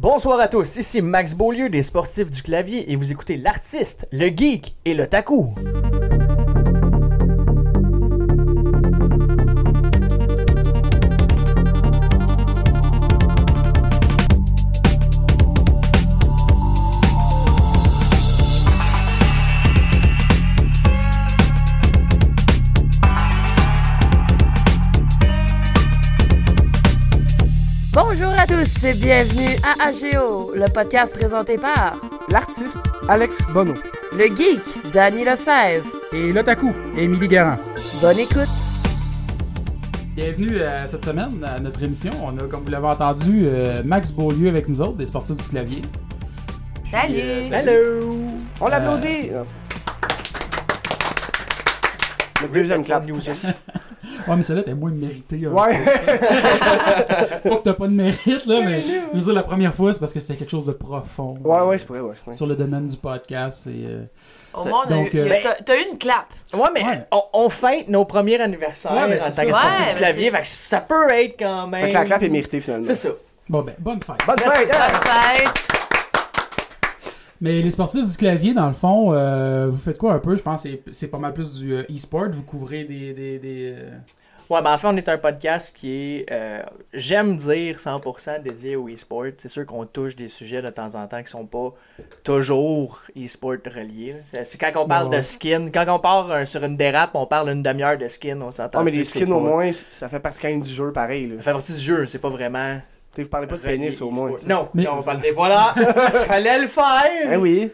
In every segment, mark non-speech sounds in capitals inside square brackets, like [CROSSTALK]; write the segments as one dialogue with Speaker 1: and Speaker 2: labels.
Speaker 1: Bonsoir à tous, ici Max Beaulieu des Sportifs du Clavier et vous écoutez l'artiste, le geek et le taku.
Speaker 2: Bonjour à tous et bienvenue à AGO, le podcast présenté par
Speaker 3: l'artiste Alex Bono.
Speaker 2: le geek Danny Lefebvre.
Speaker 4: Et l'Otaku, Émilie Garant.
Speaker 2: Bonne écoute.
Speaker 4: Bienvenue euh, cette semaine à notre émission. On a, comme vous l'avez entendu, euh, Max Beaulieu avec nous autres, des sportifs du clavier. Puis,
Speaker 2: Salut. Ben
Speaker 4: euh,
Speaker 1: Hello! Euh.
Speaker 3: On l'applaudit! Le deuxième clap.
Speaker 4: Ouais, mais celle-là, t'es moins méritée. hein.
Speaker 3: Ouais,
Speaker 4: Pas que t'as pas de mérite, là, mais je veux dire, la première fois, c'est parce que c'était quelque chose de profond.
Speaker 3: ouais,
Speaker 4: euh,
Speaker 3: ouais, c'est vrai, ouais. c'est vrai.
Speaker 4: Sur le domaine du podcast. Et, euh,
Speaker 2: Au moins, on a
Speaker 4: Donc,
Speaker 2: eu-
Speaker 4: euh,
Speaker 2: y a- t'as- t'as eu une clap.
Speaker 1: Ouais, mais
Speaker 4: Ouais.
Speaker 1: On, on fête nos premiers anniversaires
Speaker 4: Ouais, mais
Speaker 1: en
Speaker 4: c'est
Speaker 1: tant que
Speaker 2: ça.
Speaker 1: sportif
Speaker 2: Ouais,
Speaker 1: du
Speaker 2: mais
Speaker 1: clavier,
Speaker 2: c'est-
Speaker 1: fait que ça peut être quand même.
Speaker 3: Fait que la clap est méritée finalement.
Speaker 1: C'est ça. Ah,
Speaker 4: Bon, ben, bonne fête.
Speaker 3: Bonne
Speaker 1: Merci.
Speaker 3: fête! hein.
Speaker 2: Bonne fête.
Speaker 4: Mais les sportifs du clavier, dans le fond, euh, vous faites quoi un peu Je pense que c'est- c'est pas mal plus du euh, e-sport. Vous couvrez des. des, des, euh,
Speaker 1: Ouais, ben en fait, on est un podcast qui est, euh, j'aime dire 100% dédié au e-sport. C'est sûr qu'on touche des sujets de temps en temps qui sont pas toujours e-sport reliés. là. C'est- C'est quand on parle
Speaker 4: Ouais.
Speaker 1: de skin, quand on part euh, sur une dérape, on parle une demi-heure de skin, on s'entend.
Speaker 3: Oh, mais
Speaker 1: dessus
Speaker 3: les
Speaker 1: que c'est
Speaker 3: skins au
Speaker 1: pas-
Speaker 3: moins, ça fait partie quand même du jeu pareil. Là.
Speaker 1: Ça fait partie du jeu, c'est pas vraiment.
Speaker 3: T'sais, vous parlez pas de
Speaker 1: relié
Speaker 3: pénis au
Speaker 1: e-sport.
Speaker 3: moins. t'sais.
Speaker 1: Non,
Speaker 4: Mais-
Speaker 1: non, on parle des voilà, [LAUGHS] fallait le faire.
Speaker 3: Eh oui!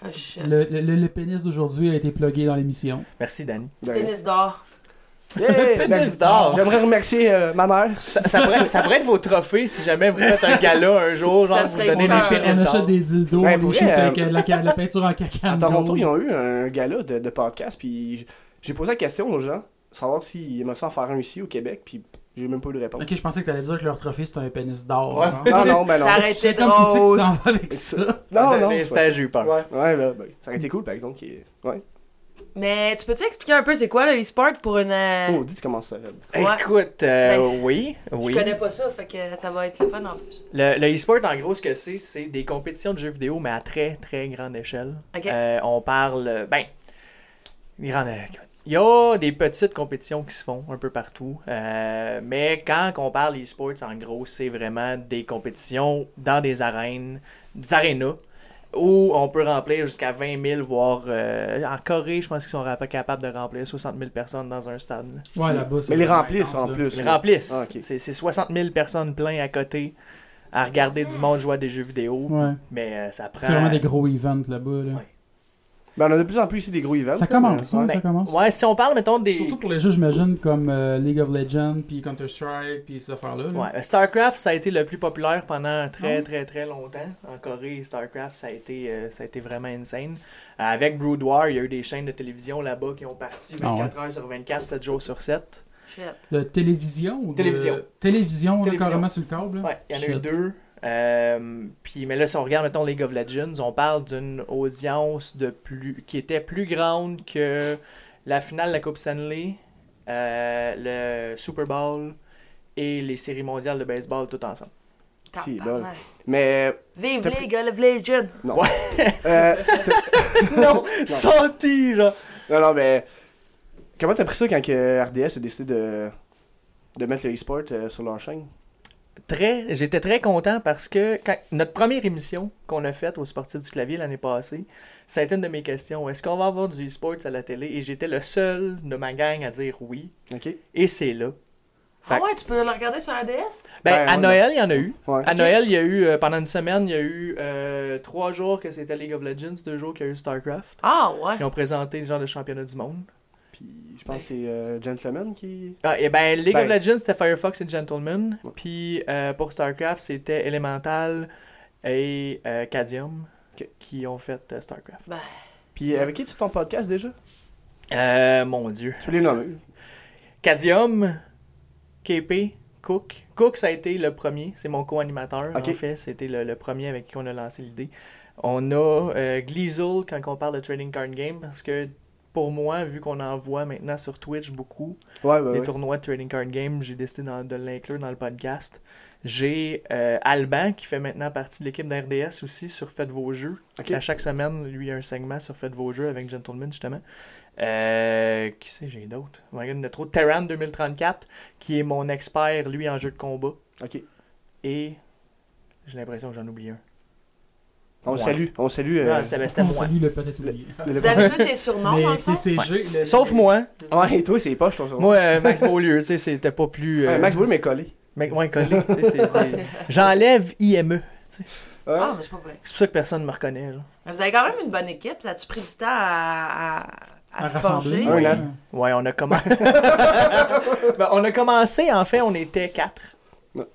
Speaker 2: Oh, shit.
Speaker 4: Le, le- le- le pénis d'aujourd'hui a été plugué dans l'émission.
Speaker 1: Merci, Danny.
Speaker 3: Ben,
Speaker 2: Pénis d'or.
Speaker 3: yeah,
Speaker 4: pénis
Speaker 3: merci.
Speaker 1: d'or.
Speaker 3: J'aimerais remercier euh, ma mère.
Speaker 1: Ça, ça pourrait, ça pourrait être vos trophées si jamais vous faites un gala un jour,
Speaker 2: Ça
Speaker 1: genre vous
Speaker 2: serait
Speaker 1: donnez
Speaker 4: On
Speaker 1: des
Speaker 2: clair.
Speaker 4: achète,
Speaker 1: pénis
Speaker 4: on achète
Speaker 1: d'or.
Speaker 4: des dildos,
Speaker 3: Ouais,
Speaker 4: on
Speaker 3: pour
Speaker 4: les shoot
Speaker 3: vrai,
Speaker 4: avec
Speaker 3: euh,
Speaker 4: euh, de la, ca- de la peinture en
Speaker 1: Ah,
Speaker 4: cacao.
Speaker 3: À Toronto, ils ont eu un gala de, de podcast, puis j- j'ai posé la question aux gens, savoir s'ils aimeraient ça en faire un ici au Québec, puis j'ai même pas eu de réponse.
Speaker 4: Ok, je pensais que t'allais dire que leur trophée c'était un pénis d'or.
Speaker 1: Ouais.
Speaker 4: genre.
Speaker 3: Non, non, ben non.
Speaker 2: Ça aurait été
Speaker 4: C'est comme qui c'est qui
Speaker 1: Oh.
Speaker 2: drôle.
Speaker 4: s'en va avec ça.
Speaker 3: Non, non.
Speaker 1: Les stages, j'ai eu peur.
Speaker 3: Ouais, ouais, ben, ben, ça aurait été cool par exemple. qu'il y ait- Ouais.
Speaker 2: Mais tu peux-tu expliquer un peu c'est quoi le e-sport pour une. euh,
Speaker 3: Oh, dis comment ça. Red.
Speaker 2: Ouais.
Speaker 1: Écoute, euh,
Speaker 2: Ben,
Speaker 1: oui, oui.
Speaker 2: Je connais pas ça, fait que ça va être le fun en plus.
Speaker 1: Le, le e-sport, en gros, ce que c'est, c'est des compétitions de jeux vidéo, mais à très, très grande échelle.
Speaker 2: Ok.
Speaker 1: Euh, on parle, euh, ben, grande- il y a des petites compétitions qui se font un peu partout, euh, mais quand on parle e-sports, en gros, c'est vraiment des compétitions dans des arènes, des arénas, où on peut remplir jusqu'à 20 000, voire euh, en Corée, je pense qu'ils sont rap- capables de remplir 60 000 personnes dans un stade. là.
Speaker 4: Ouais, là-bas. c'est
Speaker 3: Mais les
Speaker 4: vraiment
Speaker 3: remplissent
Speaker 4: intense,
Speaker 3: en
Speaker 4: là.
Speaker 3: plus.
Speaker 1: Ils
Speaker 3: là.
Speaker 1: remplissent.
Speaker 3: Ah, ok.
Speaker 1: C'est c'est 60 000 personnes plein à côté à regarder du monde jouer à des jeux vidéo.
Speaker 4: Ouais.
Speaker 1: Mais euh, ça prend.
Speaker 4: C'est vraiment des gros events là-bas. Là.
Speaker 1: Ouais.
Speaker 3: Ben, on a de plus en plus ici des gros events.
Speaker 4: Ça commence, hein. ouais,
Speaker 1: Ben,
Speaker 4: ça commence.
Speaker 1: Ouais, si on parle, mettons, des.
Speaker 4: Surtout pour les jeux, j'imagine, comme euh, League of Legends, puis Counter-Strike, puis ces affaires-là. là.
Speaker 1: Ouais, euh, StarCraft, ça a été le plus populaire pendant très,
Speaker 4: Ah.
Speaker 1: très, très longtemps. En Corée, StarCraft, ça a été, euh, ça a été vraiment insane. Euh, avec Brood War, il y a eu des chaînes de télévision là-bas qui ont parti
Speaker 4: Ah ouais.
Speaker 1: 24 heures sur 24, 7 jours sur 7.
Speaker 2: Shit.
Speaker 4: De télévision ou de-
Speaker 1: Télévision.
Speaker 4: Télévision, là,
Speaker 1: Télévision.
Speaker 4: carrément sur le câble. là.
Speaker 1: Ouais, il y en a eu
Speaker 4: Shit.
Speaker 1: deux. Euh, puis, mais là, si on regarde, mettons, League of Legends, on parle d'une audience de plus, qui était plus grande que la finale de la Coupe Stanley, euh, le Super Bowl et les séries mondiales de baseball tout ensemble.
Speaker 3: Si,
Speaker 2: Tabarnak.
Speaker 3: lol. Mais
Speaker 2: Vive
Speaker 3: T'as
Speaker 2: les gars, of Legends.
Speaker 3: euh, [LAUGHS]
Speaker 1: non, senti, genre.
Speaker 3: non, non, mais comment t'as pris ça quand que RDS a décidé de, de mettre le e-sport euh, sur leur chaîne
Speaker 1: Très, j'étais très content parce que quand- notre première émission qu'on a faite au Sportif du Clavier l'année passée, ça a été une de mes questions. Est-ce qu'on va avoir du e-sports à la télé? Et j'étais le seul de ma gang à dire oui.
Speaker 3: Ok.
Speaker 1: Et c'est là. Fait
Speaker 2: Ah
Speaker 1: que-
Speaker 2: ouais, tu peux le regarder sur RDS?
Speaker 1: Ben,
Speaker 3: Ben,
Speaker 1: à
Speaker 3: ouais,
Speaker 1: Noël, il y en a eu.
Speaker 3: Ouais.
Speaker 1: À Noël, il y a eu, euh, pendant une semaine, il y a eu euh, trois jours que c'était League of Legends, deux jours qu'il y a eu StarCraft.
Speaker 2: Ah ouais.
Speaker 1: Ils ont présenté le genre de championnat du monde.
Speaker 3: Puis je pense que c'est euh, Gentleman qui.
Speaker 1: Ah, et ben, League of
Speaker 3: Ben.
Speaker 1: Legends, c'était Firefox et Gentleman.
Speaker 3: Ouais.
Speaker 1: Puis euh, pour StarCraft, c'était Elemental et euh, Cadium
Speaker 3: Ok.
Speaker 1: qui ont fait euh, StarCraft.
Speaker 2: Ben,
Speaker 3: Puis avec qui tu fais ton podcast déjà
Speaker 1: Euh, mon dieu.
Speaker 3: Tu peux les nommer.
Speaker 1: Cadium, KP, Cook. Cook, ça a été le premier. C'est mon co-animateur.
Speaker 3: Ok.
Speaker 1: En fait, c'était le, le premier avec qui on a lancé l'idée. On a euh, Gleezel quand on parle de Trading Card Game parce que pour moi, vu qu'on en voit maintenant sur Twitch beaucoup,
Speaker 3: Ouais, ouais.
Speaker 1: des
Speaker 3: ouais.
Speaker 1: tournois de Trading Card Game, j'ai décidé d'en- de l'inclure dans le podcast. J'ai euh, Alban qui fait maintenant partie de l'équipe d'RDS aussi sur Faites vos jeux.
Speaker 3: Ok.
Speaker 1: À chaque semaine, lui, il y a un segment sur Faites vos jeux avec Gentleman, justement. Euh, qui c'est, j'ai d'autres. Oh my God, il y en a trop. Terran 2034, qui est mon expert, lui, en jeu de combat.
Speaker 3: Ok.
Speaker 1: Et j'ai l'impression que j'en oublie un.
Speaker 3: On
Speaker 1: Ouais.
Speaker 3: salue, on salue. euh,
Speaker 1: Non, c'était ben, c'était
Speaker 4: On
Speaker 1: moi.
Speaker 4: salue le peut-être oublié.
Speaker 3: le- le-
Speaker 5: Vous avez tous des surnoms, dans
Speaker 4: Mais
Speaker 5: le fond?
Speaker 4: TCG, le-
Speaker 1: Sauf moi.
Speaker 3: Ouais, et toi, c'est poche ton surnom.
Speaker 1: Moi, euh, Max Beaulieu, tu sais, c'était pas plus. euh,
Speaker 3: Ouais, Max Bouille m'est collé.
Speaker 1: mais- ouais, collé, tu sais, c'est- c'est- J'enlève IME.
Speaker 3: Ouais.
Speaker 5: Ah, mais c'est pas vrai.
Speaker 1: C'est pour ça que personne ne me reconnaît. genre.
Speaker 5: Mais vous avez quand même une bonne équipe. Ça a-tu pris du temps à, à, à,
Speaker 4: à
Speaker 5: se
Speaker 4: rassembler.
Speaker 5: forger?
Speaker 3: Ouais.
Speaker 4: Ouais.
Speaker 1: Ouais, on a [LAUGHS] commencé. on a commencé, en fait, on était quatre.
Speaker 5: OK.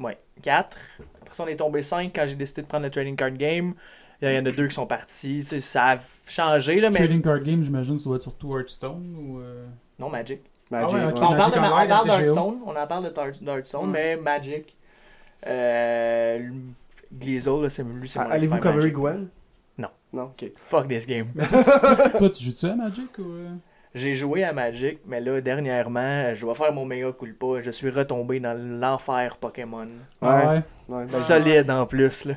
Speaker 1: Ouais, quatre. Après ça, on est tombé cinq quand j'ai décidé de prendre le trading card game. Il y en a deux qui sont partis. Tu sais, ça a changé, là, mais.
Speaker 4: Trading Card Game, j'imagine, ça doit être surtout Hearthstone ou...
Speaker 1: [LAUGHS]
Speaker 4: euh,
Speaker 1: Non, Magic.
Speaker 3: Magic,
Speaker 4: Ah ouais, ok.
Speaker 3: Ben, ouais.
Speaker 1: on, parle
Speaker 4: Magic
Speaker 1: de,
Speaker 4: en
Speaker 1: on
Speaker 4: live,
Speaker 1: parle
Speaker 4: MTGO.
Speaker 1: d'Hearthstone, on en parle de Tar- d'Hearthstone,
Speaker 4: Mm.
Speaker 1: mais Magic. Euh, Gleezel, là, c'est lui,
Speaker 4: Ah,
Speaker 1: c'est mon
Speaker 3: Ah, Allez-vous
Speaker 1: expert
Speaker 3: coverer
Speaker 1: Magic.
Speaker 3: Gwen?
Speaker 1: Non.
Speaker 3: Non, ok.
Speaker 1: Fuck this game.
Speaker 4: Toi, tu joues-tu à Magic ou... euh?
Speaker 1: J'ai joué à Magic, mais là, dernièrement, je vais faire mon méga coup de pas. Je suis retombé dans l'enfer Pokémon.
Speaker 3: Ouais.
Speaker 4: Ah ouais.
Speaker 1: Ah.
Speaker 3: Ouais, ben,
Speaker 1: Solide en plus, là.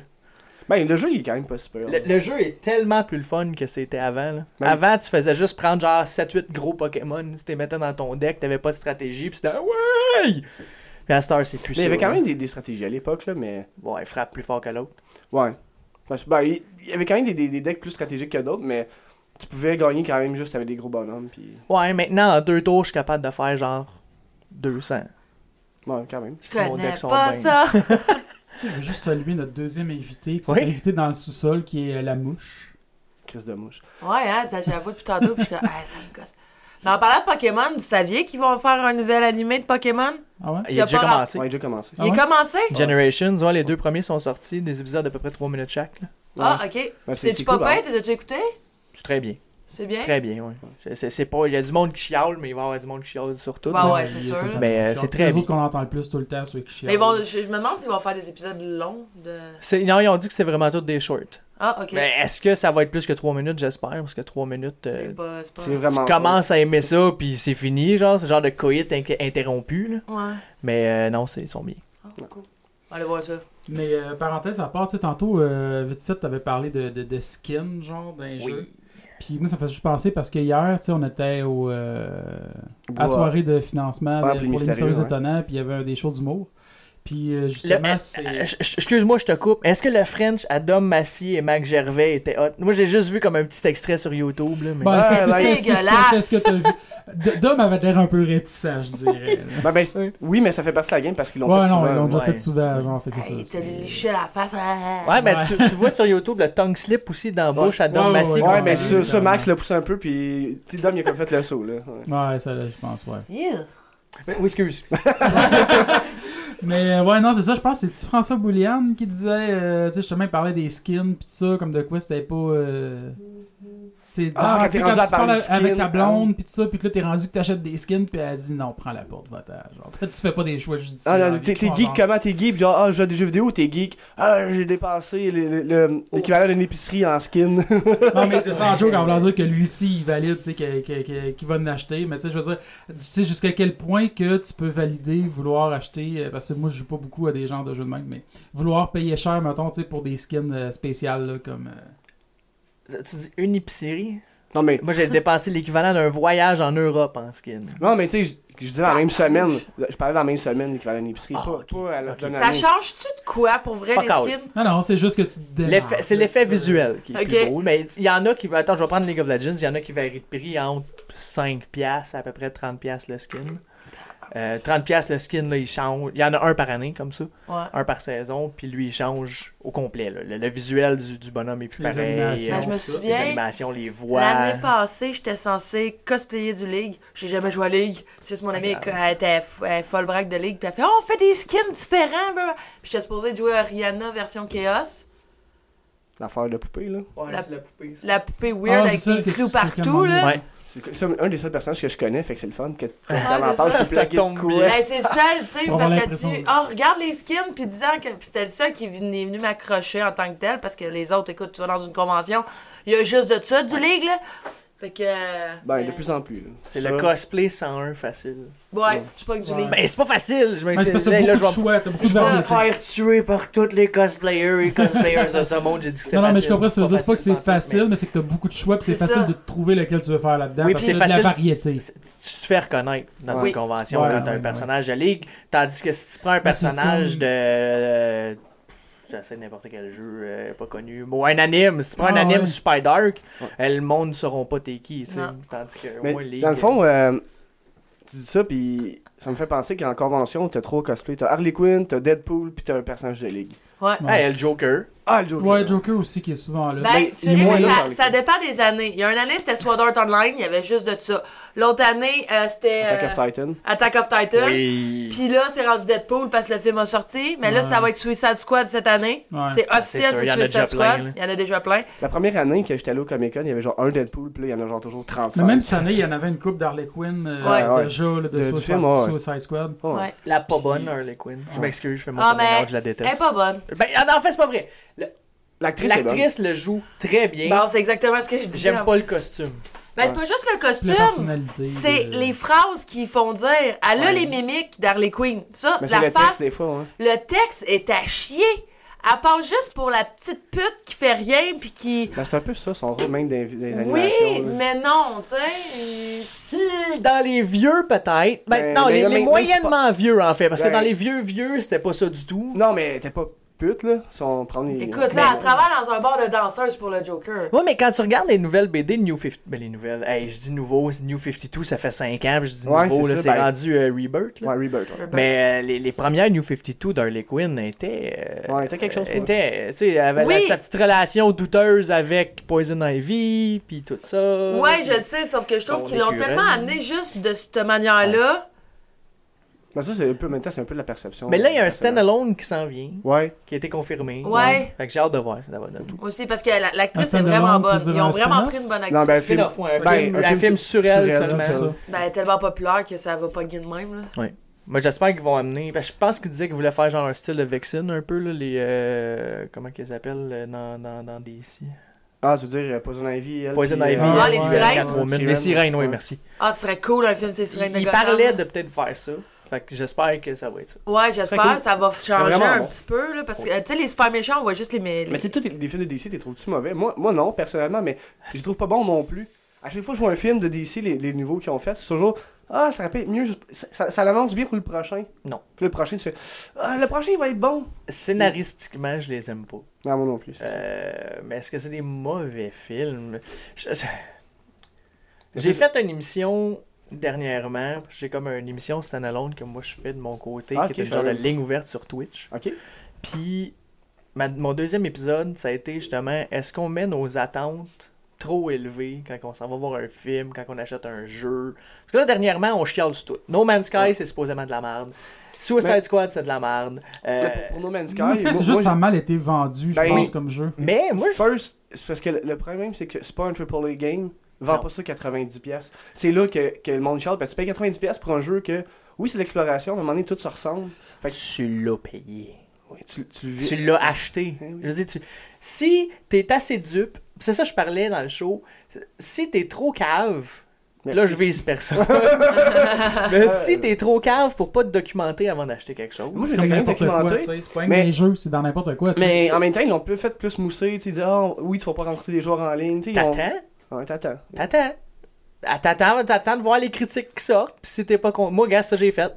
Speaker 3: ben, le jeu, il est quand même pas super.
Speaker 1: Le, le jeu est tellement plus le fun que c'était avant. là.
Speaker 3: Ben-
Speaker 1: avant, tu faisais juste prendre genre 7-8 gros Pokémon, tu les mettais dans ton deck, t'avais pas de stratégie, pis c'était Ah ouais! Puis à Star, c'est plus
Speaker 3: Mais il y
Speaker 1: ça,
Speaker 3: avait quand
Speaker 1: là.
Speaker 3: même des, des stratégies à l'époque, là, mais.
Speaker 1: Ouais, il frappe plus fort que l'autre.
Speaker 3: Ouais. Parce que, ben, il il y avait quand même des, des- des decks plus stratégiques que d'autres, mais tu pouvais gagner quand même juste avec des gros bonhommes, puis.
Speaker 1: Ouais, maintenant, en deux tours, je suis capable de faire genre 200.
Speaker 3: Ouais, quand même.
Speaker 5: Je connais
Speaker 1: sont
Speaker 5: pas
Speaker 1: bien.
Speaker 5: ça.
Speaker 4: Je veux juste saluer notre deuxième invité, qui
Speaker 1: Oui.
Speaker 4: est invité dans le sous-sol, qui est euh, la mouche.
Speaker 3: Crise de mouche.
Speaker 5: Ouais, hein, t'as- j'avoue depuis tantôt, puis je suis comme, ah, ça me gosse. Mais en parlant de Pokémon, vous saviez qu'ils vont faire un nouvel animé de Pokémon?
Speaker 4: Ah ouais?
Speaker 1: Il a
Speaker 5: a
Speaker 1: déjà
Speaker 5: pas
Speaker 1: commencé.
Speaker 3: Ouais, il a déjà commencé.
Speaker 4: Ah
Speaker 5: Il est
Speaker 4: ouais?
Speaker 5: commencé?
Speaker 1: Generations, ouais, les deux premiers sont sortis, des épisodes d'à peu près 3 minutes chaque. là.
Speaker 5: Ah,
Speaker 3: Ouais,
Speaker 5: ok.
Speaker 3: ben,
Speaker 5: C'est-tu
Speaker 3: cool,
Speaker 5: pas
Speaker 3: ben.
Speaker 5: pire? T'es as-tu écouté?
Speaker 1: C'est très bien.
Speaker 5: C'est bien?
Speaker 1: hein? Très bien, ouais. C'est- c'est- c'est pas... Il y a du monde qui chiale, mais il va y avoir du monde qui chiale sur tout.
Speaker 5: Ah
Speaker 1: là.
Speaker 5: ouais, c'est
Speaker 4: Il est
Speaker 5: sûr,
Speaker 4: tout le
Speaker 5: là.
Speaker 4: temps
Speaker 1: Mais, euh,
Speaker 4: dans le
Speaker 1: c'est
Speaker 4: sous-sol.
Speaker 1: très
Speaker 4: les
Speaker 1: bien.
Speaker 4: autres qu'on entend le plus tout le temps, ceux qui chialent.
Speaker 5: Mais bon, je, je me demande s'ils vont faire des épisodes longs de.
Speaker 1: C'est- Non, ils ont dit que c'est vraiment tout des shorts.
Speaker 5: Ah, ok.
Speaker 1: Mais est-ce que ça va être plus que 3 minutes, j'espère? Parce que 3 minutes, euh,
Speaker 5: C'est pas. C'est pas.
Speaker 3: C'est
Speaker 1: tu
Speaker 3: vraiment.
Speaker 1: commences à aimer ça, puis c'est fini, genre. C'est genre de coït inc- interrompu, là.
Speaker 5: Ouais.
Speaker 1: Mais euh, non, c'est- ils sont bien.
Speaker 5: Ah, cool. Allez voir ça.
Speaker 4: Mais euh, parenthèse à part, tu sais, tantôt, euh, vite fait, t'avais parlé de, de, de skin, genre, d'un jeu. Puis moi, ça me fait juste penser parce que hier, tu sais, on était au, euh, à la
Speaker 3: Bois.
Speaker 4: soirée de financement
Speaker 3: Ouais, pour
Speaker 4: de-
Speaker 3: les
Speaker 4: pour les
Speaker 3: mystérieux,
Speaker 4: mystérieux
Speaker 3: ouais.
Speaker 4: étonnants, puis il y avait un des shows d'humour. Puis euh,
Speaker 1: Le-
Speaker 4: justement,
Speaker 1: euh,
Speaker 4: c'est.
Speaker 1: ch- ch- Excuse-moi, je te coupe. Est-ce que le French à Dom Massy et Mac Gervais était hot? Moi, j'ai juste vu comme un petit extrait sur YouTube. Là, mais...
Speaker 4: Bon, Ben, c'est-
Speaker 3: Ouais,
Speaker 4: c'est-
Speaker 5: ouais.
Speaker 4: c'est- c'est ce que- c'est ce que t'as vu. D- Dom avait l'air un peu réticent, je
Speaker 3: [LAUGHS]
Speaker 4: dirais. là.
Speaker 3: Ben, ben, c'est- oui, mais ça fait partie de la game parce qu'ils l'ont
Speaker 4: Ouais,
Speaker 3: fait
Speaker 4: non,
Speaker 3: souvent.
Speaker 4: ils l'ont
Speaker 3: là.
Speaker 4: déjà
Speaker 1: ouais.
Speaker 4: fait souvent, genre, fait que
Speaker 5: Hey,
Speaker 4: ça.
Speaker 5: t'as liché la face. ah.
Speaker 1: Ouais, mais
Speaker 4: Ouais.
Speaker 1: Tu, tu vois sur YouTube le tongue slip aussi dans la bouche à Dom
Speaker 4: Ouais,
Speaker 1: Massy.
Speaker 4: ouais,
Speaker 1: qu'on
Speaker 3: Ouais, mais
Speaker 1: salue.
Speaker 3: ça, ça, Max l'a poussé un peu, puis. Petit Dom, il a comme fait le saut, là. Ouais.
Speaker 4: Ouais, ça, je pense, ouais.
Speaker 5: Yeah.
Speaker 1: Oui, excuse.
Speaker 4: Mais euh, ouais, non, c'est ça, je pense que c'est-tu François Bouliane qui disait, euh, tu sais, justement, il parlait des skins pis tout ça, comme de quoi c'était pas. Euh... tu sais,
Speaker 3: Ah,
Speaker 4: dire,
Speaker 3: quand t'es
Speaker 4: tu sais,
Speaker 3: rendu à
Speaker 4: tu
Speaker 3: parler
Speaker 4: parles
Speaker 3: de skins,
Speaker 4: avec ta
Speaker 3: hein.
Speaker 4: blonde pis tout ça, pis que là t'es rendu que t'achètes des skins pis elle dit non, prends la porte, va-t'en. Genre, [LAUGHS] tu fais pas des choix judiciaires.
Speaker 3: Ah
Speaker 4: dans
Speaker 3: non,
Speaker 4: la
Speaker 3: t'es
Speaker 4: vie,
Speaker 3: t'es
Speaker 4: je
Speaker 3: geek
Speaker 4: pense,
Speaker 3: comment t'es geek? Genre, ah, je joue à des jeux vidéo, t'es geek. Ah, j'ai dépensé le- le- le-
Speaker 1: Oh.
Speaker 3: l'équivalent d'une épicerie en skin. [LAUGHS]
Speaker 4: Non, mais c'est ça en joke en voulant dire que lui aussi, il valide, tu sais, que- que- que- qu'il va en acheter. Mais tu sais, je veux dire, tu sais jusqu'à quel point que tu peux valider, vouloir acheter, euh, parce que moi, je joue pas beaucoup à des genres de jeux de même, mais vouloir payer cher, mettons, tu sais, pour des skins euh, spéciales, là, comme. euh,
Speaker 1: tu dis une épicerie?
Speaker 3: Non, mais,
Speaker 1: Moi, j'ai dépensé l'équivalent d'un voyage en Europe hein, en skin.
Speaker 3: non, mais tu sais, je- je disais dans la même semaine. Je parlais dans la même semaine, l'équivalent d'une épicerie.
Speaker 1: Ah,
Speaker 3: pas,
Speaker 1: ok.
Speaker 3: pas à la
Speaker 1: Ok.
Speaker 3: donne
Speaker 5: Ça
Speaker 3: année.
Speaker 5: change-tu de quoi pour vrai
Speaker 1: Fuck
Speaker 5: les
Speaker 1: out.
Speaker 5: skins?
Speaker 4: Non, non, c'est juste que tu te démarres,
Speaker 1: L'effet- C'est l'effet
Speaker 4: tu sais.
Speaker 1: visuel qui est
Speaker 5: Ok.
Speaker 1: plus beau. Mais il y en a qui. Attends, je vais prendre League of Legends. Il y en a qui varient de prix entre 5$ piastres à à peu près 30$ piastres le skin. Euh, 30$ piastres le skin, là, il change. Il y en a un par année, comme ça.
Speaker 5: Ouais.
Speaker 1: Un par saison. Puis lui, il change au complet. là. Le, le visuel du, du bonhomme est plus
Speaker 4: Les
Speaker 1: pareil. euh,
Speaker 4: animations,
Speaker 5: Ben, je me
Speaker 4: ça.
Speaker 1: Les
Speaker 5: souviens,
Speaker 1: animations, les voix.
Speaker 5: L'année passée, j'étais censée cosplayer du League. J'ai jamais joué à League. C'est
Speaker 3: Ah,
Speaker 5: juste mon amie, elle,
Speaker 1: Regarde.
Speaker 5: elle était f- elle est folle braque de League. Puis elle fait Oh, on fait des skins différents. blablabla. Puis j'étais supposée de jouer à Rihanna version Chaos.
Speaker 3: L'affaire de poupée, là.
Speaker 1: Ouais,
Speaker 5: La-
Speaker 1: c'est la poupée. ça.
Speaker 5: La poupée
Speaker 4: Ah,
Speaker 5: weird
Speaker 4: c'est
Speaker 5: avec
Speaker 4: ça
Speaker 5: des
Speaker 4: que
Speaker 5: clous
Speaker 4: tu- tu
Speaker 5: partout.
Speaker 4: recommandes.
Speaker 5: Là.
Speaker 1: Ouais.
Speaker 3: C'est c'est un des seuls personnages que je connais, fait que c'est le fun. Que quand
Speaker 5: Ouais,
Speaker 3: t'en
Speaker 5: c'est
Speaker 3: parles,
Speaker 5: ça.
Speaker 3: tu peux
Speaker 1: Ça
Speaker 3: plaquer
Speaker 1: tombe
Speaker 3: de quoi.
Speaker 1: bien.
Speaker 5: Ben, c'est le seul, tu sais,
Speaker 4: [LAUGHS] Pour
Speaker 5: parce
Speaker 4: avoir
Speaker 5: que
Speaker 4: l'impression
Speaker 5: tu.
Speaker 4: de-
Speaker 5: Oh, regarde les skins, puis disant que. Puis c'était le seul qui est venu, est venu m'accrocher en tant que tel, parce que les autres, écoute, tu vas dans une convention, il y a juste de ça, du League, là. Fait que. euh,
Speaker 3: Ben, de
Speaker 5: euh,
Speaker 3: plus en plus. là.
Speaker 1: C'est
Speaker 3: Ça,
Speaker 1: le cosplay 101 facile.
Speaker 5: Ouais,
Speaker 3: Ouais.
Speaker 5: tu pognes du
Speaker 4: Ouais.
Speaker 5: livre.
Speaker 1: Ben, c'est pas facile, je
Speaker 4: Mais c'est parce que
Speaker 1: là,
Speaker 4: t'as
Speaker 1: là, je
Speaker 4: beaucoup de
Speaker 1: vais
Speaker 4: choix, t'as beaucoup
Speaker 1: Je
Speaker 4: de
Speaker 1: vais me faire
Speaker 4: variétés.
Speaker 1: tuer par tous les cosplayers et cosplayers de ce monde. J'ai dit que c'était
Speaker 4: Non, non, mais je
Speaker 1: facile.
Speaker 4: comprends ce que tu veux dire. C'est pas que c'est
Speaker 1: facile,
Speaker 4: facile, mais c'est que t'as beaucoup de choix, puis c'est
Speaker 5: C'est
Speaker 4: facile
Speaker 5: ça.
Speaker 4: de trouver lequel tu veux faire là-dedans.
Speaker 1: Oui,
Speaker 4: parce
Speaker 1: puis
Speaker 4: que
Speaker 1: c'est
Speaker 4: t'as de la
Speaker 1: facile.
Speaker 4: variété.
Speaker 1: C'est- Tu te fais reconnaître dans
Speaker 5: Oui.
Speaker 1: une convention
Speaker 4: Ouais,
Speaker 1: quand t'as
Speaker 4: ouais,
Speaker 1: un personnage de ligue, tandis que si tu prends un
Speaker 4: Ben, c'est
Speaker 1: personnage
Speaker 4: comme-
Speaker 1: de. euh, J'essaie de n'importe quel jeu euh, pas connu. Ou un anime, si tu prends un
Speaker 4: Ah,
Speaker 1: anime
Speaker 4: ouais.
Speaker 1: super dark,
Speaker 3: Ouais.
Speaker 1: euh, le monde ne sauront pas t'es qui. tu sais.
Speaker 5: Non.
Speaker 1: Tandis que,
Speaker 3: Mais
Speaker 1: moi, League,
Speaker 3: dans le fond, euh, tu dis ça, puis ça me fait penser qu'en convention, t'as trois cosplays. T'as Harley Quinn, t'as Deadpool, puis t'as un personnage de Ligue.
Speaker 5: Ouais.
Speaker 1: euh, hey, le Joker.
Speaker 3: Ah, le Joker.
Speaker 4: Ouais, Joker aussi qui est souvent là.
Speaker 5: Ben,
Speaker 3: Ben,
Speaker 5: tu ris,
Speaker 3: moi,
Speaker 5: mais
Speaker 3: là,
Speaker 5: ça,
Speaker 3: dans le
Speaker 5: ça
Speaker 3: cas.
Speaker 5: dépend des années. Il y a une année, c'était Sword Art Online, il y avait juste de ça. L'autre année, euh, c'était euh,
Speaker 3: Attack of Titan.
Speaker 5: Attack of Titan.
Speaker 1: Oui.
Speaker 5: Puis là, c'est rendu Deadpool parce que le film a sorti. Mais là,
Speaker 4: Ouais.
Speaker 5: ça va être Suicide Squad cette année.
Speaker 4: Ouais.
Speaker 5: C'est officiel,
Speaker 1: c'est sûr,
Speaker 5: c'est
Speaker 1: il y en a
Speaker 5: Suicide
Speaker 1: déjà plein,
Speaker 5: Squad.
Speaker 1: là.
Speaker 5: Il y en a déjà plein.
Speaker 3: La première année que j'étais allé au Comic Con, il y avait genre un Deadpool, puis là, il y en a genre toujours 35.
Speaker 4: Mais même cette année, il y en avait une coupe d'Harley Quinn euh,
Speaker 5: Ouais.
Speaker 3: Ouais.
Speaker 4: déjà là, de,
Speaker 3: De- du
Speaker 4: Suicide,
Speaker 3: film, ouais.
Speaker 4: Suicide Squad.
Speaker 3: Oh,
Speaker 5: Ouais.
Speaker 1: La pas bonne Harley Quinn. Je m'excuse, je fais mon ah,
Speaker 5: Ah, mais-
Speaker 1: je la
Speaker 5: Elle est
Speaker 1: déteste.
Speaker 5: pas bonne.
Speaker 1: Ben, en fait, c'est pas vrai. Le-
Speaker 3: L'actrice est bonne.
Speaker 1: L'actrice le joue très bien.
Speaker 5: Bon, c'est exactement ce que je disais.
Speaker 1: J'aime pas le costume.
Speaker 5: Ben, c'est pas juste le
Speaker 4: Puis la
Speaker 5: costume.
Speaker 4: personnalité.
Speaker 5: C'est
Speaker 4: de-
Speaker 5: les phrases qu'ils font dire. Elle a
Speaker 1: Ouais.
Speaker 5: les mimiques d'Harley Quinn. Ça,
Speaker 3: Mais c'est
Speaker 5: la
Speaker 3: le texte
Speaker 5: face,
Speaker 3: des fois, ouais.
Speaker 5: le texte est à chier. À part juste pour la petite pute qui fait rien puis qui.
Speaker 3: Ben, c'est un peu ça, son rôle même des, des
Speaker 5: Oui,
Speaker 3: animations. là.
Speaker 5: mais non, tu sais. c'est-
Speaker 1: Dans les vieux, peut-être. Ben,
Speaker 3: Ben,
Speaker 1: non,
Speaker 3: ben,
Speaker 1: les,
Speaker 3: là,
Speaker 1: les
Speaker 3: maintenant,
Speaker 1: moyennement vieux, en fait. Parce que
Speaker 3: Ben.
Speaker 1: dans les vieux, vieux, c'était pas ça du tout.
Speaker 3: Non, mais t'es pas pute, là. Si on prend les...
Speaker 5: Écoute, là, elle travaille dans un bar de danseuse pour le Joker.
Speaker 1: Ouais, mais quand tu regardes les nouvelles BD de New 50... Ben, les nouvelles... Hey, je dis nouveau, c'est New 52, ça fait 5 ans, puis je dis
Speaker 3: Ouais,
Speaker 1: nouveau,
Speaker 3: c'est
Speaker 1: là,
Speaker 3: ça,
Speaker 1: c'est
Speaker 3: ben.
Speaker 1: rendu euh, Rebirth, là.
Speaker 3: Ouais, Rebirth, ouais.
Speaker 1: Mais euh, les, les premières New 52 d'Harley Quinn étaient... euh,
Speaker 3: Ouais, était quelque chose, ouais.
Speaker 1: Était, euh, tu sais, elle avait
Speaker 5: Oui.
Speaker 1: la- sa petite relation douteuse avec Poison Ivy, puis tout ça.
Speaker 5: Ouais, je le sais, sauf que je trouve
Speaker 1: Son
Speaker 5: qu'ils l'ont
Speaker 1: écureuil.
Speaker 5: tellement amené juste de cette manière-là.
Speaker 3: Mais Ben, ça, c'est un peu, en même temps, c'est un peu de la perception.
Speaker 1: Mais là, il y a un
Speaker 3: personnelle.
Speaker 1: stand-alone qui s'en vient,
Speaker 3: Ouais.
Speaker 1: qui a été confirmé.
Speaker 5: Ouais.
Speaker 1: Fait que j'ai hâte de voir, ça va donner tout.
Speaker 5: Moi aussi, parce que la- l'actrice
Speaker 4: Un
Speaker 5: est vraiment
Speaker 4: standalone, tu
Speaker 5: bonne.
Speaker 4: veux
Speaker 5: Ils
Speaker 4: dire
Speaker 5: ont
Speaker 4: un
Speaker 5: vraiment
Speaker 4: spin-off?
Speaker 5: pris une bonne
Speaker 3: Non,
Speaker 5: actrice.
Speaker 3: ben,
Speaker 1: Un
Speaker 3: le film...
Speaker 1: film, off, ouais, un,
Speaker 3: ben,
Speaker 1: film,
Speaker 3: un
Speaker 1: un
Speaker 3: film
Speaker 1: film sur elle
Speaker 3: sur elle,
Speaker 1: seulement.
Speaker 4: C'est ça.
Speaker 5: Ben, elle est tellement populaire que ça va pas gagner de même, là.
Speaker 1: Moi, Ben, j'espère qu'ils vont amener. Parce que je pense qu'ils disaient qu'ils voulaient faire genre un style de Vexen un peu, là, les. euh, comment qu'ils appellent euh, dans, dans, dans DC
Speaker 3: Ah, tu veux dire euh, Poison Ivy, elle,
Speaker 1: Poison
Speaker 3: puis,
Speaker 1: Ivy.
Speaker 4: Ah,
Speaker 1: euh,
Speaker 5: les
Speaker 1: euh,
Speaker 5: sirènes.
Speaker 1: Catwoman.
Speaker 3: Sirènes.
Speaker 1: Les sirènes, oui,
Speaker 3: Ouais.
Speaker 1: merci.
Speaker 5: Ah, ce serait cool un film, c'est
Speaker 1: Ils
Speaker 5: Sirène
Speaker 1: il parlaient de peut-être faire ça. Fait que j'espère que ça va être ça.
Speaker 5: Ouais,
Speaker 3: serait
Speaker 5: j'espère,
Speaker 3: cool.
Speaker 5: ça va changer
Speaker 3: vraiment
Speaker 5: un
Speaker 3: bon.
Speaker 5: petit peu, là. Parce que, euh, tu sais, les super méchants, on voit juste les. mé-
Speaker 3: Mais tu sais, tous les- les films de DC, t'es trouves-tu mauvais? Moi, moi, non, personnellement, mais je les trouve pas bons non plus. À chaque fois que je vois un film de DC, les, les nouveaux qu'ils ont fait, c'est toujours Ah, ça rappelle mieux, juste- ça, ça, ça l'annonce bien pour le prochain.
Speaker 1: Non.
Speaker 3: Puis le prochain, tu fais Ah, le prochain, il va être bon.
Speaker 1: Scénaristiquement, je les aime pas.
Speaker 3: Non, moi non plus. c'est ça.
Speaker 1: Euh, mais est-ce que c'est des mauvais films Je- je-
Speaker 3: Mais
Speaker 1: J'ai
Speaker 3: c'est-
Speaker 1: fait une émission dernièrement. J'ai comme une émission standalone que moi je fais de mon côté,
Speaker 3: Ah,
Speaker 1: qui
Speaker 3: ok,
Speaker 1: est une
Speaker 3: je
Speaker 1: genre de
Speaker 3: savais.
Speaker 1: ligne ouverte sur Twitch.
Speaker 3: Ok?
Speaker 1: Puis, ma- mon deuxième épisode, ça a été justement est-ce qu'on met nos attentes trop élevées quand on s'en va voir un film, quand on achète un jeu Parce que là, dernièrement, on chiale sur tout. No Man's Sky,
Speaker 3: Ouais.
Speaker 1: c'est supposément de la merde. Suicide
Speaker 3: Mais-
Speaker 1: Squad, c'est de la merde. Euh,
Speaker 3: Mais pour, pour No Man's
Speaker 1: [LAUGHS]
Speaker 3: Sky,
Speaker 4: En fait,
Speaker 3: moi-
Speaker 4: c'est
Speaker 3: moi,
Speaker 4: juste ça a mal été vendu, je
Speaker 3: Ben,
Speaker 4: pense,
Speaker 3: oui.
Speaker 4: comme jeu.
Speaker 1: mais moi, je-
Speaker 3: First, c'est parce que le, le problème, c'est que c'est pas un AAA game. Vends
Speaker 1: Non.
Speaker 3: pas ça 90$. piastres. C'est là que, que le monde chiale. Parce que tu payes 90$ piastres pour un jeu que, oui, c'est de l'exploration, mais à un moment donné, tout se ressemble. Fait que-
Speaker 1: tu l'as payé.
Speaker 3: Oui, tu, tu le
Speaker 1: Tu
Speaker 3: vis.
Speaker 1: l'as acheté.
Speaker 3: Eh oui.
Speaker 1: Je veux dire, tu- si t'es assez dupe, c'est ça que je parlais dans le show, si t'es trop cave,
Speaker 3: Merci.
Speaker 1: Là, je vise personne. [LAUGHS]
Speaker 3: [LAUGHS]
Speaker 1: mais si t'es trop cave pour pas te documenter avant d'acheter quelque chose.
Speaker 3: Moi, j'ai
Speaker 4: C'est comme
Speaker 3: quand même
Speaker 4: n'importe quoi,
Speaker 3: documenté.
Speaker 4: tu sais. C'est pas
Speaker 3: mais-
Speaker 4: un jeu, c'est dans n'importe quoi. tu sais.
Speaker 3: Mais en même temps, ils l'ont peut fait plus mousser. Tu sais, ils disent, ah oui, tu vas pas rencontrer des joueurs en ligne. Tu sais, ils ont-
Speaker 1: T'attends,
Speaker 3: Ouais, t'attends.
Speaker 1: t'attends. Ah, T'attends, t'attends de voir les critiques qui sortent. Puis si t'es pas con... Moi, gars, ça j'ai fait.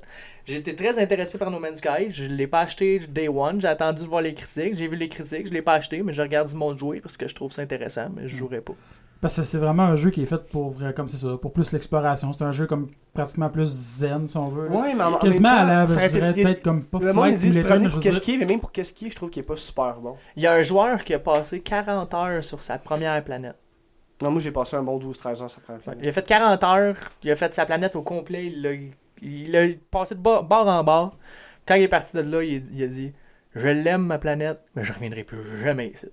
Speaker 1: J'étais très intéressé par No Man's Sky. Je l'ai pas acheté day one. J'ai attendu de voir les critiques. J'ai vu les critiques. Je l'ai pas acheté, mais je regarde du monde jouer parce que je trouve ça intéressant, mais je jouerai pas.
Speaker 4: Parce que c'est vraiment un jeu qui est fait pour, vrai- comme c'est ça, pour plus l'exploration. C'est un jeu comme pratiquement plus zen, si on veut. là.
Speaker 3: Ouais, Ah, mais en, en
Speaker 4: Quasiment à la,
Speaker 3: même temps,
Speaker 4: je
Speaker 3: ça aurait été-
Speaker 4: dirais
Speaker 3: il y a-
Speaker 4: peut-être comme pas
Speaker 3: Le monde,
Speaker 4: Flight
Speaker 3: ils disent,
Speaker 4: Simulator,
Speaker 3: prenez
Speaker 4: mais
Speaker 3: pour
Speaker 4: je veux
Speaker 3: qu'est-ce
Speaker 4: dire,
Speaker 3: qui est, mais même pour qu'est-ce qui est, je trouve qu'il est pas super bon.
Speaker 1: Il y a un joueur qui a passé 40 heures sur sa première planète.
Speaker 3: Non, moi, j'ai passé un bon 12-13 heures, ça prend
Speaker 1: Ouais, Il a fait 40 heures, il a fait sa planète au complet, il l'a il l'a passé de bord, bord en bord. Quand il est parti de là, il, il a dit Je l'aime ma planète, mais je reviendrai plus jamais ici.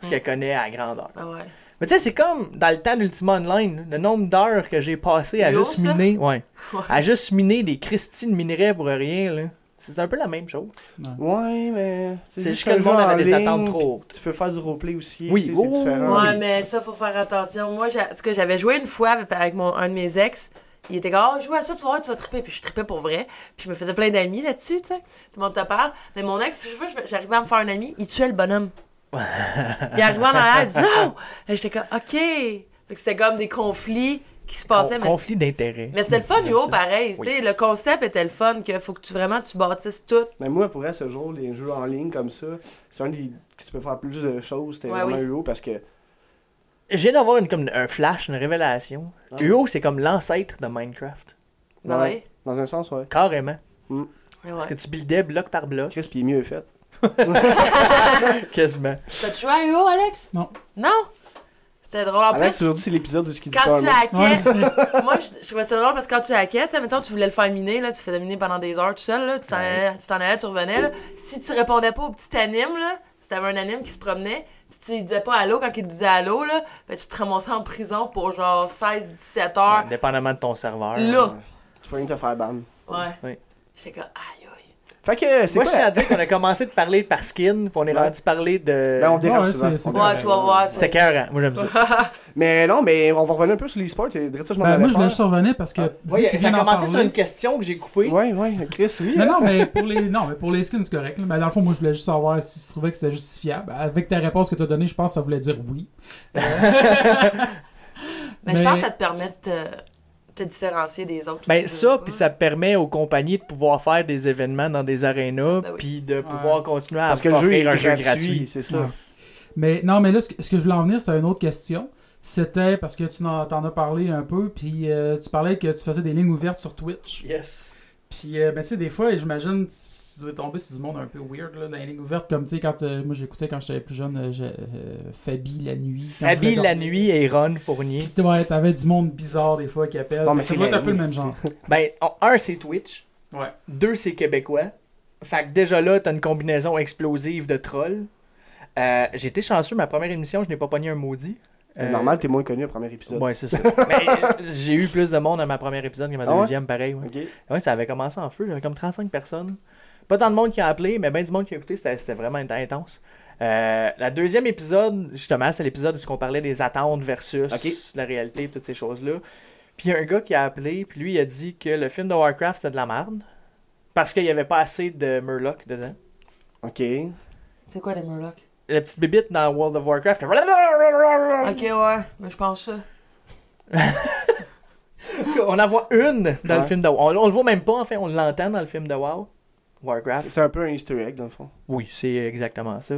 Speaker 1: Parce qu'elle connaît à grandeur.
Speaker 5: Ah ouais.
Speaker 1: Mais tu sais, c'est comme dans le temps d'Ultima Online, le nombre d'heures que j'ai passé à
Speaker 5: Yo,
Speaker 1: juste
Speaker 5: ça?
Speaker 1: miner. Ouais.
Speaker 5: Ouais.
Speaker 1: À juste miner des Christine de minerais pour rien, là. C'est un peu la même chose.
Speaker 3: Ouais, mais.
Speaker 1: C'est juste que
Speaker 3: un
Speaker 1: le monde
Speaker 3: jeu en
Speaker 1: avait des
Speaker 3: ligne,
Speaker 1: attentes
Speaker 3: puis
Speaker 1: trop hautes.
Speaker 3: Tu peux faire du roleplay aussi.
Speaker 1: Oui,
Speaker 3: tu sais,
Speaker 1: oh,
Speaker 3: c'est différent.
Speaker 5: Ouais,
Speaker 1: oui.
Speaker 5: mais ça, faut faire attention. Moi, j'a- en tout cas, j'avais joué une fois avec, avec mon, un de mes ex. Il était comme, oh, joue à ça, tu vas voir, tu vas triper. Puis je tripais pour vrai. Puis je me faisais plein d'amis là-dessus, tu sais. Tout le monde te parle. Mais mon ex, chaque fois, je- j'arrivais à me faire un ami, il tuait
Speaker 1: [LAUGHS]
Speaker 5: le bonhomme. il arrivait en arrière, il dit, non! Et j'étais comme, OK. Fait que c'était comme des conflits qui se passaient.
Speaker 1: Con-
Speaker 5: mais
Speaker 1: conflit d'intérêts.
Speaker 5: mais c'était le fun,
Speaker 1: J'aime
Speaker 5: Yo,
Speaker 1: ça.
Speaker 5: pareil.
Speaker 1: Oui.
Speaker 5: tu sais, Le concept était le fun, que faut que tu vraiment tu bâtisses tout.
Speaker 3: Mais moi, pour vrai, ce jour, les jeux en ligne comme ça, c'est un des. que tu peux faire plus de choses. C'était
Speaker 5: Ouais,
Speaker 3: vraiment
Speaker 5: oui.
Speaker 3: UO parce que.
Speaker 1: J'ai d'avoir une, comme un flash, une révélation. UO, c'est comme l'ancêtre de Minecraft.
Speaker 5: Ben
Speaker 3: Ouais. Dans un sens, ouais.
Speaker 1: Carrément.
Speaker 5: ouais.
Speaker 1: Parce que
Speaker 5: Ouais.
Speaker 1: tu buildais bloc par bloc. [LAUGHS]
Speaker 3: Chris, puis il est mieux fait.
Speaker 1: Quasiment.
Speaker 5: T'as-tu joué à UO, Alex?
Speaker 4: Non.
Speaker 5: Non? C'était drôle. En
Speaker 3: Alex,
Speaker 5: plus,
Speaker 3: aujourd'hui, c'est l'épisode où ce qu'il dit
Speaker 5: quand
Speaker 3: pas un
Speaker 5: tu
Speaker 3: mot.
Speaker 4: Ouais, Ben,
Speaker 5: hackais,
Speaker 4: c'est-
Speaker 5: moi, je, je trouvais ça drôle parce que quand tu hackais, tu sais, mettons, tu voulais le faire miner, là, tu faisais miner pendant des heures tout seul, là, tu t'en
Speaker 1: Ouais.
Speaker 5: allais, tu t'en allais, tu revenais, là. Si tu répondais pas au petit anime, là, si t'avais un anime qui se promenait, si tu lui disais pas allô quand il te disait allô, là, ben, tu te ramassais en prison pour genre 16, 17 heures.
Speaker 1: Dépendamment de ton serveur.
Speaker 5: Là.
Speaker 3: Tu peux rien te faire ban.
Speaker 5: Ouais.
Speaker 1: Ouais.
Speaker 5: J'étais comme, aïe, aïe.
Speaker 3: Fait que c'est
Speaker 1: Moi,
Speaker 3: quoi
Speaker 1: je tiens à
Speaker 3: la-
Speaker 1: dire qu'on a commencé de parler par skin, puis on est
Speaker 3: Ouais.
Speaker 1: rendu parler de.
Speaker 3: Ben, on dérape
Speaker 4: Ouais,
Speaker 3: souvent.
Speaker 4: c'est- c'est
Speaker 3: On
Speaker 4: correct.
Speaker 3: dérape
Speaker 5: Ouais, tu vas voir.
Speaker 1: C'est écœurant. Moi, j'aime ça.
Speaker 3: Mais non, mais on va revenir un peu sur l'e-sport. C'est direct ça, je m'en
Speaker 4: Ben,
Speaker 3: allais
Speaker 4: moi, je voulais
Speaker 3: faire.
Speaker 4: juste revenir parce que.
Speaker 3: Ah,
Speaker 4: vu que tu viens d'en parler-
Speaker 1: question que j'ai coupée.
Speaker 3: Ouais, ouais, Chris, oui.
Speaker 4: Non,
Speaker 3: hein.
Speaker 4: non, mais pour les, non, mais pour les skins, c'est correct. là. Mais dans le fond, moi, je voulais juste savoir si tu trouvais que c'était justifiable. Avec ta réponse que tu as donnée, je pense que ça voulait dire oui.
Speaker 5: Mais, je
Speaker 4: Mais-
Speaker 5: pense que ça te permet de te- te différencier des autres.
Speaker 1: Ben
Speaker 5: aussi,
Speaker 1: ça,
Speaker 5: là.
Speaker 1: puis ça permet aux compagnies de pouvoir faire des événements dans des arénas,
Speaker 5: Ben oui.
Speaker 1: puis de pouvoir continuer à
Speaker 3: Parce que le jeu est
Speaker 1: offrir un jeu
Speaker 3: gratuit,
Speaker 1: gratuit.
Speaker 3: c'est ça.
Speaker 4: Ouais. Mais non, mais là, ce que, ce que je voulais en venir, c'était une autre question. C'était parce que tu en, t'en as parlé un peu, puis euh, tu parlais que tu faisais des lignes ouvertes sur Twitch.
Speaker 1: Yes.
Speaker 4: Puis, euh, ben, tu sais, des fois, j'imagine, tu dois tomber sur du monde un peu weird, là, dans les lignes ouvertes. Comme, tu sais, quand euh, moi, j'écoutais quand j'étais plus jeune, euh, j'ai- euh, Fabi la nuit. quand je
Speaker 1: Habille
Speaker 4: voulais
Speaker 1: la
Speaker 4: dormir.
Speaker 1: nuit et Ron Fournier.
Speaker 4: Puis, ouais, t'avais du monde bizarre, des fois, qui appelle.
Speaker 3: Bon, mais
Speaker 4: ça
Speaker 3: c'est
Speaker 4: doit être
Speaker 3: la
Speaker 4: un peu le
Speaker 3: nuit,
Speaker 4: même genre.
Speaker 1: Ben, on- un, c'est Twitch.
Speaker 4: Ouais.
Speaker 1: Deux, c'est québécois. Fait que déjà là, t'as une combinaison explosive de trolls. Euh, j'ai été chanceux, ma première émission, je n'ai pas pogné un maudit. Euh,
Speaker 3: Normal, t'es moins connu au premier épisode.
Speaker 1: Ouais,
Speaker 3: [LAUGHS]
Speaker 1: c'est ça. Mais euh, j'ai eu plus de monde à ma première épisode qu'à ma
Speaker 3: Ah ouais?
Speaker 1: deuxième, pareil. Ouais.
Speaker 3: Ok.
Speaker 1: Ouais, ça avait commencé en feu. J'avais comme 35 personnes. Pas tant de monde qui a appelé, mais bien du monde qui a écouté. C'était c'était vraiment int- intense. Euh, la deuxième épisode, justement, c'est l'épisode où on parlait des attentes versus
Speaker 3: Ok.
Speaker 1: la réalité et toutes ces choses-là. Puis il y a un gars qui a appelé, puis lui, il a dit que le film de Warcraft, c'était de la merde. Parce qu'il n'y avait pas assez de Murloc dedans.
Speaker 3: Ok.
Speaker 5: C'est quoi les Murlocs?
Speaker 1: La petite bébite dans World of Warcraft.
Speaker 5: Ok, ouais, mais je pense ça.
Speaker 1: On en voit une dans le
Speaker 3: Ouais.
Speaker 1: film de WoW. On, on le voit même pas, en fait. On l'entend dans le film de WoW. Warcraft.
Speaker 3: C'est c'est un peu un easter egg, dans le fond.
Speaker 1: Oui, c'est exactement ça.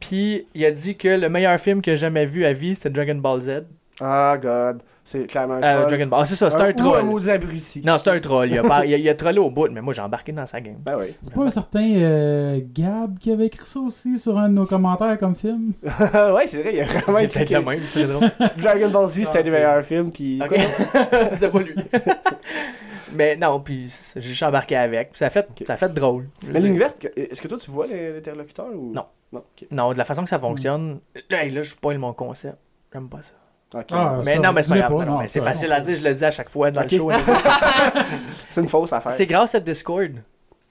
Speaker 1: Puis il a dit que le meilleur film que j'ai jamais vu à vie, c'était Dragon Ball Z.
Speaker 3: Ah, God. C'est clairement un
Speaker 1: Euh,
Speaker 3: troll.
Speaker 1: Dragon Ball, ah, c'est ça, c'est
Speaker 3: Un-
Speaker 1: un
Speaker 3: Ou un
Speaker 1: troll.
Speaker 3: maudit abruti.
Speaker 1: Non, c'est un troll. Il a, par- il a- il a trollé au bout, mais moi j'ai embarqué dans sa
Speaker 3: [LAUGHS]
Speaker 1: game.
Speaker 3: Ben oui.
Speaker 4: C'est pas un certain euh, Gab qui avait écrit ça aussi sur un de nos commentaires comme film?
Speaker 3: ouais, c'est vrai, il y a vraiment
Speaker 1: C'est
Speaker 3: été-
Speaker 1: peut-être le même, c'est drôle.
Speaker 3: Dragon Ball Z, c'était
Speaker 4: Ah,
Speaker 3: les
Speaker 4: c'est-
Speaker 3: meilleurs films, puis.
Speaker 1: Ok.
Speaker 3: quoi,
Speaker 1: [LAUGHS] c'était pas lui. mais non, puis c'est- j'ai juste embarqué avec. Puis ça a fait,
Speaker 3: Ok.
Speaker 1: ça a fait drôle. Je
Speaker 3: Mais
Speaker 1: veux
Speaker 3: ligne
Speaker 1: dire,
Speaker 3: verte, que- est-ce que toi, tu vois les- l'interlocuteur ou.
Speaker 1: Non.
Speaker 3: Non, ok.
Speaker 1: Non, de la façon que ça fonctionne, là, hey, là je spoil mon concept. J'aime pas ça.
Speaker 3: Ok.
Speaker 4: Ah,
Speaker 1: Mais
Speaker 4: ça,
Speaker 1: non, mais c'est
Speaker 4: dis-le
Speaker 1: pas grave.
Speaker 4: pas,
Speaker 1: Non,
Speaker 4: non,
Speaker 1: mais c'est
Speaker 4: ça,
Speaker 1: facile
Speaker 4: non.
Speaker 1: à dire, je le dis à chaque fois dans
Speaker 3: Ok.
Speaker 1: le
Speaker 3: [LAUGHS]
Speaker 1: show.
Speaker 3: C'est une fausse affaire.
Speaker 1: c'est grâce à Discord.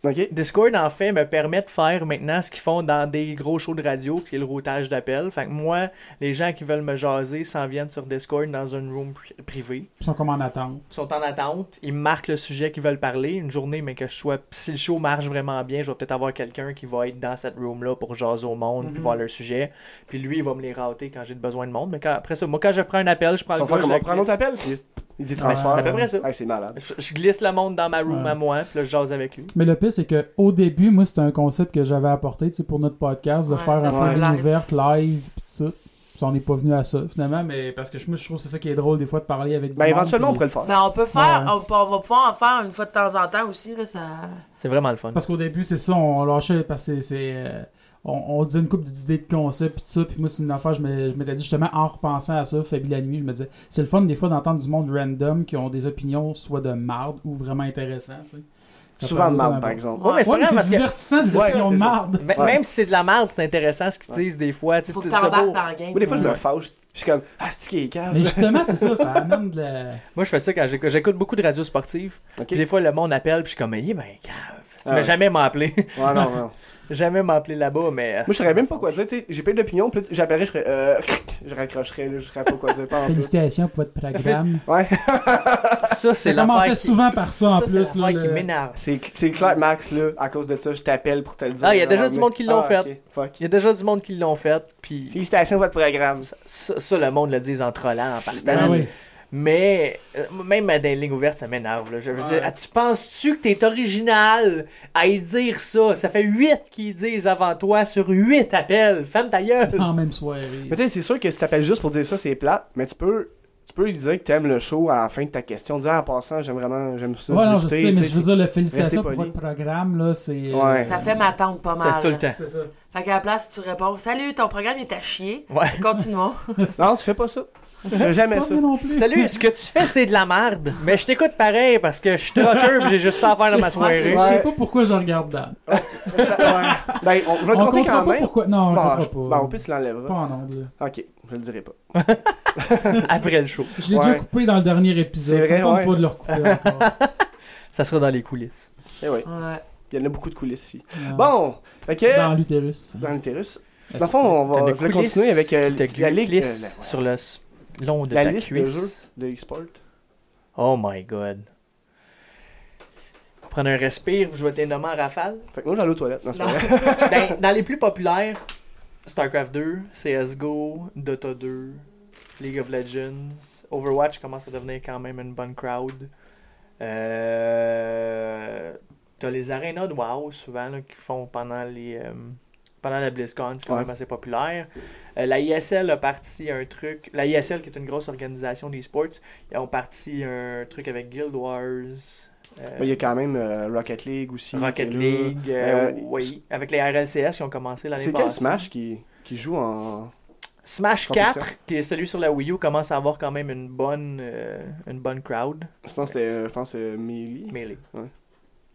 Speaker 3: Ok.
Speaker 1: Discord, en fait, me permet de faire maintenant ce qu'ils font dans des gros shows de radio, qui est le routage d'appels. Fait que moi, les gens qui veulent me jaser s'en viennent sur Discord dans une room pri- privée.
Speaker 4: Ils sont comme en attente.
Speaker 1: Ils sont en attente, ils marquent le sujet qu'ils veulent parler. Une journée, mais que je sois. Si le show marche vraiment bien, je vais peut-être avoir quelqu'un qui va être dans cette room-là pour jaser au monde,
Speaker 4: Mhm.
Speaker 1: puis voir leur sujet. Puis lui, il va me les router quand j'ai besoin de monde. Mais quand- après ça, moi, quand je prends un appel, je prends
Speaker 3: Ils
Speaker 1: le
Speaker 3: vont faire
Speaker 1: gars, je
Speaker 3: comment prendre
Speaker 1: glisse-
Speaker 3: un autre appel, puis il dit
Speaker 4: Ouais,
Speaker 3: transfert.
Speaker 1: Ah, c'est à peu près ça.
Speaker 3: Ouais, c'est malade.
Speaker 1: Je je glisse le monde dans ma room
Speaker 4: Ouais.
Speaker 1: à moi, puis là, je jase avec lui.
Speaker 4: Mais le pire, c'est que au début, moi, c'était un concept que j'avais apporté tu sais, pour notre podcast, de
Speaker 5: Ouais,
Speaker 4: faire un
Speaker 3: ouais.
Speaker 4: peu ligne
Speaker 5: Live.
Speaker 4: ouverte, live, pis tout ça. Puis on n'est pas venu à ça, finalement, mais parce que je- moi, je trouve que c'est ça qui est drôle, des fois, de parler avec du
Speaker 3: Ben,
Speaker 4: monde,
Speaker 3: éventuellement, on
Speaker 4: puis-
Speaker 3: pourrait le faire.
Speaker 5: Ben, on peut faire,
Speaker 4: Ouais.
Speaker 5: on, peut- on va pouvoir en faire une fois de temps en temps aussi, là, ça.
Speaker 1: C'est vraiment le fun.
Speaker 4: Parce qu'au début, c'est ça, on lâchait, parce que c'est- c'est. euh, on, on disait une couple d'idées de concepts, puis tout ça. Puis moi, c'est une affaire, je me- je m'étais dit justement, en repensant à ça, Fabi la nuit, je me disais, c'est le fun des fois d'entendre du monde random qui ont des opinions soit de marde ou vraiment intéressantes. tu sais. Ça
Speaker 3: Souvent
Speaker 4: peut
Speaker 3: de marde,
Speaker 4: autant
Speaker 3: par
Speaker 4: avoir-
Speaker 3: exemple.
Speaker 1: Ouais, mais c'est pas
Speaker 4: Ouais, mais
Speaker 1: grave
Speaker 4: c'est
Speaker 1: parce que.
Speaker 4: divertissant, des
Speaker 3: Ouais,
Speaker 4: opinions de
Speaker 3: c'est ça.
Speaker 4: marde.
Speaker 1: M-
Speaker 3: Ouais.
Speaker 1: Même si c'est de la merde, c'est intéressant ce qu'ils
Speaker 3: Ouais.
Speaker 1: disent des fois. tu sais,
Speaker 5: Faut que
Speaker 1: tu- tu sais
Speaker 5: t'embarques
Speaker 1: pas.
Speaker 5: dans le game.
Speaker 3: Moi, des fois, je me fâche. Je suis comme, ah, c'est qui est cave.
Speaker 4: Mais justement, c'est ça, ça amène de la.
Speaker 1: Moi, je fais ça quand j'écoute, j'écoute beaucoup de radios sportives.
Speaker 3: Ok.
Speaker 1: Puis des fois, le monde appelle, puis je suis comme, mais ben, cave. Tu m'as
Speaker 3: ouais.
Speaker 1: jamais m'appelé.
Speaker 3: Ouais, non, non.
Speaker 1: [LAUGHS] jamais m'appelé là-bas, mais. euh,
Speaker 3: Moi, je saurais même pas quoi dire, tu sais. J'ai plein d'opinions, puis là, j'appellerais, je ferais. Euh, [LAUGHS] je raccrocherais, là, je saurais pas quoi dire. Pas en tout.
Speaker 4: Félicitations pour votre programme.
Speaker 3: Ouais,
Speaker 1: Ça, c'est
Speaker 4: Ça
Speaker 1: l'affaire
Speaker 4: commençait
Speaker 1: qui-
Speaker 4: souvent par ça en
Speaker 1: ça, c'est
Speaker 4: plus. là,
Speaker 1: l'affaire qui
Speaker 4: le-
Speaker 1: m'énerve.
Speaker 3: c'est c'est clair, Max, là, à cause de ça, je t'appelle pour te le dire.
Speaker 1: Ah, il y a déjà
Speaker 3: Ah,
Speaker 1: du monde qui l'ont
Speaker 3: ok,
Speaker 1: fait.
Speaker 3: fuck.
Speaker 1: Il y a déjà du monde qui l'ont fait, puis
Speaker 3: Félicitations pour votre programme.
Speaker 1: ça, ça, le monde le dit en trollant, en partant.
Speaker 4: Ah oui.
Speaker 1: Mais euh, même à des lignes ouvertes, ça m'énerve. là. Je veux
Speaker 4: Ouais.
Speaker 1: dire, ah, tu penses-tu que t'es original à y dire ça? Ça fait 8 qu'ils disent avant toi sur 8 appels. Ferme ta gueule.
Speaker 4: En même soirée.
Speaker 3: Mais tu sais, c'est sûr que si t'appelles juste pour dire ça, c'est plate, mais tu peux. Tu peux lui dire que t'aimes le show à la fin de ta question. Dire Ah, en passant, j'aime vraiment, j'aime ça.
Speaker 4: Ouais,
Speaker 3: vous
Speaker 4: non, je
Speaker 3: écouter,
Speaker 4: sais,
Speaker 3: tu
Speaker 4: mais je veux dire, le félicitations pour
Speaker 3: poli.
Speaker 4: votre programme, là, c'est. euh,
Speaker 3: Ouais.
Speaker 5: Ça fait ma tante pas mal.
Speaker 1: C'est tout le temps.
Speaker 4: C'est ça.
Speaker 5: Fait qu'à la place, tu réponds Salut, ton programme est à chier.
Speaker 1: Ouais. [LAUGHS]
Speaker 5: Continuons.
Speaker 3: Non, tu fais pas ça. Tu fais jamais
Speaker 4: Pas
Speaker 3: ça.
Speaker 4: mieux non plus.
Speaker 1: Salut, ce que tu fais, c'est de la merde. Mais je t'écoute pareil parce que je suis trucker pis j'ai juste ça à faire dans ma
Speaker 5: Ouais,
Speaker 4: Je
Speaker 1: soirée.
Speaker 3: ça.
Speaker 4: sais pas pourquoi je regarde Dan.
Speaker 3: [LAUGHS] Ouais. Ben, on on va le
Speaker 4: On
Speaker 3: compter
Speaker 4: comprend
Speaker 3: quand
Speaker 4: pas
Speaker 3: même.
Speaker 4: pourquoi. Non, on
Speaker 3: Bah,
Speaker 4: le
Speaker 3: je-
Speaker 4: comprend
Speaker 3: bah,
Speaker 4: pas.
Speaker 3: au pire, tu l'enlèveras.
Speaker 4: Pas en onde, là.
Speaker 3: Ok, je le dirai pas.
Speaker 1: Après le show.
Speaker 4: Je l'ai
Speaker 3: Ouais.
Speaker 4: déjà coupé dans le dernier épisode.
Speaker 3: C'est
Speaker 4: ça me
Speaker 3: vrai,
Speaker 4: tente
Speaker 3: ouais.
Speaker 4: pas de le recouper
Speaker 3: [LAUGHS]
Speaker 4: encore.
Speaker 1: Ça sera dans les coulisses.
Speaker 3: Eh oui,
Speaker 5: Ouais.
Speaker 3: il y en a beaucoup de coulisses ici.
Speaker 4: Non.
Speaker 3: Bon, fait que.
Speaker 4: Ah. Dans l'utérus.
Speaker 3: Dans l'utérus.
Speaker 4: Est-ce
Speaker 3: Dans le fond,
Speaker 4: que
Speaker 3: on
Speaker 1: T'as
Speaker 3: va
Speaker 1: le
Speaker 3: je voulais
Speaker 1: coulisse
Speaker 3: continuer avec euh,
Speaker 1: qui te
Speaker 3: la ligue.
Speaker 1: glisse
Speaker 3: euh,
Speaker 1: sur le s- long de
Speaker 3: la
Speaker 1: ta
Speaker 3: liste de
Speaker 1: cuisse.
Speaker 3: jeux de e-sport.
Speaker 1: Oh my god. On va prendre un respire, je vais t'énommer en rafale.
Speaker 3: Fait que moi, j'allais aux toilettes. Non, c'est pas
Speaker 1: Non.
Speaker 3: vrai.
Speaker 1: Ben, dans, dans les plus populaires, StarCraft 2, CSGO, Dota 2, League of Legends, Overwatch commence à devenir quand même une bonne crowd. Euh, T'as les arénas de WoW souvent là, qui font pendant les euh, pendant la BlizzCon, c'est quand
Speaker 3: Ouais.
Speaker 1: même assez populaire. Euh, la ISL a parti un truc. La ISL, qui est une grosse organisation d'e-sports, ils ont parti un truc avec Guild Wars. euh,
Speaker 3: Mais Il y a quand même euh, Rocket League aussi.
Speaker 1: Rocket
Speaker 3: qui est là.
Speaker 1: League, euh,
Speaker 3: Euh,
Speaker 1: oui. Avec les RLCS qui ont commencé l'année
Speaker 3: C'est
Speaker 1: passée.
Speaker 3: quel Smash qui, qui joue en.
Speaker 1: Smash
Speaker 3: Compétition.
Speaker 1: 4, qui est celui sur la Wii U, commence à avoir quand même une bonne, euh, une bonne crowd.
Speaker 3: Sinon, c'était, euh, je pense, euh, Melee.
Speaker 1: Melee.
Speaker 3: Ouais.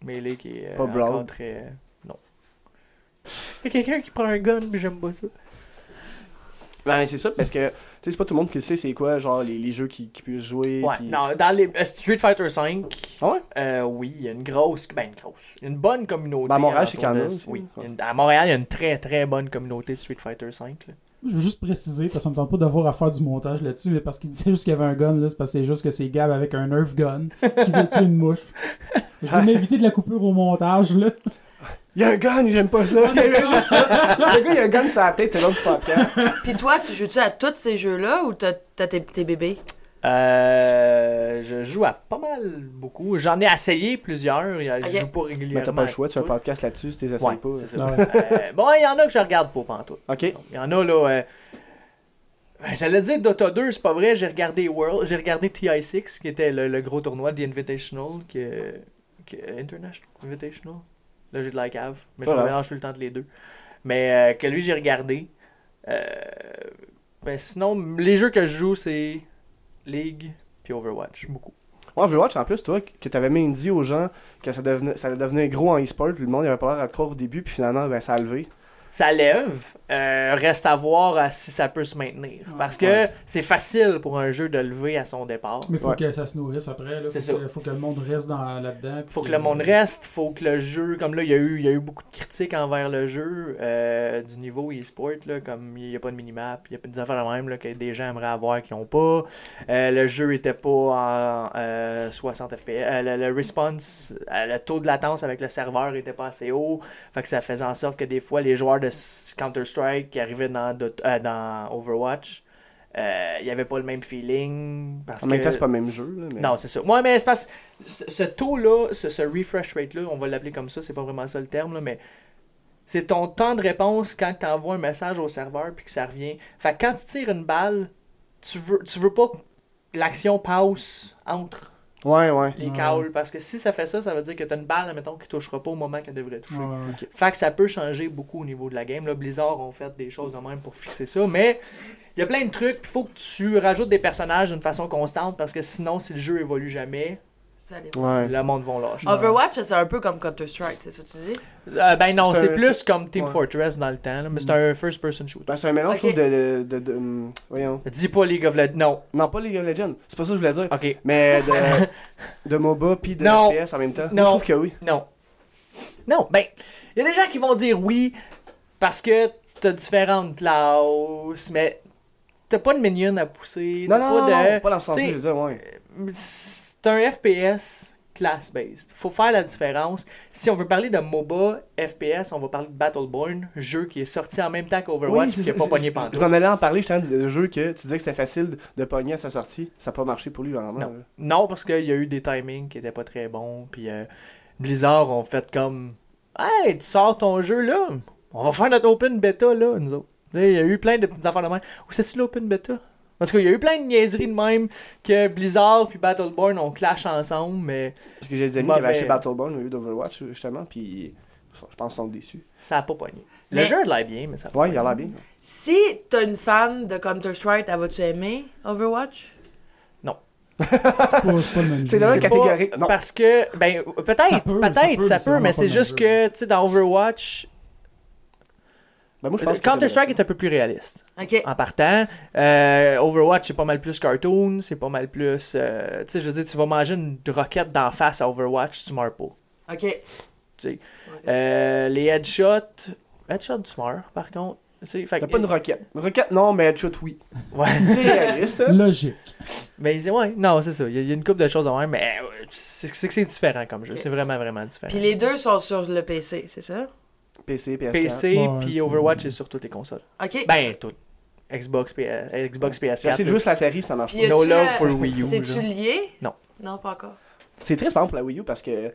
Speaker 1: Melee qui est euh,
Speaker 3: Pas Brawl.
Speaker 1: encore très... Non. Il y a quelqu'un qui prend un gun, mais j'aime pas ça.
Speaker 3: Ben, c'est ça, parce que tu sais, c'est pas tout le monde qui le sait, c'est quoi, genre, les, les jeux qui, qui peuvent jouer.
Speaker 1: Ouais,
Speaker 3: puis-
Speaker 1: non, dans les, euh, Street Fighter V,
Speaker 3: Ah ouais?
Speaker 1: euh, oui, il y a une grosse... Ben, une grosse. Une bonne communauté.
Speaker 3: Ben, à Montréal,
Speaker 1: alentour
Speaker 3: c'est quand
Speaker 1: de-
Speaker 3: même aussi.
Speaker 1: Oui. Il y a une- à Montréal, il y a une très, très bonne communauté de Street Fighter V. là.
Speaker 4: Je veux juste préciser, parce que ça me tente pas d'avoir à faire du montage là-dessus, mais parce qu'il disait juste qu'il y avait un gun, là, c'est parce que c'est juste que c'est Gab avec un Nerf gun qui veut tuer une mouche. Je vais m'éviter de la coupure au montage, là.
Speaker 3: Il y a un gun, j'aime pas ça. Il y a juste ça. [LAUGHS] Le gars, il y a un gun sur la tête, t'es l'autre podcast.
Speaker 5: Puis toi, tu joues-tu à tous ces jeux-là ou t'as t'as tes, tes bébés?
Speaker 1: Euh, je joue à pas mal beaucoup. J'en ai essayé plusieurs. Je
Speaker 5: Ok.
Speaker 1: joue pas régulièrement.
Speaker 3: Mais t'as pas le choix, tu fais un
Speaker 1: à
Speaker 3: podcast là-dessus, si t'es
Speaker 1: Ouais,
Speaker 3: pas.
Speaker 1: c'est
Speaker 4: Ah
Speaker 1: ça.
Speaker 4: ouais.
Speaker 1: Euh, bon, il y en a que je regarde pas pantoute.
Speaker 3: Ok.
Speaker 1: Il y en a là. euh, ben, J'allais dire Dota 2, c'est pas vrai. J'ai regardé World, j'ai regardé TI6, qui était le, le gros tournoi de The Invitational, qui, est- qui est International Invitational. Là, j'ai de la cave, mais je
Speaker 3: Pas grave.
Speaker 1: mélange tout le temps de les deux. Mais euh, que lui, j'ai regardé. Euh, ben, sinon, m- les jeux que je joue, c'est League puis Overwatch, beaucoup.
Speaker 3: Ouais, Overwatch, en plus, toi, que t'avais même dit aux gens que ça devenait, ça devenait gros en e-sport, puis le monde il avait pas l'air à te croire au début, puis finalement, ben, ça a levé.
Speaker 1: ça lève. euh, reste à voir à si ça peut se maintenir. Parce que
Speaker 3: Ouais.
Speaker 1: c'est facile pour un jeu de lever à son départ.
Speaker 4: Mais faut
Speaker 3: Ouais.
Speaker 4: que ça se nourrisse après, là. Faut
Speaker 1: C'est
Speaker 4: que,
Speaker 1: ça.
Speaker 4: faut que le monde reste dans, là-dedans. puis
Speaker 1: Faut que le monde reste, faut que le jeu, comme là, il y a eu, il y a eu beaucoup de critiques envers le jeu euh, du niveau e-sport, là, comme il n'y a pas de minimap, il y a pas des affaires de même là, que des gens aimeraient avoir qui n'ont pas. Euh, le jeu était pas en euh, 60 FPS. Euh, le, le response, euh, le taux de latence avec le serveur était pas assez haut. Fait que ça faisait en sorte que des fois, les joueurs de s- Counter-Strike qui arrivaient dans, Dota- euh, dans Overwatch, euh, il n'y avait pas le même feeling. Parce
Speaker 3: En même
Speaker 1: que...
Speaker 3: temps, c'est pas le même jeu. Là, mais...
Speaker 1: Non, c'est ça. Ouais, mais c'est parce ce, ce taux-là, ce, ce refresh rate-là, on va l'appeler comme ça, c'est pas vraiment ça le terme, là, mais c'est ton temps de réponse quand tu envoies un message au serveur puis que ça revient. Fait que quand tu tires une balle, tu veux, tu veux pas que l'action passe entre
Speaker 3: Ouais, ouais.
Speaker 1: les
Speaker 4: Ouais.
Speaker 1: cowls parce que si ça fait ça, ça veut dire que tu as une balle, mettons, qui touchera pas au moment qu'elle devrait toucher.
Speaker 4: Ouais, ouais, ouais.
Speaker 1: Fait que ça peut changer beaucoup au niveau de la game. Là, Blizzard ont fait des choses de même pour fixer ça, mais il y a plein de trucs. Il faut que tu rajoutes des personnages d'une façon constante parce que sinon, si le jeu évolue jamais,
Speaker 5: Ça dépend.
Speaker 3: Ouais.
Speaker 1: le monde va lâcher.
Speaker 5: Overwatch, c'est un peu comme Counter-Strike, c'est ça que tu dis?
Speaker 1: Euh, ben non,
Speaker 3: C'est
Speaker 1: c'est
Speaker 3: un-
Speaker 1: plus comme Team
Speaker 3: ouais.
Speaker 1: Fortress dans le temps, là, mais c'est un first-person shooter.
Speaker 3: Ben, c'est un mélange,
Speaker 5: Ok.
Speaker 3: je trouve, de. de, de, de, hum, voyons.
Speaker 1: Dis pas League of Legends. Non,
Speaker 3: Non, pas League of Legends. C'est pas ça que je voulais dire.
Speaker 1: ok.
Speaker 3: [LAUGHS] Mais de, de MOBA puis de
Speaker 1: Non.
Speaker 3: FPS en même temps.
Speaker 1: Non.
Speaker 3: Je trouve que oui.
Speaker 1: Non. Non, ben, il y a des gens qui vont dire oui parce que t'as différentes classes, mais t'as pas de minion à pousser.
Speaker 3: Non,
Speaker 1: t'as
Speaker 3: non, non,
Speaker 1: pas de...
Speaker 3: non, pas dans ce sens-là,
Speaker 1: t'sais,
Speaker 3: je veux dire, ouais.
Speaker 1: c'est un FPS class-based. Faut faire la différence. Si on veut parler de MOBA, FPS, on va parler de Battleborn, jeu qui est sorti en même temps qu'Overwatch
Speaker 3: Oui,
Speaker 1: qui a
Speaker 3: c'est-
Speaker 1: pas
Speaker 3: c'est-
Speaker 1: pogné
Speaker 3: Je
Speaker 1: pantoute.
Speaker 3: m'en allais en parler, j'étais dans le jeu que tu disais que c'était facile de pogner à sa sortie. Ça n'a pas marché pour lui, vraiment.
Speaker 1: Non.
Speaker 3: là.
Speaker 1: Non, parce qu'il y a eu des timings qui étaient pas très bons, puis euh, Blizzard ont fait comme Hey, tu sors ton jeu là, on va faire notre open beta là, nous autres. Là, Il y a eu plein de petites affaires de même. Ou c'est-tu l'open beta? En tout cas, il y a eu plein de niaiseries de même que Blizzard puis Battleborn ont clash ensemble, mais
Speaker 3: Parce que j'ai des amis qui
Speaker 1: Mauvais.
Speaker 3: avaient acheté Battleborn au lieu d'Overwatch, justement, puis ils sont- je pense qu'ils sont déçus.
Speaker 1: ça a pas pogné. Le
Speaker 5: Mais-
Speaker 1: jeu a de l'air bien, mais ça a pas
Speaker 3: Ouais,
Speaker 1: pogné.
Speaker 3: il a l'air bien.
Speaker 5: Si t'es une fan de Counter-Strike, elle va-tu aimer Overwatch?
Speaker 4: C'est pas, c'est pas le même
Speaker 3: C'est
Speaker 4: jeu.
Speaker 3: la même
Speaker 1: C'est
Speaker 3: catégorique.
Speaker 1: pas
Speaker 3: Non.
Speaker 1: Parce que, ben, peut-être,
Speaker 4: Ça
Speaker 1: ça
Speaker 4: peut,
Speaker 1: peut,
Speaker 4: ça peut,
Speaker 1: peut-être, ça
Speaker 4: mais
Speaker 1: peut, mais c'est
Speaker 4: c'est vraiment
Speaker 1: juste
Speaker 4: pas
Speaker 1: que,
Speaker 4: le
Speaker 1: tu sais, dans Overwatch,
Speaker 3: Ben, moi, je pense que
Speaker 1: Counter-Strike est un peu plus réaliste.
Speaker 5: Ok.
Speaker 1: En partant, Euh, Overwatch, c'est pas mal plus cartoon, c'est pas mal plus. euh, tu sais, je veux dire, tu vas manger une roquette d'en face à Overwatch, tu meurs pas.
Speaker 5: Ok.
Speaker 1: Tu sais. Euh, les headshots, headshots, tu meurs, par contre. Tu sais, fait
Speaker 3: T'as
Speaker 1: que-
Speaker 3: pas une roquette. Une roquette, non, mais headshot, oui.
Speaker 1: [LAUGHS] Ouais.
Speaker 3: C'est réaliste.
Speaker 1: [LAUGHS]
Speaker 3: hein.
Speaker 4: Logique.
Speaker 1: Mais ils disent, ouais, non, c'est ça. Il y, a- il y a une couple de choses en même, mais euh, c'est c'est que c'est différent comme jeu.
Speaker 5: Ok.
Speaker 1: C'est vraiment, vraiment différent.
Speaker 5: Puis les deux sont sur le PC, c'est ça?
Speaker 3: PC, PS4.
Speaker 1: PC,
Speaker 4: Ouais, c'est-
Speaker 1: puis Overwatch est sur toutes les consoles.
Speaker 5: Ok.
Speaker 1: Ben, tout. Xbox, PS, Xbox
Speaker 3: C'est assez
Speaker 1: PS4.
Speaker 3: de jouer sur la Atari, ça marche
Speaker 5: Puis y
Speaker 3: pas.
Speaker 5: a-tu
Speaker 1: No
Speaker 5: le-
Speaker 1: love for Wii U.
Speaker 5: C'est-tu
Speaker 1: genre.
Speaker 5: lié?
Speaker 1: Non.
Speaker 5: Non, pas encore.
Speaker 3: C'est triste, par exemple, pour la Wii U, parce que.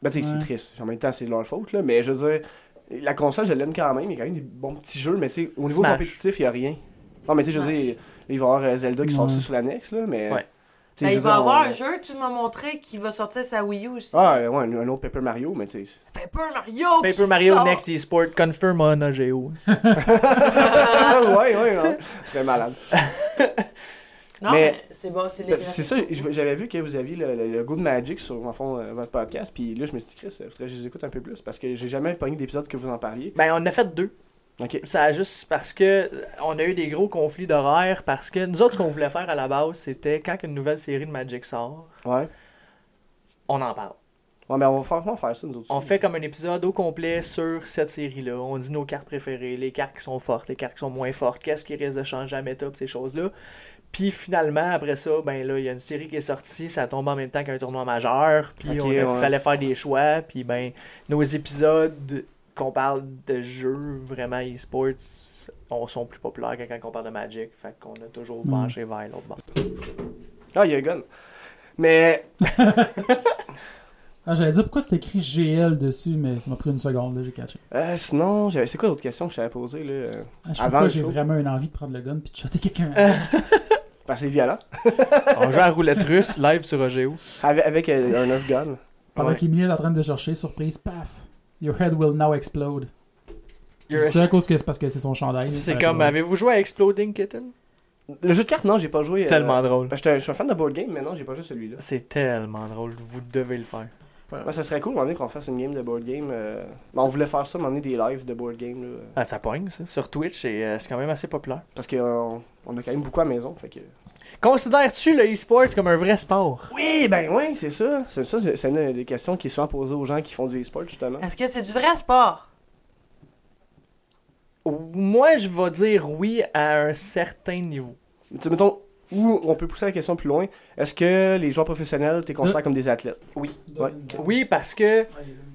Speaker 3: Ben, tu sais,
Speaker 4: Ouais.
Speaker 3: c'est triste. En même temps, c'est de leur faute, là. Mais je veux dire, la console, je l'aime quand même. Il y a quand même des bons petits jeux, mais tu sais, au niveau
Speaker 1: Smash.
Speaker 3: compétitif, il n'y a rien. Non, mais tu sais, je veux dire, il va y avoir euh, Zelda qui sort
Speaker 4: Ouais.
Speaker 3: aussi sur l'annexe, là. Mais.
Speaker 1: Ouais.
Speaker 3: tu sais,
Speaker 5: Ben,
Speaker 3: je
Speaker 5: il
Speaker 3: veux
Speaker 5: va
Speaker 3: dire,
Speaker 5: avoir
Speaker 3: on-
Speaker 5: un jeu, tu m'as montré, qui va sortir sa Wii U aussi.
Speaker 3: Ah, ouais, un, un autre Paper Mario, mais tu sais.
Speaker 5: Paper Mario! qui
Speaker 1: Paper Mario
Speaker 5: sort!
Speaker 1: Next eSport confirm on Geo.
Speaker 3: [LAUGHS] ouais, ouais, non. Ce serait malade.
Speaker 5: Non,
Speaker 3: Mais-
Speaker 5: mais, c'est bon, c'est les
Speaker 3: Ben, C'est ça, je- j'avais vu que vous aviez le, le, le Good Magic sur, en fond, euh, votre podcast. Puis là, je me suis dit, Chris, il faudrait que je les écoute un peu plus parce que j'ai jamais pogné d'épisode que vous en parliez.
Speaker 1: Ben, on en a fait deux.
Speaker 3: Ok.
Speaker 1: Ça a juste parce que euh, on a eu des gros conflits d'horaire parce que nous autres, ce qu'on voulait faire à la base, c'était quand une nouvelle série de Magic sort,
Speaker 3: Ouais.
Speaker 1: on en parle.
Speaker 3: Ouais, mais on va faire, on va faire ça, nous autres.
Speaker 1: On
Speaker 3: aussi.
Speaker 1: fait comme un épisode au complet sur cette série-là. On dit nos cartes préférées, les cartes qui sont fortes, les cartes qui sont moins fortes, qu'est-ce qui risque de changer à méta, pis ces choses-là. Puis finalement, après ça, ben là, il y a une série qui est sortie, ça tombe en même temps qu'un tournoi majeur, puis
Speaker 3: Ok,
Speaker 1: on a-
Speaker 3: ouais.
Speaker 1: fallait faire des choix, puis ben nos épisodes qu'on parle de jeux vraiment e-sports on sont plus populaires que quand on parle de Magic, fait qu'on a toujours
Speaker 4: Mm.
Speaker 1: penché vers l'autre bord.
Speaker 3: Ah, il y a un gun. Mais.
Speaker 4: Ah, j'allais dire pourquoi c'est écrit GL dessus, mais ça m'a pris une seconde, là, j'ai catché.
Speaker 3: euh, sinon, j'avais- c'est quoi l'autre question que j'avais posée, là euh,
Speaker 4: Ah, je sais
Speaker 3: Avant
Speaker 4: pas pourquoi
Speaker 3: le
Speaker 4: j'ai
Speaker 3: show.
Speaker 4: vraiment une envie de prendre le gun puis de shotter quelqu'un.
Speaker 1: Euh,
Speaker 3: Parce que c'est violent.
Speaker 1: [LAUGHS] On joue à roulette russe live sur OGO.
Speaker 3: Avec, avec euh, un off gun.
Speaker 4: Pendant
Speaker 1: Ouais.
Speaker 4: qu'Emilie est en train de chercher, surprise, paf! Your head will now explode.
Speaker 1: You're a-
Speaker 4: C'est à cause que c'est parce que c'est son chandail.
Speaker 1: C'est
Speaker 4: Ça
Speaker 1: comme
Speaker 4: va.
Speaker 1: avez-vous joué à Exploding Kitten
Speaker 3: Le jeu de cartes, non, j'ai pas joué. euh,
Speaker 1: Tellement drôle.
Speaker 3: ben, j'étais un- Je suis un fan de board game, mais non, j'ai pas joué celui-là.
Speaker 1: C'est tellement drôle, vous devez le faire.
Speaker 3: Ouais, ça serait cool, à un moment donné, qu'on fasse une game de board game. euh, ben, on voulait faire ça, à un moment donné, des lives de board game, là.
Speaker 1: Ah, ça pogne, ça. Sur Twitch, c'est euh, c'est quand même assez populaire.
Speaker 3: Parce qu'on on a quand même beaucoup à la maison, fait que...
Speaker 1: Considères-tu le e-sport comme un vrai sport
Speaker 3: Oui, ben oui, c'est ça. C'est ça, c'est c'est une des questions qui est souvent posée aux gens qui font du e-sport, justement.
Speaker 5: Est-ce que c'est du vrai sport?
Speaker 1: Moi, je vais dire oui à un certain niveau.
Speaker 3: Tu sais, mettons, ou on peut pousser la question plus loin, est-ce que les joueurs professionnels, t'es considérés comme des athlètes? Ouais.
Speaker 1: Oui, parce que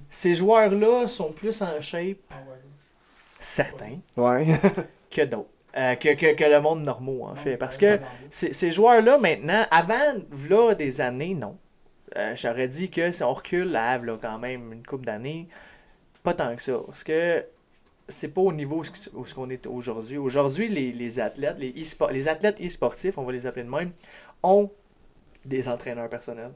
Speaker 1: ces joueurs-là sont plus en shape, Ah, certains,
Speaker 3: Ouais.
Speaker 1: que d'autres. Euh, que, que, que le monde normaux, en fait. Parce que ces, ces joueurs-là, maintenant, avant, v'là des années, non. Euh, J'aurais dit que si on recule à v'là quand même une couple d'années, pas tant que ça. Parce que c'est pas au niveau où ce- où ce qu'on est aujourd'hui. Aujourd'hui, les, les athlètes, les, e-spo- les athlètes e-sportifs, on va les appeler de même, ont des entraîneurs personnels,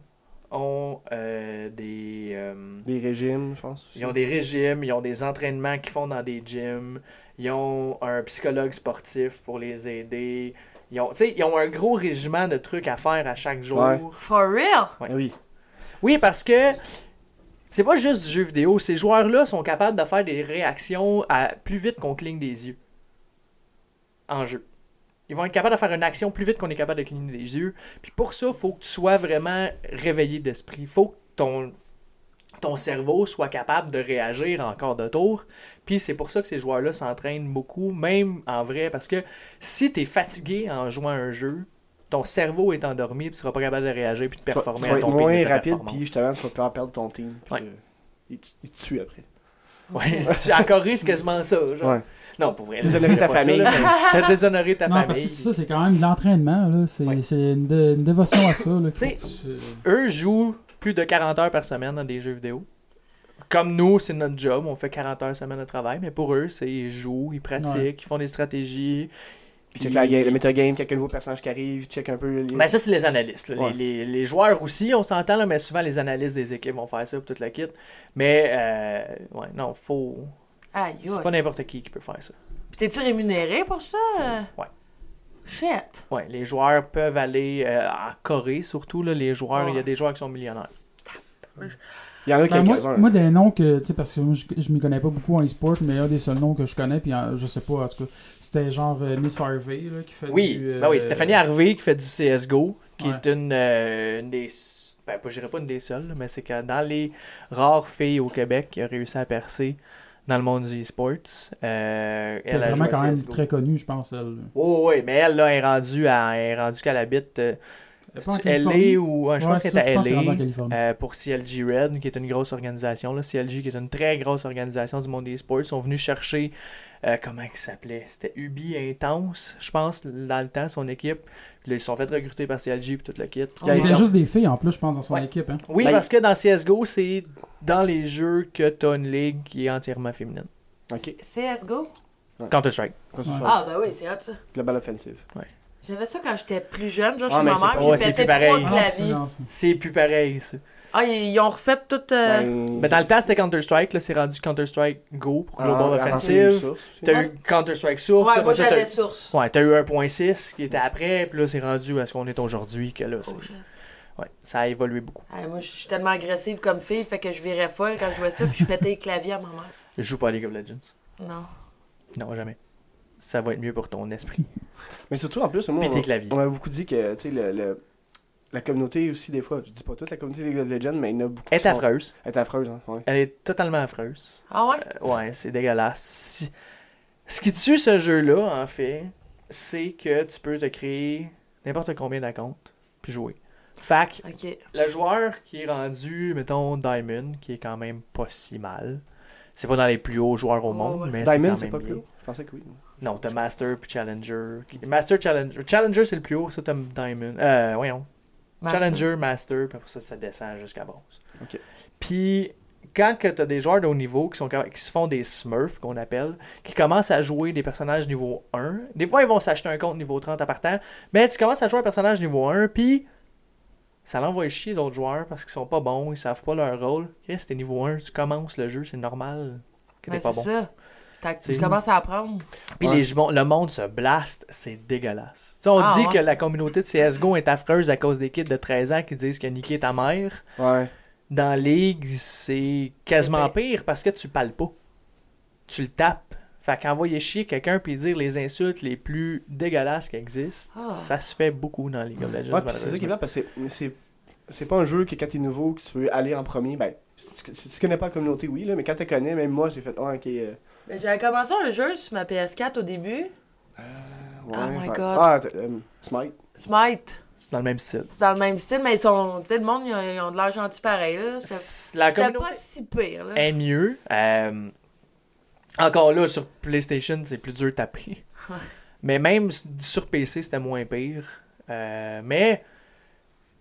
Speaker 1: ont euh, des... euh,
Speaker 3: des régimes, je pense. aussi.
Speaker 1: ils ont des régimes, ils ont des entraînements qu'ils font dans des gyms, ils ont un psychologue sportif pour les aider. Ils ont, tu sais, ils ont un gros régiment de trucs à faire à chaque jour.
Speaker 3: Ouais.
Speaker 5: For real?
Speaker 3: Ah Oui.
Speaker 1: Oui, parce que c'est pas juste du jeu vidéo. Ces joueurs-là sont capables de faire des réactions à plus vite qu'on cligne des yeux. En jeu. Ils vont être capables de faire une action plus vite qu'on est capable de cligner des yeux. Puis pour ça, faut que tu sois vraiment réveillé d'esprit. Faut que ton ton cerveau soit capable de réagir encore de tour. Puis c'est pour ça que ces joueurs-là s'entraînent beaucoup, même en vrai, parce que si tu es fatigué en jouant à un jeu, ton cerveau est endormi, puis tu seras pas capable de réagir puis de
Speaker 3: Tu vas-
Speaker 1: performer
Speaker 3: tu vas
Speaker 1: à
Speaker 3: être
Speaker 1: ton pic de
Speaker 3: moins
Speaker 1: ta
Speaker 3: rapide,
Speaker 1: performance.
Speaker 3: puis justement, tu vas pouvoir perdre ton team. Puis,
Speaker 1: Ouais.
Speaker 3: euh, il, te- il te tue après.
Speaker 1: Ouais, [LAUGHS] tu encourages quasiment ça. Genre.
Speaker 3: Ouais.
Speaker 1: Non, pour vrai.
Speaker 3: Déshonorer ta
Speaker 1: pas ça,
Speaker 3: famille.
Speaker 1: là, mais T'as déshonoré ta
Speaker 4: Non, parce que
Speaker 1: famille.
Speaker 4: ça, c'est quand même de l'entraînement. là. C'est
Speaker 1: Ouais.
Speaker 4: c'est une, dé- une dévotion à ça. là, qu'il
Speaker 1: Tu sais,
Speaker 4: faut que tu-
Speaker 1: Eux jouent plus de 40 heures par semaine dans des jeux vidéo. Comme nous, c'est notre job, on fait 40 heures semaine de travail, mais pour eux, c'est ils jouent, ils pratiquent,
Speaker 4: Ouais.
Speaker 1: ils font des stratégies.
Speaker 3: Puis, check la game, le metagame, quelques nouveaux personnages qui arrivent, check un peu. Les...
Speaker 1: Ben ça, c'est les analystes. là.
Speaker 3: Ouais.
Speaker 1: Les, les- les joueurs aussi, on s'entend, là, mais souvent les analystes des équipes vont faire ça pour toute la kit. Mais, euh, ouais, non, faut.
Speaker 5: Aïe,
Speaker 1: C'est
Speaker 5: aïe.
Speaker 1: pas n'importe qui qui peut faire ça.
Speaker 5: Puis t'es-tu rémunéré pour ça?
Speaker 1: Ouais.
Speaker 5: Shit.
Speaker 1: Ouais, les joueurs peuvent aller euh, en Corée, surtout, là, les joueurs, il y a
Speaker 4: Ah.
Speaker 5: Ouais.
Speaker 1: des joueurs qui sont millionnaires.
Speaker 3: Il y en a
Speaker 4: Ben,
Speaker 3: quelques-uns.
Speaker 4: moi, moi, des noms que, tu sais, parce que moi, je, je m'y connais pas beaucoup en e-sport, mais un des seuls noms que je connais, puis euh, je sais pas, en tout cas, c'était genre euh, Miss Harvey, là, qui fait
Speaker 1: Oui,
Speaker 4: du... euh,
Speaker 1: ben oui, Stéphanie Harvey qui fait du CSGO, qui
Speaker 4: Ouais.
Speaker 1: est une, euh, une des. Ben, pas, je dirais pas une des seules, là, mais c'est que dans les rares filles au Québec qui a réussi à percer dans le monde du e-sports, euh,
Speaker 4: Elle est
Speaker 1: elle a
Speaker 4: vraiment
Speaker 1: joué à
Speaker 4: quand même
Speaker 1: CS:GO.
Speaker 4: très connue, je pense, elle.
Speaker 1: Oui, oui, mais elle, là, est rendue, à, elle est rendue qu'elle habite. euh,
Speaker 4: est pas en
Speaker 1: elle
Speaker 4: Californie?
Speaker 1: est ou. ouais, je pense
Speaker 4: Ouais,
Speaker 1: qu'elle est
Speaker 4: ça,
Speaker 1: à
Speaker 4: je qu'elle est en
Speaker 1: LA.
Speaker 4: Californie.
Speaker 1: euh, pour CLG Red, qui est une grosse organisation. Là. CLG, qui est une très grosse organisation du monde des sports, sont venus chercher, euh, comment il s'appelait C'était Ubi Intense, je pense, dans le temps, son équipe. Puis là, ils se sont fait recruter par CLG et tout le kit.
Speaker 4: Il y avait
Speaker 3: Ouais.
Speaker 4: juste des filles, en plus, je pense, dans son
Speaker 1: Ouais.
Speaker 4: équipe. Hein.
Speaker 1: Oui,
Speaker 3: Ben,
Speaker 1: parce que dans CSGO, c'est dans les jeux que t'as une ligue qui est entièrement féminine.
Speaker 3: Ok.
Speaker 5: CSGO?
Speaker 1: Counter-Strike.
Speaker 3: Quoi, ce
Speaker 4: Ouais.
Speaker 3: soir?
Speaker 5: Ah, ben oui, c'est hot, ça.
Speaker 3: Global offensive.
Speaker 5: J'avais ça quand j'étais plus jeune, genre
Speaker 3: Ah,
Speaker 5: chez
Speaker 3: mais
Speaker 5: ma
Speaker 3: c'est
Speaker 5: mère,
Speaker 3: pas-
Speaker 5: puis
Speaker 1: ouais,
Speaker 5: j'ai
Speaker 1: c'est
Speaker 5: pété
Speaker 1: plus pareil.
Speaker 5: trois
Speaker 1: Ah,
Speaker 5: claviers.
Speaker 1: C'est plus pareil, ça.
Speaker 5: Ah, ils, ils ont refait tout... euh,
Speaker 3: Ben,
Speaker 1: Mais dans le temps, c'était Counter-Strike. Là, c'est rendu Counter-Strike Go pour
Speaker 3: ah,
Speaker 1: Global
Speaker 3: avant,
Speaker 1: Offensive.
Speaker 3: ça, c'est-
Speaker 1: T'as
Speaker 5: Moi,
Speaker 1: eu
Speaker 5: c'est-
Speaker 1: Counter-Strike Source.
Speaker 5: ouais,
Speaker 1: après
Speaker 5: moi
Speaker 1: ça, t'as-
Speaker 5: j'avais source.
Speaker 1: Ouais, t'as eu 1.6 qui était après, puis là c'est rendu à ce qu'on est aujourd'hui que là, c'est-
Speaker 5: Oh, shit.
Speaker 1: ouais, ça a évolué beaucoup.
Speaker 5: Ah, moi, je suis tellement agressive comme fille, fait que je virais folle quand je vois ça, puis je pétais les claviers à ma mère.
Speaker 1: Je joue pas à League of Legends.
Speaker 5: Non.
Speaker 1: Non, jamais. Ça va être mieux pour ton esprit.
Speaker 3: Mais surtout, en plus, moi,
Speaker 1: Puis tes
Speaker 3: on,
Speaker 1: claviers.
Speaker 3: on m'a beaucoup dit que, tu sais, le, le- la communauté aussi, des fois, je dis pas toute la communauté League of Legends, mais il y en a beaucoup.
Speaker 1: Elle
Speaker 3: qui
Speaker 1: est
Speaker 3: sont-
Speaker 1: affreuse.
Speaker 3: Elle est affreuse, hein, ouais.
Speaker 1: Elle est totalement affreuse.
Speaker 5: Ah ouais?
Speaker 1: Euh, ouais, c'est dégueulasse. Si- Ce qui tue ce jeu-là, en fait, c'est que tu peux te créer n'importe combien d'accounts, puis jouer. Fac,
Speaker 5: Ok.
Speaker 1: le joueur qui est rendu, mettons, Diamond, qui est quand même pas si mal. C'est pas dans les plus hauts joueurs au
Speaker 5: Ouais,
Speaker 1: monde,
Speaker 5: ouais.
Speaker 1: mais c'est
Speaker 3: Diamond,
Speaker 1: quand
Speaker 3: c'est
Speaker 1: même
Speaker 3: pas
Speaker 1: bien.
Speaker 3: plus haut. Je pensais que oui.
Speaker 1: Non, t'as Master puis Challenger. Master, Challenger. Challenger, c'est le plus haut. Ça, t'as Diamond. Euh, voyons.
Speaker 5: Master.
Speaker 1: Challenger, Master, puis après ça, ça descend jusqu'à bronze.
Speaker 3: Ok.
Speaker 1: Puis, quand que t'as des joueurs de haut niveau qui, sont, quand- qui se font des Smurfs, qu'on appelle, qui commencent à jouer des personnages niveau 1, des fois, ils vont s'acheter un compte niveau 30 à partant, mais tu commences à jouer un personnage niveau 1, puis ça l'envoie chier d'autres joueurs parce qu'ils sont pas bons, ils savent pas leur rôle. Chris, t'es niveau 1, tu commences le jeu, c'est normal que t'es
Speaker 5: Ben,
Speaker 1: pas
Speaker 5: c'est
Speaker 1: bon.
Speaker 5: ça. T'as- Tu
Speaker 1: C'est-
Speaker 5: commences à apprendre.
Speaker 1: Puis
Speaker 3: Ouais.
Speaker 1: les gens- le monde se blaste, c'est dégueulasse. Tu sais, on
Speaker 5: Ah,
Speaker 1: dit
Speaker 5: ouais.
Speaker 1: que la communauté de CSGO est affreuse à cause des kids de 13 ans qui disent que niquer ta mère.
Speaker 3: Ouais.
Speaker 1: Dans League, c'est quasiment
Speaker 5: C'est
Speaker 1: pire parce que tu parles pas. Tu le tapes. Fait qu'envoyer chier quelqu'un puis dire les insultes les plus dégueulasses qui existent,
Speaker 5: Ah.
Speaker 1: ça se fait beaucoup dans League of Legends.
Speaker 3: Ouais, puis c'est ça qui est
Speaker 1: malheureusement.
Speaker 3: là, parce que c'est- c'est. C'est pas un jeu que quand t'es nouveau, que tu veux aller en premier, ben, si tu, si tu connais pas la communauté, oui, là, mais quand tu connais, même moi, j'ai fait, ah, ok, euh,
Speaker 5: Ben, j'avais commencé un jeu sur ma PS4 au début.
Speaker 3: ouais,
Speaker 5: Oh my
Speaker 3: fait-
Speaker 5: God.
Speaker 3: Ah, t- euh, Smite.
Speaker 5: Smite.
Speaker 1: C'est dans le même style.
Speaker 5: C'est dans le même style, mais ils sont. Tu sais, le monde, ils ont, ils ont de l'air gentil pareil, là. C'était
Speaker 1: La
Speaker 5: c'était
Speaker 1: communauté
Speaker 5: pas si pire, là.
Speaker 1: est mieux. Euh, encore là, sur PlayStation, c'est plus dur de taper.
Speaker 5: Ouais.
Speaker 1: Mais même s- sur PC, c'était moins pire. Euh, mais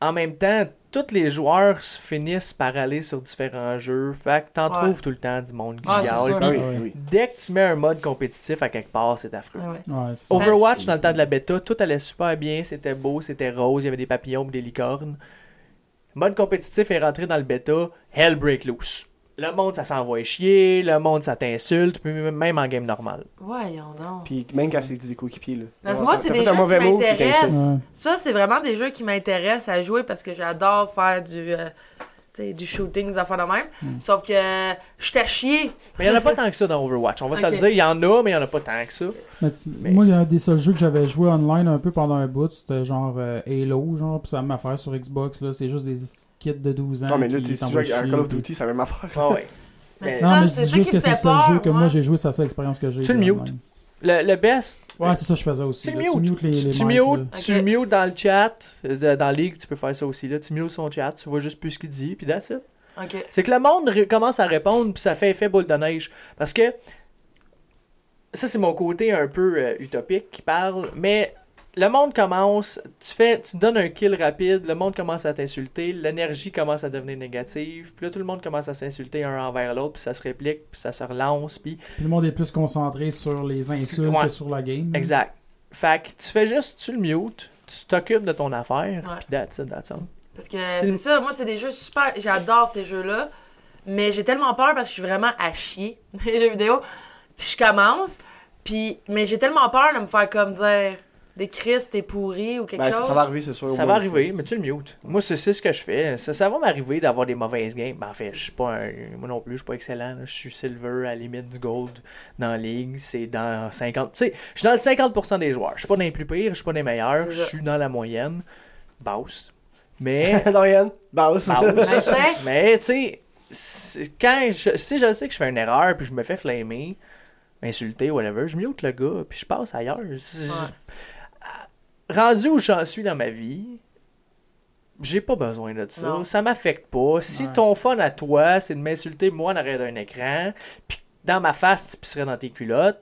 Speaker 1: en même temps, tous les joueurs se finissent par aller sur différents jeux. Fait que t'en
Speaker 5: Ouais.
Speaker 1: trouves tout le temps du monde qui
Speaker 5: Ah, c'est
Speaker 1: chiale.
Speaker 5: sûr.
Speaker 3: Ah oui,
Speaker 4: Ouais.
Speaker 3: oui.
Speaker 1: Dès que tu mets un mode compétitif à quelque part, c'est affreux.
Speaker 5: Ouais, Ah ouais.
Speaker 4: Ouais, c'est ça.
Speaker 1: Overwatch, dans le temps de la bêta, tout allait super bien, c'était beau, c'était rose, il y avait des papillons pis des licornes. Mode compétitif est rentré dans le bêta, hell break loose. Le monde, ça s'envoie chier, le monde, ça t'insulte, puis même en game normal.
Speaker 5: Voyons donc.
Speaker 3: Puis même quand c'est des coéquipiers, là.
Speaker 5: Parce que
Speaker 3: Ouais,
Speaker 5: moi,
Speaker 3: t'as-
Speaker 5: c'est
Speaker 3: t'as
Speaker 5: des
Speaker 3: fait un
Speaker 5: jeux qui
Speaker 3: mauvais mot, puis t'es
Speaker 5: m'intéressent.
Speaker 3: insulté.
Speaker 4: Ouais.
Speaker 5: Ça, c'est vraiment des jeux qui m'intéressent à jouer parce que j'adore faire du. euh, tu sais, du shooting, des affaires de même.
Speaker 3: Hmm.
Speaker 4: Mm.
Speaker 5: Sauf que euh, je t'ai chié.
Speaker 1: Mais il n'y en a pas tant que ça dans Overwatch. On va se le
Speaker 5: Ok.
Speaker 1: dire, il y en a, mais il n'y en a pas tant que ça.
Speaker 4: Mais tu-
Speaker 1: Mais-
Speaker 4: Moi, il y a un des seuls jeux que j'avais joué online un peu pendant un bout, c'était genre euh, Halo, genre, pis ça m'a affaire sur Xbox, là, c'est juste des kids de 12 ans.
Speaker 3: Non, mais là,
Speaker 4: qui
Speaker 3: tu tu joues
Speaker 4: t'envoient
Speaker 3: à
Speaker 4: chier,
Speaker 3: Call of
Speaker 4: puis-
Speaker 3: Duty, ça va même affaire.
Speaker 1: Ah ouais.
Speaker 3: Ben,
Speaker 5: Mais c'est
Speaker 1: Non,
Speaker 5: ça,
Speaker 4: mais
Speaker 5: c'est
Speaker 4: je dis
Speaker 5: ça qui
Speaker 4: juste
Speaker 5: me
Speaker 4: que c'est le
Speaker 5: fait
Speaker 4: seul
Speaker 5: peur.
Speaker 4: jeu que moi
Speaker 5: ouais.
Speaker 4: j'ai joué, c'est la seule expérience que j'ai.
Speaker 1: Tu le
Speaker 4: là,
Speaker 1: mutes.
Speaker 4: online.
Speaker 1: Le, le best, euh,
Speaker 4: Ouais, c'est ça que je faisais aussi.
Speaker 1: Tu
Speaker 4: là,
Speaker 1: le mutes.
Speaker 4: les,
Speaker 1: tu,
Speaker 4: les
Speaker 1: tu
Speaker 4: mics,
Speaker 1: mutes,
Speaker 4: là.
Speaker 1: tu
Speaker 5: Ok.
Speaker 1: mutes dans le chat, euh, de- dans la ligue, tu peux faire ça aussi. Là. Tu mutes son chat, tu vois juste plus ce qu'il dit, puis that's it.
Speaker 5: Ok.
Speaker 1: C'est que le monde ré- commence à répondre, puis ça fait effet boule de neige. Parce que ça, c'est mon côté un peu euh, utopique qui parle, mais le monde commence, tu fais, tu donnes un kill rapide, le monde commence à t'insulter, l'énergie commence à devenir négative, puis là, tout le monde commence à s'insulter un envers l'autre, puis ça se réplique, puis ça se relance, puis
Speaker 4: Puis le monde est plus concentré sur les insultes
Speaker 1: Ouais.
Speaker 4: que sur la game.
Speaker 1: Exact. Fait que tu fais juste, tu le mute, tu t'occupes de ton affaire,
Speaker 5: Ouais.
Speaker 1: puis that's it, that's all.
Speaker 5: Parce que
Speaker 1: C'est-
Speaker 5: c'est ça, moi, c'est des jeux super. J'adore ces jeux-là. Mais j'ai tellement peur parce que je suis vraiment à chier [LAUGHS] dans les jeux vidéo. Puis je commence. Puis, mais j'ai tellement peur de me faire comme dire des Christ, t'es pourri ou quelque
Speaker 3: Ben, ça,
Speaker 5: chose.
Speaker 3: ça va arriver, c'est sûr. au
Speaker 1: Ça
Speaker 3: moins
Speaker 1: va
Speaker 3: une
Speaker 1: arriver,
Speaker 3: fois.
Speaker 1: mais tu le mute. Moi, c'est c'est ce que je fais. Ça, ça va m'arriver d'avoir des mauvaises games. Ben, en fait, je suis pas un- Moi non plus, je suis pas excellent. là. Je suis silver à la limite du gold dans la ligue. C'est dans 50. Tu sais, je suis dans le 50% des joueurs. Je suis pas dans les plus pires, je suis pas dans les meilleurs.
Speaker 5: C'est
Speaker 1: Je
Speaker 5: ça.
Speaker 1: suis dans la moyenne. Boss.
Speaker 5: [LAUGHS]
Speaker 1: Mais.
Speaker 3: [LAUGHS] Dorian, bounce.
Speaker 1: Bounce.
Speaker 5: Ben, tu sais,
Speaker 1: Mais tu sais, c'est- quand je- si je sais que je fais une erreur puis je me fais flamer, insulter, whatever, je mute le gars puis je passe ailleurs. C'est- Rendu où j'en suis dans ma vie, j'ai pas besoin de ça.
Speaker 5: Non.
Speaker 1: Ça m'affecte pas. Si
Speaker 4: Ouais.
Speaker 1: ton fun à toi, c'est de m'insulter moi en arrière d'un écran, puis dans ma face, tu pisserais dans tes culottes,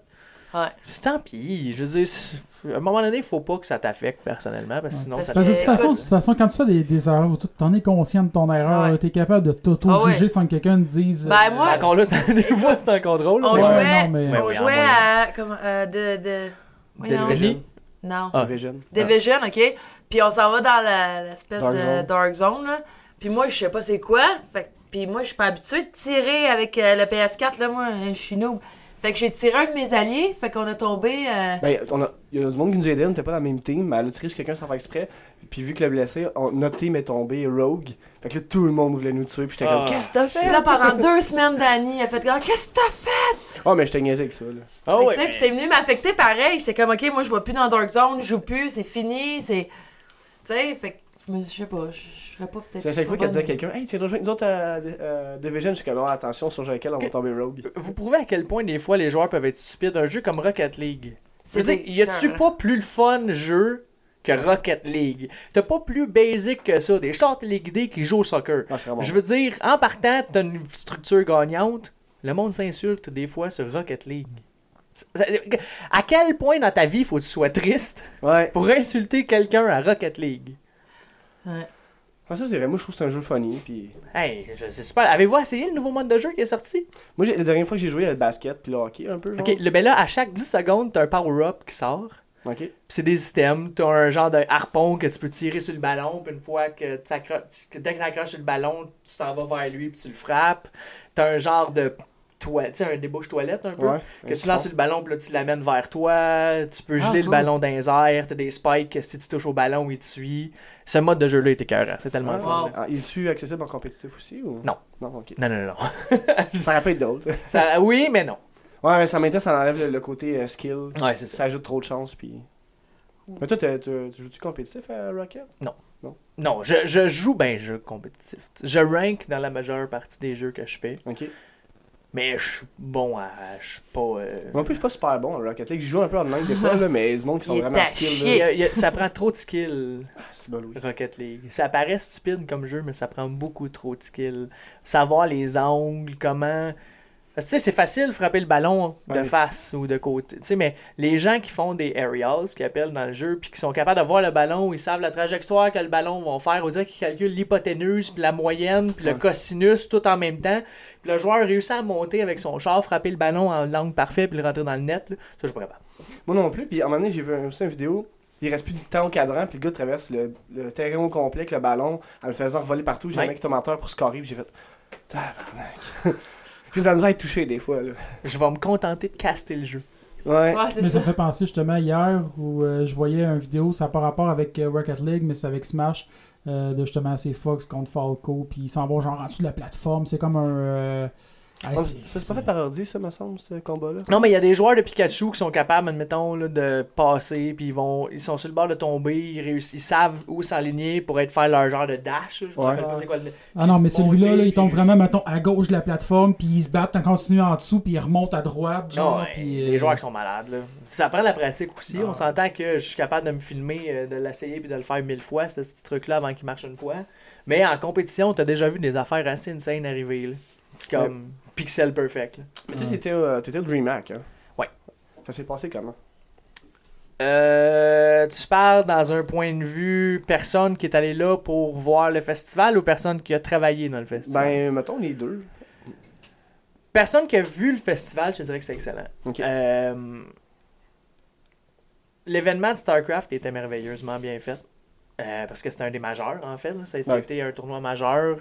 Speaker 5: Ouais.
Speaker 1: tant pis. Je veux dire, c'est- à un moment donné, faut pas que ça t'affecte personnellement parce que
Speaker 4: Ouais.
Speaker 1: sinon,
Speaker 5: Parce
Speaker 1: ça
Speaker 5: que-
Speaker 4: Parce que de toute,
Speaker 5: Écoute-
Speaker 4: façon, de toute façon, quand tu fais des, des erreurs, tu en es conscient de ton erreur,
Speaker 5: Ah ouais.
Speaker 4: tu es capable de t'auto-juger
Speaker 5: Ah ouais.
Speaker 4: sans que quelqu'un te dise. euh,
Speaker 5: Ben, moi,
Speaker 1: Encore là, ça- [LAUGHS] des fois, c'est en contrôle.
Speaker 5: on
Speaker 1: mais-
Speaker 4: Ouais,
Speaker 5: jouait,
Speaker 4: non, mais-
Speaker 1: Ouais,
Speaker 5: on
Speaker 1: ouais, en
Speaker 5: jouait
Speaker 1: moyenne.
Speaker 5: à. Comme, euh, de, de. voyons.
Speaker 1: Destiny.
Speaker 5: Non.
Speaker 1: Ah.
Speaker 3: Vision.
Speaker 5: Division, OK? Puis on s'en va dans la- l'espèce
Speaker 3: Dark
Speaker 5: de
Speaker 3: Zone.
Speaker 5: Dark Zone, là. Puis moi, je sais pas c'est quoi. Fait que- puis moi, je suis pas habituée de tirer avec euh, le PS4, là, moi, je suis noob. Fait que j'ai tiré un de mes alliés, fait qu'on a tombé... euh,
Speaker 3: Ben, on a- il y a du monde qui nous aidait, on était pas dans la même team, mais elle a tiré sur quelqu'un sans faire exprès. Puis vu que le blessé, on- notre team est tombé rogue. Fait que là, tout le monde voulait nous tuer. Puis j'étais
Speaker 1: Ah.
Speaker 3: comme, qu'est-ce que t'as
Speaker 5: Puis
Speaker 3: fait?
Speaker 5: là,
Speaker 3: [LAUGHS]
Speaker 5: pendant deux semaines, Dani a fait comme « Qu'est-ce que t'as fait?
Speaker 3: Oh, mais j'étais niaisé avec ça, là.
Speaker 1: Ah
Speaker 5: Fait que,
Speaker 1: ouais,
Speaker 5: tu sais,
Speaker 1: mais-
Speaker 5: Puis c'est venu m'affecter pareil. J'étais comme « OK, moi, je vois plus dans Dark Zone, je joue plus, c'est fini, c'est... » Tu sais, fait que je me dis, je sais pas, je je serais pas peut-être...
Speaker 3: C'est à chaque
Speaker 5: pas
Speaker 3: fois qu'elle disait à
Speaker 5: bonne.
Speaker 3: quelqu'un, hey, tu viens de rejoindre nous autres à euh, Division. Je suis comme, oh, attention, sur lequel on va
Speaker 1: Que-
Speaker 3: tomber rogue.
Speaker 1: Vous prouvez à quel point des fois les joueurs peuvent être stupides. Un jeu comme Rocket League. Je
Speaker 5: C'est
Speaker 1: veux dire,
Speaker 5: des
Speaker 1: y a-tu
Speaker 5: cœurs.
Speaker 1: pas plus le fun jeu que Rocket League? T'as pas plus basic que ça. Des short league D qui jouent au soccer.
Speaker 3: Ah, c'est vraiment.
Speaker 1: Je veux dire, en partant, t'as une structure gagnante. Le monde s'insulte des fois sur Rocket League. C'est- À quel point dans ta vie faut que tu sois triste
Speaker 3: Ouais.
Speaker 1: pour insulter quelqu'un à Rocket League?
Speaker 5: Ouais.
Speaker 3: Ah, ça, c'est vrai. Moi, je trouve que c'est un jeu funny. Puis.
Speaker 1: Hey, je- c'est super. Avez-vous essayé le nouveau mode de jeu qui est sorti?
Speaker 3: Moi, j'ai- la dernière fois que j'ai joué, il y a le basket, puis le hockey, un peu. Genre.
Speaker 1: Ok, le, ben là, à chaque 10 secondes, t'as un power-up qui sort.
Speaker 3: Ok.
Speaker 1: Pis c'est des items. T'as un genre de harpon que tu peux tirer sur le ballon. Puis une fois que, t'accro- que dès que ça accroche sur le ballon, tu t'en vas vers lui puis tu le frappes. T'as un genre de toilette, un débouche toilette un peu.
Speaker 3: Ouais.
Speaker 1: Que tu lances sur le ballon, puis là, tu l'amènes vers toi. Tu peux
Speaker 5: Ah,
Speaker 1: geler le
Speaker 5: cool.
Speaker 1: ballon dans les airs. T'as des spikes que si tu touches au ballon, il te suit. Ce mode de jeu-là est écœurant. C'est tellement le fun.
Speaker 5: Wow.
Speaker 1: là.
Speaker 3: Ah, il est-tu accessible en compétitif aussi ou
Speaker 1: Non.
Speaker 3: Non, ok.
Speaker 1: Non, non, non. non. [LAUGHS]
Speaker 3: Ça rappelle d'autres. [LAUGHS]
Speaker 1: Ça- oui, mais non.
Speaker 3: ouais, mais ça m'intéresse, ça enlève le, le côté euh, skill.
Speaker 1: Ouais, c'est ça.
Speaker 3: Ça ajoute trop de chance, puis. Mais toi, t'as- t'as- tu joues-tu compétitif à Rocket
Speaker 1: Non, je, je joue ben jeu compétitif. Je rank dans la majeure partie des jeux que je fais.
Speaker 3: Ok.
Speaker 1: Mais je suis bon à. Je suis pas. euh,
Speaker 3: Moi, en plus, je suis pas super bon à Rocket League. Je joue un peu en ligne des fois, là, mais il y a du monde qui sont
Speaker 5: Il est
Speaker 3: vraiment
Speaker 5: à
Speaker 3: skill.
Speaker 1: Il y
Speaker 5: chier.
Speaker 3: Là.
Speaker 1: a- il y a- ça prend trop de skill,
Speaker 3: Ah, c'est bon, oui.
Speaker 1: Rocket League. Ça paraît stupide comme jeu, mais ça prend beaucoup trop de skill. Savoir les angles, comment. Parce que, tu sais, c'est facile frapper le ballon de
Speaker 3: Ouais.
Speaker 1: face ou de côté. Tu sais, mais les gens qui font des aerials, qui appellent dans le jeu, puis qui sont capables de voir le ballon, ils savent la trajectoire que le ballon va faire. On dirait qu'ils calculent l'hypoténuse, puis la moyenne, puis le
Speaker 3: Ouais.
Speaker 1: cosinus, tout en même temps. Puis le joueur réussit à monter avec son char, frapper le ballon en angle parfait, puis le rentrer dans le net. là. Ça, je suis pas capable.
Speaker 3: Moi non plus, puis à un moment donné, j'ai vu un- aussi une vidéo. Il reste plus du temps au cadran, puis le gars traverse le, le terrain au complet avec le ballon en le faisant voler partout. J'ai
Speaker 1: Ouais.
Speaker 3: un mec tomateur pour scorer, puis j'ai fait. Tabarnak. [LAUGHS] j'ai eu de la misère à être touché des fois, là.
Speaker 1: Je vais me contenter de caster le jeu.
Speaker 3: [LAUGHS] Ouais.
Speaker 5: Ouais, c'est
Speaker 4: Mais ça
Speaker 5: ça.
Speaker 4: me fait penser justement hier où euh, je voyais une vidéo, ça n'a pas rapport avec euh, Rocket League, mais c'est avec Smash. euh, de justement c'est Fox contre Falco, puis ils s'en vont genre en dessous de la plateforme. C'est comme un. euh, ah,
Speaker 3: Ça,
Speaker 4: c'est-
Speaker 3: c'est pas fait par ordi, ça, me semble, ce combat-là.
Speaker 1: Non, mais il y a des joueurs de Pikachu qui sont capables, admettons, là, de passer, puis ils vont, ils sont sur le bord de tomber, ils, réussissent, ils savent où s'aligner pour être faire leur genre de dash. là, Je me
Speaker 3: Ouais.
Speaker 1: rappelle pas c'est quoi le.
Speaker 4: Ah non, mais
Speaker 1: Puis
Speaker 4: celui-là,
Speaker 1: monter, euh,
Speaker 4: là, ils tombent
Speaker 1: puis-
Speaker 4: vraiment, mettons, à gauche de la plateforme, puis ils se battent en continuant en dessous, puis ils remontent à droite. Genre,
Speaker 1: Non, ouais,
Speaker 4: puis,
Speaker 1: les
Speaker 4: euh,
Speaker 1: joueurs qui sont malades. Là. Ça prend de la pratique aussi.
Speaker 4: Non.
Speaker 1: On s'entend que je suis capable de me filmer, euh, de l'essayer puis de le faire mille fois, ce petit truc-là, avant qu'il marche une fois. Mais en compétition, t'as déjà vu des affaires assez insane arriver. là. Comme Pixel Perfect. là.
Speaker 3: Mais tu sais, t'étais euh, t'étais au DreamHack, hein?
Speaker 1: Ouais.
Speaker 3: Ça s'est passé comment?
Speaker 1: Euh, tu parles dans un point de vue personne qui est allée là pour voir le festival ou personne qui a travaillé dans le festival?
Speaker 3: Ben, mettons les deux.
Speaker 1: Personne qui a vu le festival, je te dirais que c'est excellent.
Speaker 3: Ok.
Speaker 1: Euh, L'événement de StarCraft était merveilleusement bien fait. Euh, parce que c'était un des majeurs, en fait. là. Ça-
Speaker 3: Ouais.
Speaker 1: C'était un tournoi majeur.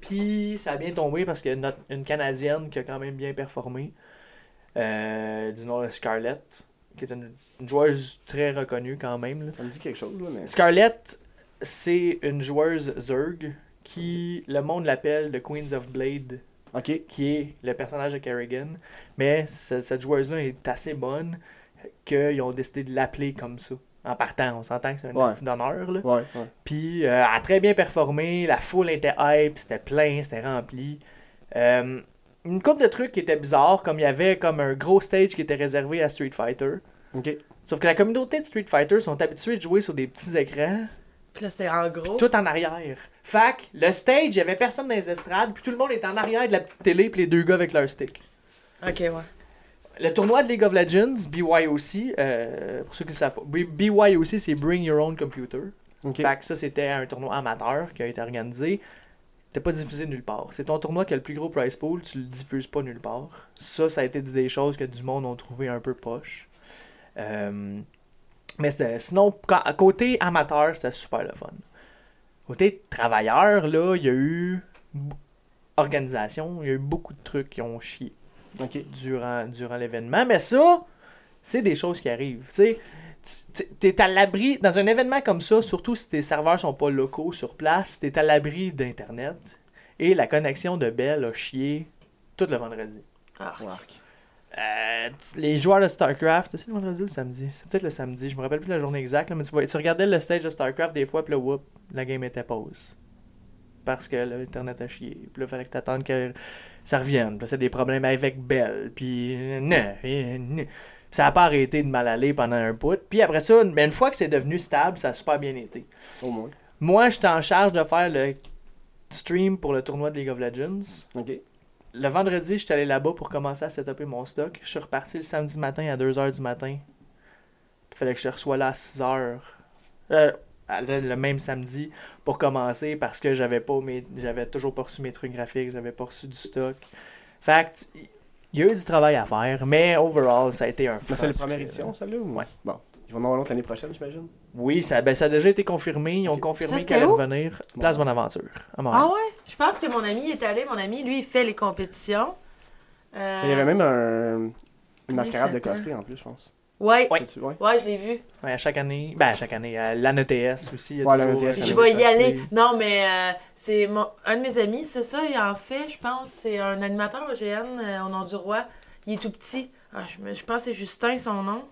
Speaker 1: Puis ça a bien tombé parce que notre, une Canadienne qui a quand même bien performé, euh, du nom de Scarlett, qui est une, une joueuse très reconnue quand même. là.
Speaker 3: Ça me dit quelque chose, là, mais.
Speaker 1: Scarlett, c'est une joueuse Zerg qui, le monde l'appelle The Queens of Blade
Speaker 3: Ok.
Speaker 1: qui est le personnage de Kerrigan. Mais ce- cette joueuse-là est assez bonne qu'ils ont décidé de l'appeler comme ça. En partant, on s'entend que c'est un
Speaker 3: Ouais.
Speaker 1: asti d'honneur. là.
Speaker 3: Ouais, ouais.
Speaker 1: Puis euh, elle a très bien performé, la foule était hype, c'était plein, c'était rempli. Euh, une couple de trucs qui étaient bizarres, comme il y avait comme un gros stage qui était réservé à Street Fighter.
Speaker 3: Ok.
Speaker 1: Sauf que la communauté de Street Fighter sont habitués de jouer sur des petits écrans
Speaker 5: Puis là, c'est en gros.
Speaker 1: Oh. tout en arrière. Fac, le stage, il y avait personne dans les estrades, puis tout le monde était en arrière de la petite télé, puis les deux gars avec leur stick.
Speaker 5: Ok, ouais.
Speaker 1: Le tournoi de League of Legends, BYOC, euh, pour ceux qui le savent pas, B- BYOC, c'est Bring Your Own Computer.
Speaker 3: Ok.
Speaker 1: Fait que ça, c'était un tournoi amateur qui a été organisé. T'es pas diffusé nulle part. C'est ton tournoi qui a le plus gros prize pool, tu le diffuses pas nulle part. Ça, ça a été des choses que du monde ont trouvé un peu poche. Euh, mais c'était- sinon, quand- à côté amateur, c'était super le fun. Côté travailleur, là, il y a eu b- organisation, il y a eu beaucoup de trucs qui ont chié
Speaker 3: Ok.
Speaker 1: durant, durant l'événement. Mais ça, c'est des choses qui arrivent. Tu sais, tu- tu es à l'abri, dans un événement comme ça, surtout si tes serveurs sont pas locaux sur place, tu es à l'abri d'Internet. Et la connexion de Bell a chié tout le vendredi.
Speaker 5: Ah,
Speaker 1: Euh, t- les joueurs de StarCraft, c'est le vendredi ou le samedi C'est peut-être le samedi, je me rappelle plus de la journée exacte, là, mais tu, vois- tu regardais le stage de StarCraft des fois, puis là, whoop, la game était pause. Parce que l'Internet a chié, puis là, fallait que t'attendes que ça revienne, puis là, c'est des problèmes avec Bell, puis. non, et- non. Puis Ça n'a pas arrêté de mal aller pendant un bout. Puis après ça, une- mais une fois que c'est devenu stable, ça a super bien été.
Speaker 3: Au moins.
Speaker 1: Moi, j'étais en charge de faire le stream pour le tournoi de League of Legends.
Speaker 3: Ok.
Speaker 1: Le vendredi, j'étais allé là-bas pour commencer à setuper mon stock. Je suis reparti le samedi matin à 2h du matin. Il fallait que je reçois là à 6h. Euh, à- le le même samedi pour commencer parce que j'avais pas mes j'avais toujours pas reçu mes trucs graphiques, j'avais pas reçu du stock. Fait que, il y a eu du travail à faire, mais overall, ça a été un euh,
Speaker 3: Mais c'est
Speaker 1: franc
Speaker 3: la première
Speaker 1: succès.
Speaker 3: édition, celle-là? ou-
Speaker 1: Ouais.
Speaker 3: Bon. Ils vont en avoir l'autre l'année prochaine, j'imagine.
Speaker 1: Oui, ça, ben, ça a déjà été confirmé. Ils ont confirmé
Speaker 5: c'était
Speaker 1: qu'elle allait
Speaker 5: où?
Speaker 1: revenir. Place Bonaventure. à Montréal.
Speaker 5: Ah ouais? Je pense que mon ami est allé. Mon ami, lui, il fait les compétitions. Euh,
Speaker 3: Mais Il y avait même un... une
Speaker 5: il
Speaker 3: mascarade de
Speaker 5: s'appelle?
Speaker 3: cosplay en plus, je pense.
Speaker 1: Ouais.
Speaker 5: Ouais. Ouais,
Speaker 3: Sais-tu? Ouais.
Speaker 5: je l'ai vu.
Speaker 1: Ouais, à chaque année. Ben, à chaque année. à L'ANETS aussi. il y a
Speaker 3: Ouais, la E
Speaker 1: toujours,
Speaker 3: NETS,
Speaker 1: euh,
Speaker 3: Ça
Speaker 5: Je
Speaker 3: va
Speaker 5: vais
Speaker 3: être
Speaker 5: y aller. Non, mais euh, c'est mon... un de mes amis, c'est ça, il en fait, je pense. C'est un animateur OGN euh, au nom du roi. Il est tout petit. Ah, je, me- je pense que c'est Justin, son nom.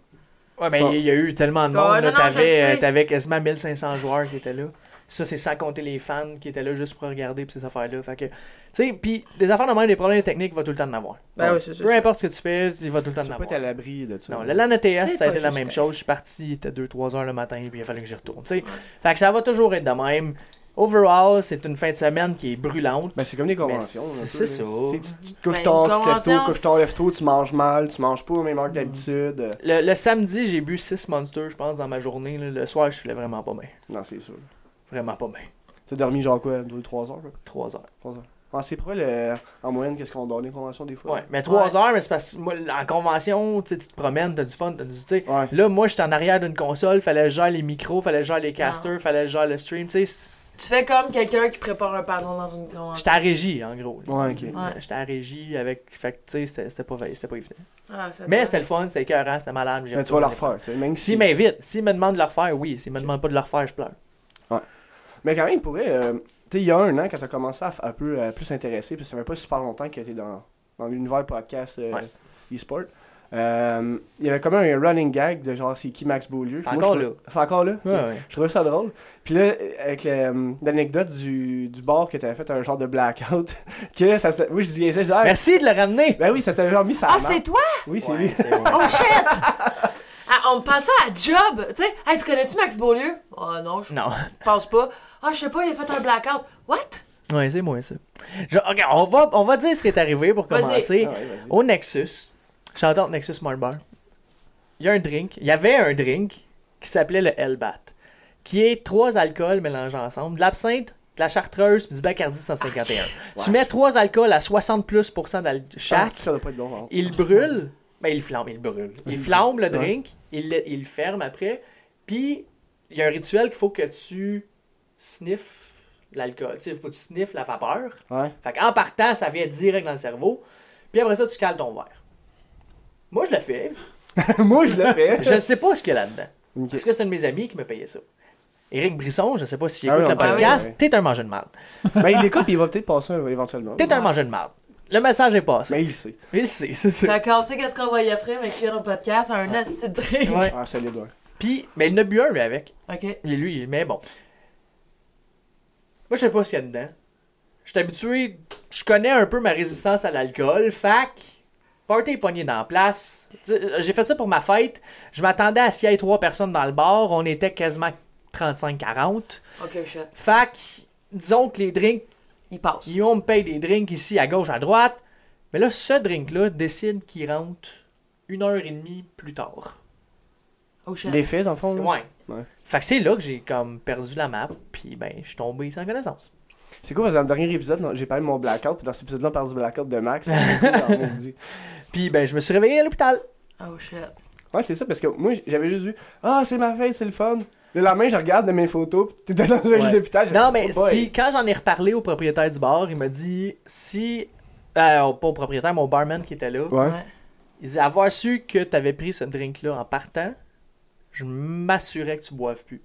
Speaker 1: Ouais, mais
Speaker 3: Ça-
Speaker 1: il y a eu tellement de
Speaker 5: Ah,
Speaker 1: monde. là,
Speaker 5: non, non, je
Speaker 1: t'avais,
Speaker 5: le
Speaker 1: euh,
Speaker 5: sais.
Speaker 1: t'avais quasiment 1500 joueurs qui étaient là. Ça, c'est sans compter les fans qui étaient là juste pour regarder pis ces affaires-là. Fait que, tu sais, puis des affaires de même, des problèmes techniques, il va tout le temps en avoir.
Speaker 5: Ben
Speaker 3: Ouais.
Speaker 5: oui, c'est ça.
Speaker 1: Peu importe ce que tu fais, il va tout le temps
Speaker 3: Tu
Speaker 1: en
Speaker 3: peux pas
Speaker 1: avoir.
Speaker 3: être à l'abri de ça.
Speaker 1: Non, le LAN ETS,
Speaker 5: C'est
Speaker 1: ça a
Speaker 5: pas
Speaker 1: été la
Speaker 5: juste.
Speaker 1: même chose. Je suis parti, il était 2-3 heures le matin, puis il a fallu que j'y retourne. tu sais. Fait que ça va toujours être de même. Overall, c'est une fin de semaine qui est brûlante.
Speaker 3: Ben, c'est comme les conventions.
Speaker 1: c'est-
Speaker 3: un peu,
Speaker 1: c'est
Speaker 3: là.
Speaker 1: ça.
Speaker 3: C'est- Tu, tu te couches
Speaker 5: Ben, une
Speaker 3: tard, tu te lèves
Speaker 5: convention,
Speaker 3: tôt, couche tard, lève tôt, tu manges mal, tu manges pas au même heure que d'habitude. Euh,
Speaker 1: Le, le samedi, j'ai bu 6 monsters, je pense, dans ma journée. là. Le soir, je filais vraiment pas bien.
Speaker 3: Non, c'est sûr.
Speaker 1: Vraiment pas bien.
Speaker 3: Tu as dormi genre quoi, 2-3 heures? quoi?
Speaker 1: 3 heures.
Speaker 3: Trois heures. Ah, c'est pourquoi le... en moyenne, qu'est-ce qu'on dort les conventions des fois?
Speaker 1: Ouais, mais 3 heures, mais c'est parce que moi, en convention, tu sais, tu te promènes, t'as du fun, t'as du. tu sais.
Speaker 3: Ouais.
Speaker 1: Là, moi, j'étais en arrière d'une console, fallait que je gère les micros, fallait que je gère les casters, fallait que je gère le stream, tu sais. c'est-
Speaker 5: Tu fais comme quelqu'un qui prépare un panneau dans une convention.
Speaker 1: J'étais à régie, en gros. là.
Speaker 3: Ouais, ok.
Speaker 5: Ouais.
Speaker 1: J'étais à régie avec. Fait que, tu sais, c'était c'était pas, c'était pas évident.
Speaker 5: Ah, ça
Speaker 1: Mais
Speaker 5: doit-
Speaker 1: c'était le fun, c'était écœurant, c'était malade. j'ai
Speaker 3: Mais tu vas
Speaker 1: pas-
Speaker 3: le refaire. tu sais, Même si...
Speaker 1: S'ils m'invitent, s'ils me demandent de le refaire, oui. S'ils me demandent pas de le refaire, je pleure.
Speaker 3: Mais quand même, pourrait. Euh, tu sais, il y a un an, quand t'as commencé à f- un peu euh, plus s'intéresser, puis ça fait pas super longtemps que t'es dans, dans l'univers podcast euh,
Speaker 1: Ouais.
Speaker 3: e-sport. euh, Il y avait comme un running gag de genre c'est qui Max Beaulieu.
Speaker 1: C'est
Speaker 3: Moi,
Speaker 1: encore
Speaker 3: je
Speaker 1: là.
Speaker 3: trouve- C'est encore là.
Speaker 1: Ouais, ouais.
Speaker 3: Je trouvais ça drôle. Puis là, euh, avec la, euh, l'anecdote du, du bar que t'avais fait un genre de blackout, [LAUGHS] que ça te- Oui, je disais ça, je disais, ah,
Speaker 1: Merci de le ramener.
Speaker 3: ben oui, ça t'avait genre mis ça.
Speaker 5: Ah, c'est toi?
Speaker 3: Oui, c'est
Speaker 1: Ouais,
Speaker 3: lui. [LAUGHS]
Speaker 1: c'est vrai.
Speaker 5: Oh shit! Ah, on me pensait à Job, tu sais. Hey, tu connais-tu Max Beaulieu? Ah non, je
Speaker 1: Non.
Speaker 5: pense pas. Ah, je sais pas, il a fait un blackout. What?
Speaker 1: Ouais, c'est moi ça. Je- ok, on va, on va dire ce qui est arrivé pour
Speaker 5: Vas-y.
Speaker 1: commencer.
Speaker 3: Ah ouais, vas-y.
Speaker 1: Au Nexus, chanteur de Nexus Marlbar, il y a un drink. Il y avait un drink qui s'appelait le Hellbat, qui est trois alcools mélangés ensemble, de l'absinthe, de la chartreuse puis du Bacardi 151. tu mets trois alcools à 60 plus pourcent d'al-
Speaker 3: Ah,
Speaker 1: chaque,
Speaker 3: ça doit pas être bon. hein. vraiment.
Speaker 1: il brûle, ben il flambe, il brûle. Il flambe le drink, il le- il le ferme après, puis il y a un rituel qu'il faut que tu sniffes l'alcool. Tu sais, il faut que tu sniffes la vapeur.
Speaker 3: Ouais. [LAUGHS]
Speaker 1: Fait qu'en partant, ça vient direct dans le cerveau. Puis après ça, tu cales ton verre. Moi, je le fais.
Speaker 3: Moi, je l'ai
Speaker 1: [LAUGHS]
Speaker 3: fait.
Speaker 1: Je ne sais pas ce qu'il y a là-dedans.
Speaker 3: Ok.
Speaker 1: Parce que c'est un de mes amis qui me payait ça. Éric Brisson, je ne sais pas s'il
Speaker 3: Ah
Speaker 1: écoute
Speaker 3: oui,
Speaker 1: le
Speaker 3: on- ah oui,
Speaker 1: podcast,
Speaker 3: oui.
Speaker 1: t'es un mangeur de marde.
Speaker 3: Ben, il l'écoute, puis il va peut-être passer euh, éventuellement.
Speaker 1: T'es un mangeur de marde. Le message est passé.
Speaker 3: Mais il sait.
Speaker 1: Il sait, [LAUGHS] c'est ça.
Speaker 5: Fait qu'on sait qu'est-ce qu'on va y offrir, mais qu'il y a un podcast, un asti de drink.
Speaker 1: Ouais.
Speaker 3: Ah, solide, ouais.
Speaker 1: Puis, mais il en a bu un, lui, avec.
Speaker 5: OK.
Speaker 1: Et lui, mais bon. Moi, je sais pas ce qu'il y a dedans. Je suis habitué, je connais un peu ma résistance à l'alcool. Fac, party est pogné dans la place. Tu sais, J'ai fait ça pour ma fête. Je m'attendais à ce qu'il y ait trois personnes dans le bar. On était quasiment 35-40.
Speaker 5: OK, shit.
Speaker 1: Fac, disons que les drinks,
Speaker 5: Il passe.
Speaker 1: ils ont me paye des drinks ici, à gauche, à droite. Mais là, ce drink-là décide qu'il rentre une heure et demie plus tard.
Speaker 5: Oh shit.
Speaker 3: Les faits, dans le fond. là.
Speaker 1: Ouais.
Speaker 3: Ouais.
Speaker 1: Fait que c'est là que j'ai comme perdu la map, puis ben, je suis tombé sans connaissance.
Speaker 3: C'est quoi, parce que dans le dernier épisode, non, j'ai parlé de mon blackout, puis dans cet épisode-là, on parle du blackout de
Speaker 1: [LAUGHS]
Speaker 3: Max. C'est cool, on me dit.
Speaker 1: Puis ben, je me suis réveillé à l'hôpital.
Speaker 5: Oh shit.
Speaker 3: ouais, c'est ça, parce que moi, j'avais juste vu Ah, c'est ma fête, c'est le fun. Le lendemain, je regarde de mes photos, puis t'étais dans un
Speaker 1: Ouais.
Speaker 3: lit
Speaker 4: Ah,
Speaker 3: d'hôpital. j'ai
Speaker 1: Non,
Speaker 3: fait,
Speaker 1: mais
Speaker 3: Oh boy.
Speaker 1: puis quand j'en ai reparlé au propriétaire du bar, il m'a dit si. euh, pas au propriétaire, mais au barman qui était là.
Speaker 3: Ouais.
Speaker 5: Ouais.
Speaker 1: Il dit avoir su que t'avais pris ce drink-là en partant, je m'assurais que tu boives plus.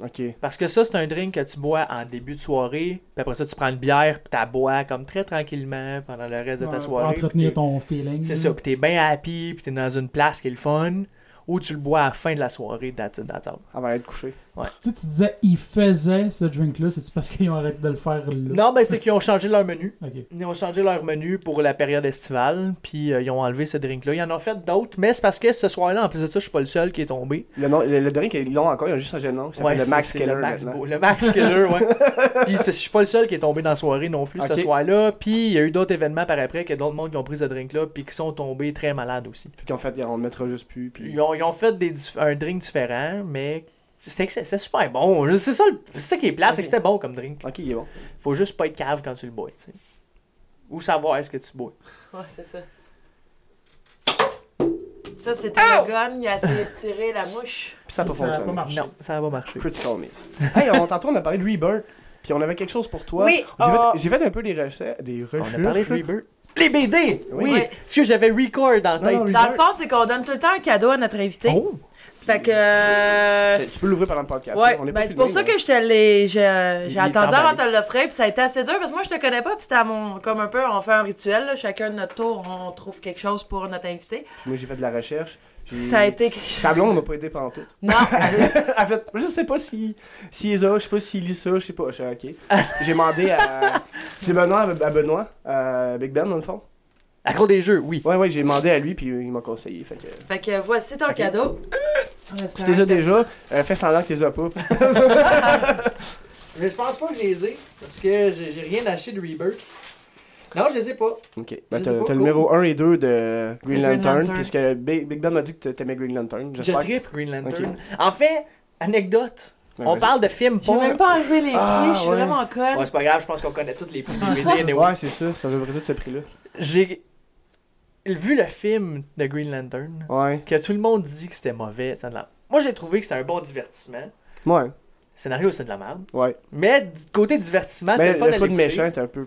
Speaker 3: Ok.
Speaker 1: Parce que ça, c'est un drink que tu bois en début de soirée, puis après ça, tu prends une bière, puis t'as bois comme très tranquillement pendant le reste de ta
Speaker 4: Ouais,
Speaker 1: soirée.
Speaker 4: Pour
Speaker 1: puis
Speaker 4: entretenir
Speaker 1: t'es-
Speaker 4: ton feeling.
Speaker 1: C'est ça, puis t'es bien happy, puis t'es dans une place qui est le fun, ou tu le bois à la fin de la soirée, that's it, that's all.
Speaker 3: Avant d'être couché.
Speaker 4: Tu sais, tu disais, ils faisaient ce drink-là, c'est-tu parce qu'ils ont arrêté de le faire là?
Speaker 1: Non, ben c'est qu'ils ont changé leur menu.
Speaker 4: Ok.
Speaker 1: Ils ont changé leur menu pour la période estivale, puis euh, ils ont enlevé ce drink-là. Ils en ont fait d'autres, mais c'est parce que ce soir-là, en plus de ça, je suis pas le seul qui est tombé.
Speaker 3: Le, nom, le, le dernier qu'ils l'ont encore, ils ont juste un jeune nom. C'est
Speaker 1: Ouais,
Speaker 3: le
Speaker 1: c'est-
Speaker 3: Max
Speaker 1: c'est
Speaker 3: Keller.
Speaker 1: Le Max,
Speaker 3: maintenant.
Speaker 1: Bo- le Max Keller,
Speaker 3: [LAUGHS]
Speaker 1: ouais. puis c'est parce que je suis pas le seul qui est tombé dans la soirée non plus
Speaker 3: Ok.
Speaker 1: ce soir-là. Puis il y a eu d'autres événements par après, qu'il y a d'autres monde qui ont pris ce drink-là, puis qui sont tombés très malades aussi.
Speaker 3: Puis qu'en fait, on le mettra juste plus. Puis...
Speaker 1: Ils ont, ils ont fait des, diff- un drink différent, mais c'était excell- c'était super bon. Je- C'est ça, le- c'est ça qui est plat, c'est que c'était bon comme drink.
Speaker 3: Ok, il est bon.
Speaker 1: Faut juste pas être cave quand tu le bois, tu sais. Ou savoir est-ce que tu bois.
Speaker 5: Ouais, c'est ça. Ça, c'était
Speaker 3: Oh!
Speaker 5: le gun, il a essayé de tirer la mouche.
Speaker 3: Puis ça n'a pas
Speaker 4: Ça a
Speaker 3: fonctionné.
Speaker 4: pas marché. Ben,
Speaker 1: Non, ça va pas marcher.
Speaker 3: Critical Miss. hey, on, tantôt, on a parlé de Rebirth. Puis on avait quelque chose pour toi.
Speaker 5: Oui.
Speaker 3: J'ai,
Speaker 1: Ah.
Speaker 3: fait, j'ai fait un peu des recherches. Des recherches.
Speaker 1: On a parlé de Rebirth. Les BD! Oui!
Speaker 5: Ouais.
Speaker 1: Parce que j'avais record en
Speaker 3: Non, non,
Speaker 1: tête.
Speaker 5: Dans le fond, c'est qu'on donne tout le temps un cadeau à notre invité.
Speaker 1: Oh!
Speaker 5: Fait que. euh,
Speaker 3: Tu peux l'ouvrir pendant le podcast.
Speaker 5: Ouais,
Speaker 3: On est
Speaker 5: ben,
Speaker 3: pas
Speaker 5: c'est pour
Speaker 3: filmé,
Speaker 5: ça
Speaker 3: mais-
Speaker 5: que je te l'ai. je-
Speaker 1: Il
Speaker 5: J'ai
Speaker 1: est
Speaker 5: attendu avant de
Speaker 1: emballé.
Speaker 5: te l'offrir, puis ça a été assez dur parce que moi je te connais pas, puis c'était à mon. Comme un peu, on fait un rituel, là, chacun de notre tour, on trouve quelque chose pour notre invité.
Speaker 3: Moi, j'ai fait de la recherche. J'ai-
Speaker 5: Ça a été Ah quelque chose.
Speaker 3: Tablon, on m'a pas aidé pendant tout.
Speaker 5: Non,
Speaker 3: [LAUGHS] en fait, je sais pas si, si les a, je sais pas s'il lit ça, je sais pas. Je suis
Speaker 5: [LAUGHS]
Speaker 3: ok. J'ai demandé à. J'ai Benoît, à Benoît, à Big Ben, dans le fond.
Speaker 1: À cause des jeux, oui.
Speaker 3: Ouais, ouais, j'ai demandé à lui, puis il m'a conseillé. Fait que.
Speaker 5: Fait que voici ton
Speaker 3: Ok.
Speaker 5: cadeau.
Speaker 3: Si t'es déjà, euh, fais semblant que
Speaker 5: [LAUGHS]
Speaker 3: t'es pas.
Speaker 1: Mais je pense pas que je les ai, parce que j'ai j'ai rien acheté de Rebirth. Non, je les ai pas.
Speaker 3: Ok. Ben,
Speaker 1: Je
Speaker 3: t'as
Speaker 1: sais pas,
Speaker 3: t'as
Speaker 1: cool.
Speaker 3: le numéro 1 et 2 de Green
Speaker 5: Green
Speaker 3: Lantern,
Speaker 5: Lantern.
Speaker 3: puisque Big, Big Ben m'a dit que t'a- t'aimais Green Lantern.
Speaker 1: Je
Speaker 3: J'espère.
Speaker 1: tripe Green Lantern. En fait, anecdote. on
Speaker 3: Ouais, Ben, vas-y.
Speaker 1: parle de films
Speaker 5: J'ai
Speaker 1: pour.
Speaker 5: même pas enlevé les
Speaker 3: Ah,
Speaker 5: pieds, je suis
Speaker 3: ouais.
Speaker 5: vraiment conne.
Speaker 1: Ouais, c'est pas grave, je pense qu'on connaît tous les prix des BD. anyway.
Speaker 3: Ouais, c'est ça. Ça veut dire tout ce prix-là.
Speaker 1: J'ai vu le film de Green Lantern,
Speaker 3: Ouais.
Speaker 1: que tout le monde dit que c'était mauvais. c'est de la- Moi, j'ai trouvé que c'était un bon divertissement.
Speaker 3: Ouais.
Speaker 1: Le scénario, c'est de la merde.
Speaker 3: Ouais.
Speaker 1: Mais du côté divertissement, Ah, c'est
Speaker 3: Mais
Speaker 1: le fun
Speaker 3: le
Speaker 1: à
Speaker 3: choix de
Speaker 1: l'écouter.
Speaker 3: méchant est un peu.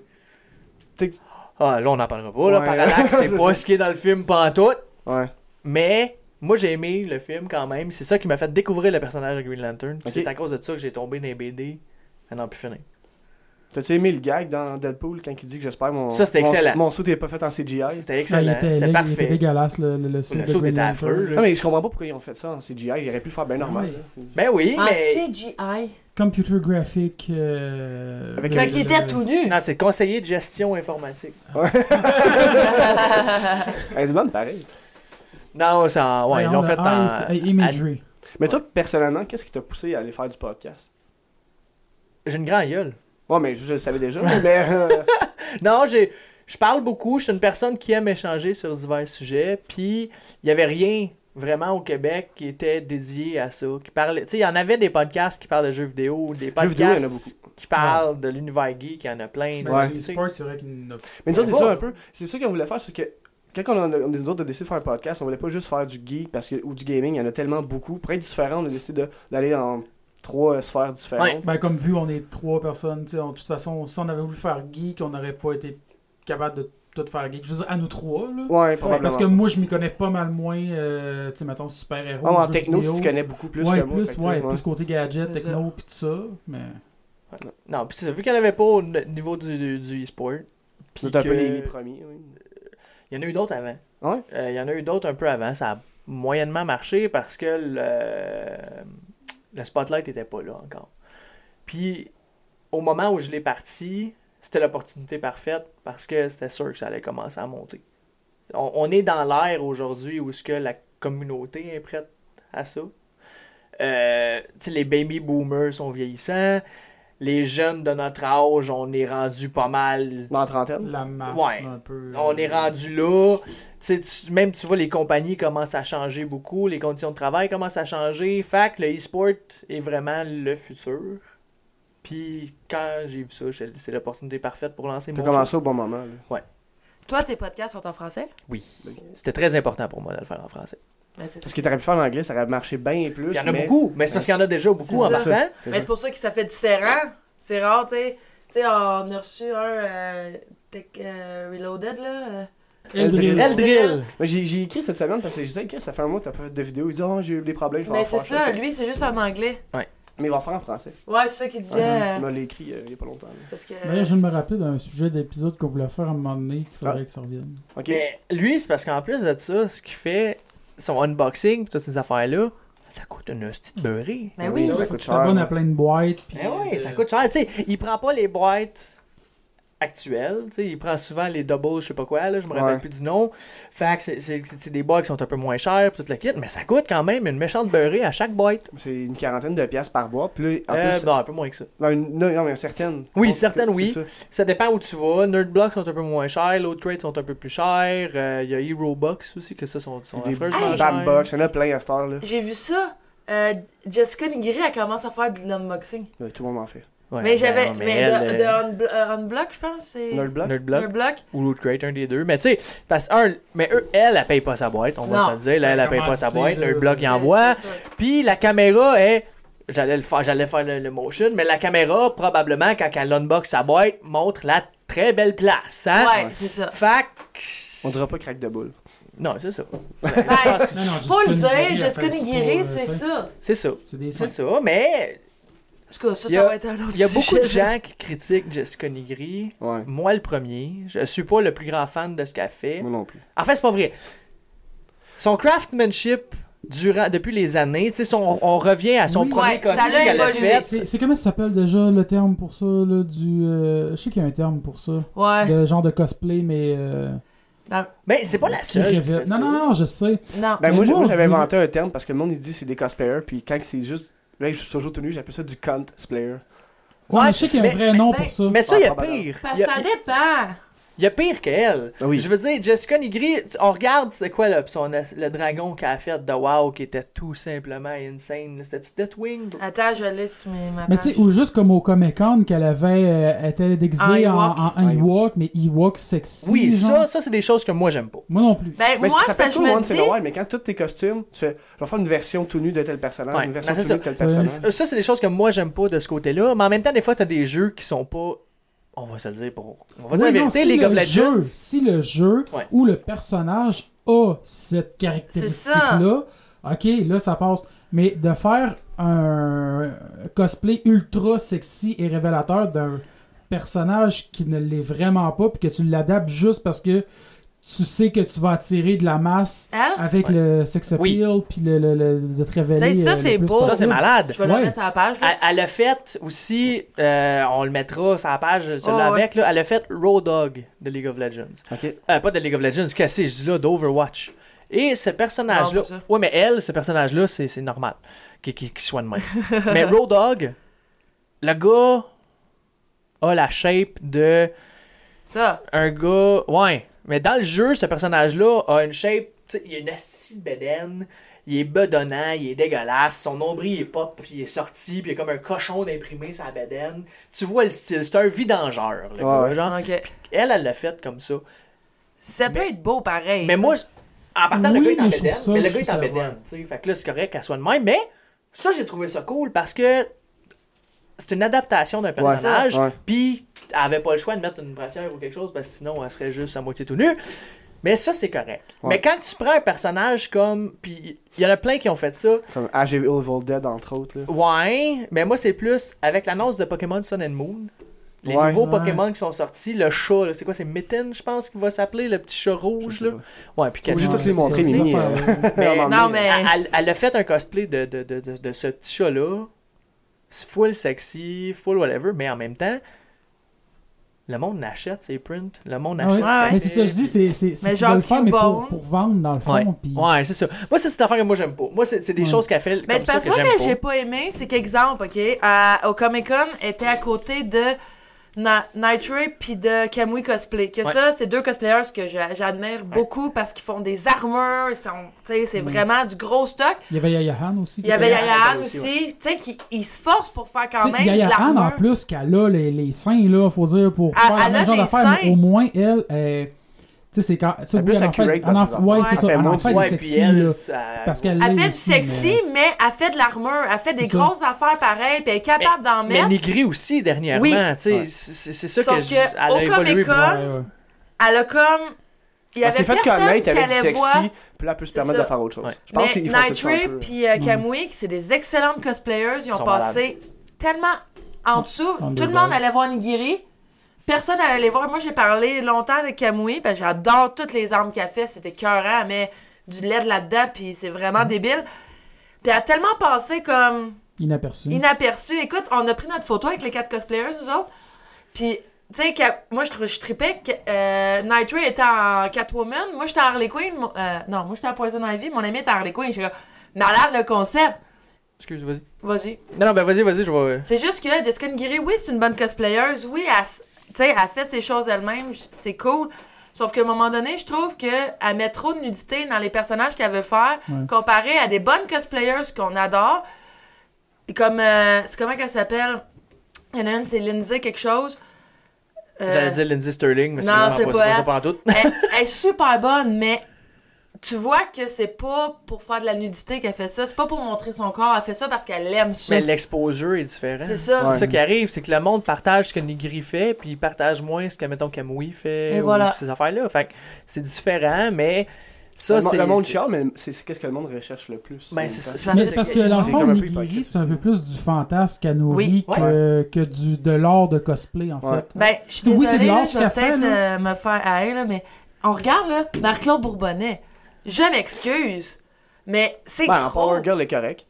Speaker 1: Ah, là, on n'en parlera pas. Là,
Speaker 3: Ouais.
Speaker 1: Parallax,
Speaker 3: [LAUGHS]
Speaker 1: c'est pas ce qui est dans le film pantoute.
Speaker 3: Ouais.
Speaker 1: Mais moi, j'ai aimé le film quand même. C'est ça qui m'a fait découvrir le personnage de Green Lantern. C'est à cause de ça que j'ai tombé dans les BD Elle n'en peut finir.
Speaker 3: T'as-tu aimé le gag dans Deadpool quand il dit que j'espère mon.
Speaker 1: Ça, c'était
Speaker 3: mon-
Speaker 1: excellent.
Speaker 3: Mon saut n'est pas fait en CGI.
Speaker 1: C'était
Speaker 4: Ah, il
Speaker 1: excellent.
Speaker 4: était
Speaker 1: C'était
Speaker 4: laid, Il était
Speaker 1: parfait.
Speaker 4: dégueulasse, le, le, le saut
Speaker 1: Le
Speaker 4: de
Speaker 1: saut
Speaker 4: Green
Speaker 1: était
Speaker 4: Lantern.
Speaker 1: affreux.
Speaker 3: Non,
Speaker 1: là.
Speaker 3: mais je comprends pas pourquoi ils ont fait ça en CGI. Ils auraient pu le faire bien normal. hein.
Speaker 4: Ouais.
Speaker 3: là.
Speaker 1: Ben oui,
Speaker 5: En
Speaker 1: mais.
Speaker 5: CGI.
Speaker 4: Computer graphique. euh,
Speaker 3: Avec
Speaker 4: de-
Speaker 3: un-
Speaker 5: Quand il était
Speaker 4: de-
Speaker 5: tout nu.
Speaker 1: Non, c'est conseiller de gestion informatique.
Speaker 3: Elle est bonne, pareil.
Speaker 1: Non, ça. Ouais,
Speaker 4: Ah,
Speaker 1: ils
Speaker 4: on
Speaker 1: l'ont
Speaker 4: a
Speaker 1: fait en.
Speaker 4: Eyes, Imagery.
Speaker 3: Mais toi, personnellement, qu'est-ce qui t'a poussé à aller faire du podcast
Speaker 1: J'ai une grande gueule.
Speaker 3: Ouais, mais je, je le savais déjà. mais. euh,
Speaker 1: Non, j'ai. Je parle beaucoup, je suis une personne qui aime échanger sur divers sujets, puis il n'y avait rien vraiment au Québec qui était dédié à ça. Qui parlait, tu sais, il y en avait des podcasts qui parlent de jeux vidéo, des
Speaker 3: Jeux
Speaker 1: podcasts
Speaker 3: vidéo, il y en a beaucoup.
Speaker 1: qui parlent de l'univers geek, il y en a plein.
Speaker 4: Ben,
Speaker 3: Ouais.
Speaker 4: du
Speaker 1: tu sais.
Speaker 4: e-sport, c'est vrai qu'il n'a
Speaker 3: Mais nous autres, c'est
Speaker 1: Bon.
Speaker 3: ça un peu. C'est ça qu'on voulait faire, c'est que quand on a, on- nous autres, on a décidé de faire un podcast, on voulait pas juste faire du geek parce que, ou du gaming, il y en a tellement beaucoup. Pour être différent, on a décidé de- d'aller dans trois euh, sphères différentes.
Speaker 1: Ouais.
Speaker 4: Ben, comme vu, on est trois personnes. tu sais, en- De toute façon, si on avait voulu faire geek, on n'aurait pas été capable de tout faire geek. Je veux dire, à nous trois. Là.
Speaker 3: Ouais, probablement.
Speaker 4: Parce que moi, je m'y connais pas mal moins, euh, tu sais, mettons, super-héros.
Speaker 3: Ah, en
Speaker 4: jeux
Speaker 3: techno,
Speaker 4: vidéo.
Speaker 3: si tu connais beaucoup plus
Speaker 4: ouais,
Speaker 3: que moi.
Speaker 4: plus,
Speaker 3: fait que, tu sais,
Speaker 4: ouais,
Speaker 3: ouais.
Speaker 4: plus côté gadget,
Speaker 5: C'est ça.
Speaker 4: techno, pis tout ça. Mais...
Speaker 1: Non, puis c'est ça, vu qu'il n'y en avait pas au n- niveau du, du e-sport, puis
Speaker 3: Nous, t'es un peu
Speaker 1: que-
Speaker 3: les premiers. oui.
Speaker 1: Il y en a eu d'autres avant.
Speaker 3: Ah ouais?
Speaker 1: Euh, il y en a eu d'autres un peu avant. Ça a moyennement marché parce que le, le spotlight n'était pas là encore. Puis, au moment où je l'ai parti, c'était l'opportunité parfaite parce que c'était sûr que ça allait commencer à monter. On, on est dans l'ère aujourd'hui où ce que la communauté est prête à ça. Euh, tu sais, les baby boomers sont vieillissants. Les jeunes de notre âge, on est rendu pas mal
Speaker 3: Dans la trentaine.
Speaker 4: La marche,
Speaker 1: Ouais.
Speaker 4: là, un peu.
Speaker 1: on
Speaker 4: euh,
Speaker 1: est rendu là. Tu sais, tu- même tu vois, les compagnies commencent à changer beaucoup, les conditions de travail commencent à changer. Fait que le e-sport est vraiment le futur. Puis quand j'ai vu ça, j'ai- c'est l'opportunité parfaite pour lancer
Speaker 3: T'as
Speaker 1: mon jeu.
Speaker 3: commencé au bon moment. là.
Speaker 5: Toi, tes podcasts sont en français?
Speaker 1: Oui. C'était très important pour moi de le faire en français.
Speaker 5: Ben, c'est ça.
Speaker 3: Parce que t'aurais pu faire en anglais, ça aurait marché bien plus.
Speaker 1: Il y en a
Speaker 3: mais-
Speaker 1: beaucoup, mais c'est parce qu'il y en a déjà beaucoup en
Speaker 5: C'est ça.
Speaker 1: partant.
Speaker 5: Mais Ben, c'est pour ça que ça fait différent. C'est rare, tu sais. Tu sais, on a reçu un euh, Tech euh, Reloaded, là. euh.
Speaker 4: Eldrin.
Speaker 3: Eldrin.
Speaker 1: Eldrill!
Speaker 3: Mais J'ai j'ai écrit cette semaine parce que je disais, Chris, ça fait un mois que t'as pas fait de vidéo. Il dit, oh, j'ai eu des problèmes, je vais
Speaker 5: Mais
Speaker 3: en
Speaker 5: Ben, c'est
Speaker 3: faire
Speaker 5: ça, lui, c'est juste en anglais.
Speaker 3: Mais il va en faire en français.
Speaker 5: Ouais, c'est ça qu'il disait.
Speaker 1: Ah,
Speaker 5: euh,
Speaker 3: Il m'a écrit euh, il y a pas longtemps. là.
Speaker 5: parce que.
Speaker 4: D'ailleurs, je viens de me rappeler d'un sujet d'épisode qu'on voulait faire à un moment donné, qu'il
Speaker 3: Ah.
Speaker 4: faudrait que ça revienne.
Speaker 3: Ok.
Speaker 1: Mais lui, c'est parce qu'en plus de ça, ce qu'il fait, son unboxing, pis toutes ces affaires-là, ça coûte une petite beurrée.
Speaker 5: Ben oui.
Speaker 3: Ça
Speaker 4: Faut
Speaker 3: coûte
Speaker 4: que tu
Speaker 3: cher, hein.
Speaker 4: t'abonnes
Speaker 3: ouais.
Speaker 4: à plein de boîtes. puis,
Speaker 1: Ben oui, ça
Speaker 4: euh,
Speaker 1: coûte cher. Tu sais, il prend pas les boîtes actuelles. Tu sais, il prend souvent les doubles, je sais pas quoi. Là, je me rappelle
Speaker 3: Ouais.
Speaker 1: plus du nom. Fait que c'est- c'est c'est- c'est des boîtes qui sont un peu moins chères, pis tout le kit, mais ça coûte quand même une méchante beurrée à chaque boîte.
Speaker 3: C'est une quarantaine de pièces par bois. Puis là, en
Speaker 1: Euh,
Speaker 3: plus,
Speaker 1: non, un peu moins que ça.
Speaker 3: non, une- non, non, mais certaines.
Speaker 1: Oui,
Speaker 3: Donc,
Speaker 1: certaines,
Speaker 3: c'est
Speaker 1: oui.
Speaker 3: ça.
Speaker 1: Ça dépend où tu vas. Nerdblocks sont un peu moins chers, l'autre crate sont un peu plus chers. Euh, Il y a Hero Box aussi, que ça sont, sont
Speaker 3: Des
Speaker 1: affreusement
Speaker 3: bad
Speaker 1: chers.
Speaker 3: box, il y en a plein à cette heure-là.
Speaker 5: J'ai vu ça. Euh, Jessica Nigiri, elle commence à faire de l'unboxing.
Speaker 3: Ouais, Tout le monde en fait.
Speaker 1: Ouais,
Speaker 5: mais
Speaker 1: ben,
Speaker 5: j'avais.
Speaker 1: non,
Speaker 5: mais
Speaker 1: elle,
Speaker 5: de, de
Speaker 1: euh,
Speaker 5: Unblo- euh, Unblock, je pense. C'est.
Speaker 3: Nerd Block.
Speaker 1: Nerdblock
Speaker 5: Unblock.
Speaker 1: ou Loot Crate, un des deux. Mais tu sais, parce que, un, mais eux, elle, elle paye pas sa boîte, on va
Speaker 5: Non.
Speaker 1: se le dire. Là, elle, elle paye pas sa boîte.
Speaker 4: Commandité, là.
Speaker 1: Nerdblock, il
Speaker 5: C'est-
Speaker 1: envoie.
Speaker 5: c'est ça.
Speaker 1: Puis la caméra est. J'allais le faire, j'allais faire le, le motion, mais la caméra, probablement, quand elle unbox sa boîte, montre la très belle place. Hein?
Speaker 5: Ouais,
Speaker 1: [LAUGHS]
Speaker 5: c'est ça.
Speaker 1: Fait
Speaker 3: On
Speaker 1: que-
Speaker 3: dira pas crack de boule.
Speaker 1: Non, c'est ça.
Speaker 5: Ben,
Speaker 4: Non, non,
Speaker 5: faut le
Speaker 4: Jessica
Speaker 5: dire,
Speaker 4: Nigiri,
Speaker 5: Jessica
Speaker 4: elle fait du
Speaker 5: Nigiri,
Speaker 4: sport, euh,
Speaker 5: c'est
Speaker 4: tu sais.
Speaker 5: ça.
Speaker 1: C'est ça.
Speaker 4: C'est des
Speaker 1: C'est
Speaker 4: sacs.
Speaker 1: ça. Mais
Speaker 5: En tout cas, ça,
Speaker 1: Il y a-
Speaker 5: ça va être un autre
Speaker 1: il y a beaucoup de
Speaker 5: sujet.
Speaker 1: gens qui critiquent Jessica Nigri.
Speaker 3: Ouais.
Speaker 1: Moi, le premier. Je suis pas le plus grand fan de ce qu'elle fait.
Speaker 3: Moi non plus.
Speaker 1: En fait, c'est pas vrai. Son craftsmanship durant, depuis les années, tu sais, son- on revient à son
Speaker 4: Oui.
Speaker 1: premier
Speaker 5: Ouais, ça
Speaker 1: cosplay
Speaker 5: l'a
Speaker 1: qu'elle a
Speaker 5: évolué.
Speaker 1: fait.
Speaker 4: C'est c'est comment ça s'appelle déjà le terme pour ça là, du euh, je sais qu'il y a un terme pour ça
Speaker 5: Ouais. Ben,
Speaker 4: de genre de cosplay mais euh,
Speaker 1: Mais Ah, c'est pas la
Speaker 4: qui
Speaker 1: seule. qui
Speaker 4: révèle-
Speaker 1: fait
Speaker 4: non
Speaker 1: ça.
Speaker 4: non non je sais
Speaker 5: Non.
Speaker 3: Ben,
Speaker 4: Mais
Speaker 3: moi, j'ai-
Speaker 4: moi,
Speaker 3: moi,
Speaker 4: on
Speaker 3: j'avais
Speaker 4: dirait-
Speaker 3: inventé un terme parce que le monde il dit c'est des cosplayers, puis quand c'est juste. Là, je suis toujours tout nu, j'appelle ça du cosplayer.
Speaker 4: Non,
Speaker 1: Ouais,
Speaker 4: mais je sais qu'il y a
Speaker 1: mais-
Speaker 4: un vrai nom
Speaker 5: mais-
Speaker 4: pour ça
Speaker 1: Mais ça, il y a
Speaker 3: Probablement.
Speaker 1: pire.
Speaker 5: Parce
Speaker 1: Il y
Speaker 5: que
Speaker 1: a-
Speaker 5: Ben, ça dépend.
Speaker 1: Il y a pire qu'elle.
Speaker 3: Ah oui.
Speaker 1: Je veux dire, Jessica Nigri, tu- on regarde c'était quoi là, pis son- le dragon qu'elle a fait de WoW qui était tout simplement insane. C'était-tu Deathwing? bro?
Speaker 5: Attends, je laisse mes, ma
Speaker 4: mais
Speaker 5: page.
Speaker 4: tu sais, ou juste comme au Comic Con qu'elle avait, euh, elle était déguisée
Speaker 5: En
Speaker 4: en,
Speaker 5: Ewok.
Speaker 4: en, en Ewok, mais Ewok sexy.
Speaker 1: Oui,
Speaker 4: genre.
Speaker 1: ça, ça c'est des choses que moi j'aime pas.
Speaker 4: Moi non plus.
Speaker 5: Ben,
Speaker 3: Mais
Speaker 5: moi,
Speaker 3: ça
Speaker 5: c'est parce
Speaker 3: fait
Speaker 5: que
Speaker 3: tout
Speaker 5: je
Speaker 3: le
Speaker 5: me
Speaker 3: monde, c'est
Speaker 5: dis.
Speaker 3: normal, mais quand tous tes costumes, tu fais, je vais faire une version tout nu de tel personnage,
Speaker 1: Ouais,
Speaker 3: une
Speaker 1: ben,
Speaker 3: version
Speaker 1: c'est
Speaker 3: tout
Speaker 1: ça.
Speaker 3: nu de tel
Speaker 4: Ça,
Speaker 3: personnage.
Speaker 1: Ça, c'est des choses que moi j'aime pas de ce côté-là. Mais en même temps, des fois, t'as des jeux qui sont pas. On va se le dire pour. On va dire la
Speaker 4: Oui, non,
Speaker 1: vérité,
Speaker 4: si
Speaker 1: League
Speaker 4: le
Speaker 1: of
Speaker 4: jeu-
Speaker 1: Legends.
Speaker 4: si le jeu
Speaker 1: Ouais.
Speaker 4: ou le personnage a cette caractéristique-là, ok, là ça passe. Mais de faire un cosplay ultra sexy et révélateur d'un personnage qui ne l'est vraiment pas, puis que tu l'adaptes juste parce que tu sais que tu vas attirer de la masse
Speaker 5: Elle?
Speaker 4: avec
Speaker 1: Ouais.
Speaker 4: le sex appeal,
Speaker 1: Oui.
Speaker 4: puis le, le- le- de te révéler.
Speaker 5: T'sais, ça,
Speaker 4: euh, le
Speaker 5: c'est
Speaker 4: plus
Speaker 5: beau.
Speaker 1: Ça, c'est
Speaker 4: possible.
Speaker 1: malade.
Speaker 5: Je vais
Speaker 4: Ouais.
Speaker 5: le mettre sur la page. là.
Speaker 1: Elle, elle a fait aussi, euh, on le mettra sur la page, celui-là
Speaker 5: Oh, ouais.
Speaker 1: avec, là, elle a fait Road Dog de League of Legends.
Speaker 3: Ok.
Speaker 1: Euh, pas de League of Legends, qu'est-ce que je dis là, d'Overwatch. Et ce personnage-là.
Speaker 5: Non, pas ça.
Speaker 1: Oui, mais elle, ce personnage-là, c'est c'est normal qu'il qu'il- qu'il soit de même.
Speaker 5: [LAUGHS]
Speaker 1: mais Road Dog, le gars a la shape de
Speaker 5: Ça.
Speaker 1: un gars. Ouais. Mais dans le jeu, ce personnage-là a une shape. tu sais, Il a une assis bédaine. Il est bedonnant, il est dégueulasse. Son nombril il est pop, puis il est sorti, puis il est comme un cochon d'imprimé sa bédaine. Tu vois le style. C'est un vidangeur, le
Speaker 3: Ouais,
Speaker 1: gars,
Speaker 3: ouais.
Speaker 1: genre.
Speaker 5: Ok.
Speaker 1: Elle, elle l'a fait comme ça.
Speaker 5: Ça peut être beau pareil.
Speaker 1: Mais
Speaker 5: t'sais.
Speaker 1: moi, je- en partant,
Speaker 4: Oui,
Speaker 1: le gars est en
Speaker 4: mais je trouve
Speaker 1: bédaine.
Speaker 4: ça-
Speaker 1: mais le
Speaker 4: je
Speaker 1: gars est en
Speaker 4: trouve ça,
Speaker 1: bédaine. tu sais. Fait que là, c'est correct qu'elle soit de même. Mais ça, j'ai trouvé ça cool parce que c'est une adaptation d'un personnage.
Speaker 3: ouais.
Speaker 1: Puis elle avait pas le choix de mettre une brassière ou quelque chose parce que sinon, elle serait juste à moitié tout nue. Mais ça, c'est correct.
Speaker 3: Ouais.
Speaker 1: Mais quand tu prends un personnage comme. Puis il y en a plein qui ont fait ça.
Speaker 3: Comme ah, j'ai Evil Dead, entre autres. Là.
Speaker 1: Ouais, mais moi, c'est plus avec l'annonce de Pokémon Sun and Moon. Les
Speaker 3: Ouais.
Speaker 1: nouveaux
Speaker 4: Ouais.
Speaker 1: Pokémon qui sont sortis, le chat, là, c'est quoi, c'est Mitten, je pense, qui va s'appeler, le petit chat rouge,
Speaker 3: sais
Speaker 1: là. Ouais, puis quelque
Speaker 3: Obligé de
Speaker 1: chose.
Speaker 3: toutes les montrer,
Speaker 4: c'est-
Speaker 3: Mimi.
Speaker 4: c'est-
Speaker 3: euh,
Speaker 1: [LAUGHS] Mais-
Speaker 3: à un moment
Speaker 5: Non,
Speaker 3: donné.
Speaker 5: mais.
Speaker 1: Elle, elle- elle a fait un cosplay de, de, de, de- de ce petit chat-là. C'est Full sexy, full whatever, mais en même temps, le monde achète ses prints. Le monde
Speaker 4: Ah ouais.
Speaker 1: achète ses
Speaker 5: Ouais,
Speaker 4: Mais c'est ça, je dis, c'est- c'est c'est
Speaker 5: Mais
Speaker 4: tu
Speaker 5: genre
Speaker 4: dois le faire, mais pour,
Speaker 5: Cubone.
Speaker 4: pour vendre, dans le fond.
Speaker 1: Ouais.
Speaker 4: puis-
Speaker 1: Ouais, c'est ça. Moi, ça, c'est une affaire que moi, j'aime pas. Moi, c'est c'est des
Speaker 4: Ouais.
Speaker 1: choses qu'elle fait comme
Speaker 5: Mais c'est
Speaker 1: ça
Speaker 5: parce
Speaker 1: que
Speaker 5: que moi,
Speaker 1: j'aime
Speaker 5: que j'ai
Speaker 1: pas.
Speaker 5: pas aimé, c'est qu'exemple, OK? à- au Comic-Con, était à côté de Na Nightray puis de Kamui Cosplay. Que
Speaker 1: Ouais.
Speaker 5: ça, c'est deux cosplayers que j'a- j'admire beaucoup parce qu'ils font des armures, ils sont, tu sais, c'est vraiment du gros stock.
Speaker 4: Il y avait Yaya Han aussi.
Speaker 5: Il y avait
Speaker 1: Yaya
Speaker 5: Yaya
Speaker 1: Han
Speaker 5: Han
Speaker 1: aussi,
Speaker 5: aussi, tu sais, qui ils se forcent pour faire quand
Speaker 4: T'sais,
Speaker 5: même
Speaker 4: Yaya
Speaker 5: de
Speaker 4: Han, en
Speaker 5: l'armure.
Speaker 4: plus, qu'elle a les, les seins, là, faut dire, pour
Speaker 5: Elle-
Speaker 4: faire la
Speaker 5: elle
Speaker 4: même
Speaker 5: a
Speaker 4: genre
Speaker 5: des
Speaker 4: d'affaires, mais
Speaker 5: seins.
Speaker 4: au moins, elle, euh, tu sais, c'est quand. Tu sais,
Speaker 3: Elle est plus
Speaker 4: oui, elle en fait,
Speaker 3: accurate dans
Speaker 4: elle en-
Speaker 3: ses
Speaker 4: ouais,
Speaker 5: affaires.
Speaker 4: c'est ça,
Speaker 3: Elle fait
Speaker 4: elle en
Speaker 3: moins
Speaker 4: fait
Speaker 3: de-
Speaker 4: du
Speaker 1: Ouais,
Speaker 4: sexy,
Speaker 1: puis elle,
Speaker 4: là,
Speaker 1: elle-
Speaker 4: parce qu'elle
Speaker 5: Elle
Speaker 4: l'est
Speaker 5: fait du
Speaker 4: aussi,
Speaker 5: sexy, mais... elle fait de l'armure. Elle fait des
Speaker 4: C'est ça.
Speaker 5: grosses affaires pareilles, puis elle est capable d'en
Speaker 1: Mais
Speaker 5: mettre.
Speaker 1: Nigri aussi, dernièrement,
Speaker 5: Oui.
Speaker 1: tu sais,
Speaker 3: Ouais.
Speaker 1: c'est c'est ça
Speaker 5: Sauf
Speaker 1: que, je-
Speaker 5: que
Speaker 1: elle
Speaker 5: au
Speaker 1: a évolué.
Speaker 5: Comic-Con,
Speaker 1: moi.
Speaker 4: Ouais, ouais.
Speaker 5: Elle a comme. Il y
Speaker 3: Elle
Speaker 5: avait
Speaker 3: s'est Ah, fait
Speaker 5: personne
Speaker 3: connaître
Speaker 5: qui
Speaker 3: avec du
Speaker 5: allait
Speaker 3: sexy,
Speaker 5: voir.
Speaker 3: puis là, elle peut se
Speaker 5: C'est
Speaker 3: permettre
Speaker 5: ça.
Speaker 3: de faire autre chose.
Speaker 1: Ouais.
Speaker 3: Je pense
Speaker 5: mais
Speaker 3: qu'ils font tout ça un
Speaker 5: Nightray
Speaker 3: peu.
Speaker 5: puis euh, Kamui, c'est des excellentes cosplayers. Ils ont
Speaker 1: sont
Speaker 5: passé tellement en
Speaker 4: Ouais,
Speaker 5: dessous.
Speaker 4: underdog.
Speaker 5: Tout le monde allait voir Nigiri. Personne allait les voir. Moi, j'ai parlé longtemps avec Kamui. Ben, J'adore toutes les armes qu'elle fait. C'était écœurant. Elle met du LED là-dedans, puis c'est vraiment débile. Puis elle a tellement passé comme
Speaker 4: Inaperçu.
Speaker 5: inaperçu. Écoute, on a pris notre photo avec les quatre cosplayers, nous autres. Puis, tu sais, que- moi, je, trou- je tripais que euh, Nightray était en Catwoman. Moi, j'étais en Harley Quinn. mon- euh, non, moi, j'étais en Poison Ivy. Mon ami était en Harley Quinn. J'étais comme, malade le concept.
Speaker 1: Excuse, vas-y.
Speaker 5: Vas-y.
Speaker 1: Non, non, ben vas-y, vas-y, je vais.
Speaker 5: C'est juste que Jessica Nguiri, oui, c'est une bonne cosplayeuse. Oui, elle, s- tu sais, elle fait ses choses elle-même. j- C'est cool. Sauf qu'à un moment donné, je trouve qu'elle met trop de nudité dans les personnages qu'elle veut faire,
Speaker 4: Ouais.
Speaker 5: comparé à des bonnes cosplayers qu'on adore. Et Comme, euh, c'est comment qu'elle s'appelle? Il y en a une, c'est Lindsay quelque chose. Euh,
Speaker 1: J'allais dire Lindsay Sterling, mais c'est
Speaker 5: non,
Speaker 1: vraiment
Speaker 5: c'est
Speaker 1: pas,
Speaker 5: pas
Speaker 1: c'est pas
Speaker 5: elle.
Speaker 1: ça pantoute.
Speaker 5: elle, elle est super bonne, mais tu vois que c'est pas pour faire de la nudité qu'elle fait ça. C'est pas pour montrer son corps. Elle fait ça parce qu'elle aime ça.
Speaker 1: Mais l'exposure est différent.
Speaker 5: C'est ça.
Speaker 1: C'est ça qui arrive, c'est que le monde partage ce que Nigri fait, puis il partage moins ce que, mettons, Kamui fait,
Speaker 5: Et
Speaker 1: ou
Speaker 5: voilà.
Speaker 1: ces affaires-là. Fait que c'est différent, mais
Speaker 3: Le
Speaker 1: ça,
Speaker 3: mo-
Speaker 1: c'est...
Speaker 3: le monde
Speaker 1: c'est-
Speaker 3: chiale, mais c'est c'est qu'est-ce que le monde recherche le plus.
Speaker 1: Ben,
Speaker 3: en
Speaker 1: c'est
Speaker 3: même
Speaker 1: ça,
Speaker 3: temps.
Speaker 4: Mais
Speaker 1: c'est
Speaker 4: c'est parce que dans le
Speaker 3: c'est
Speaker 4: fond,
Speaker 3: comme un peu
Speaker 4: Nigiri,
Speaker 3: hypocrite,
Speaker 4: c'est un
Speaker 3: ça.
Speaker 4: peu plus du fantasme qu'à nourrir
Speaker 5: Oui.
Speaker 4: que, que du, de l'or de cosplay, en
Speaker 3: Ouais.
Speaker 4: fait. Ah,
Speaker 5: Ben, je suis
Speaker 4: Tu sais, oui,
Speaker 5: désolée,
Speaker 4: c'est de
Speaker 5: là,
Speaker 4: l'art
Speaker 5: je
Speaker 4: qu'elle
Speaker 5: vais
Speaker 4: fait,
Speaker 5: peut-être
Speaker 4: là.
Speaker 5: euh, me faire haïr, là, mais on regarde, là, Marc-Claude Bourbonnais. Je m'excuse, mais c'est
Speaker 3: Ben, en
Speaker 5: trop...
Speaker 3: Power Girl est correct.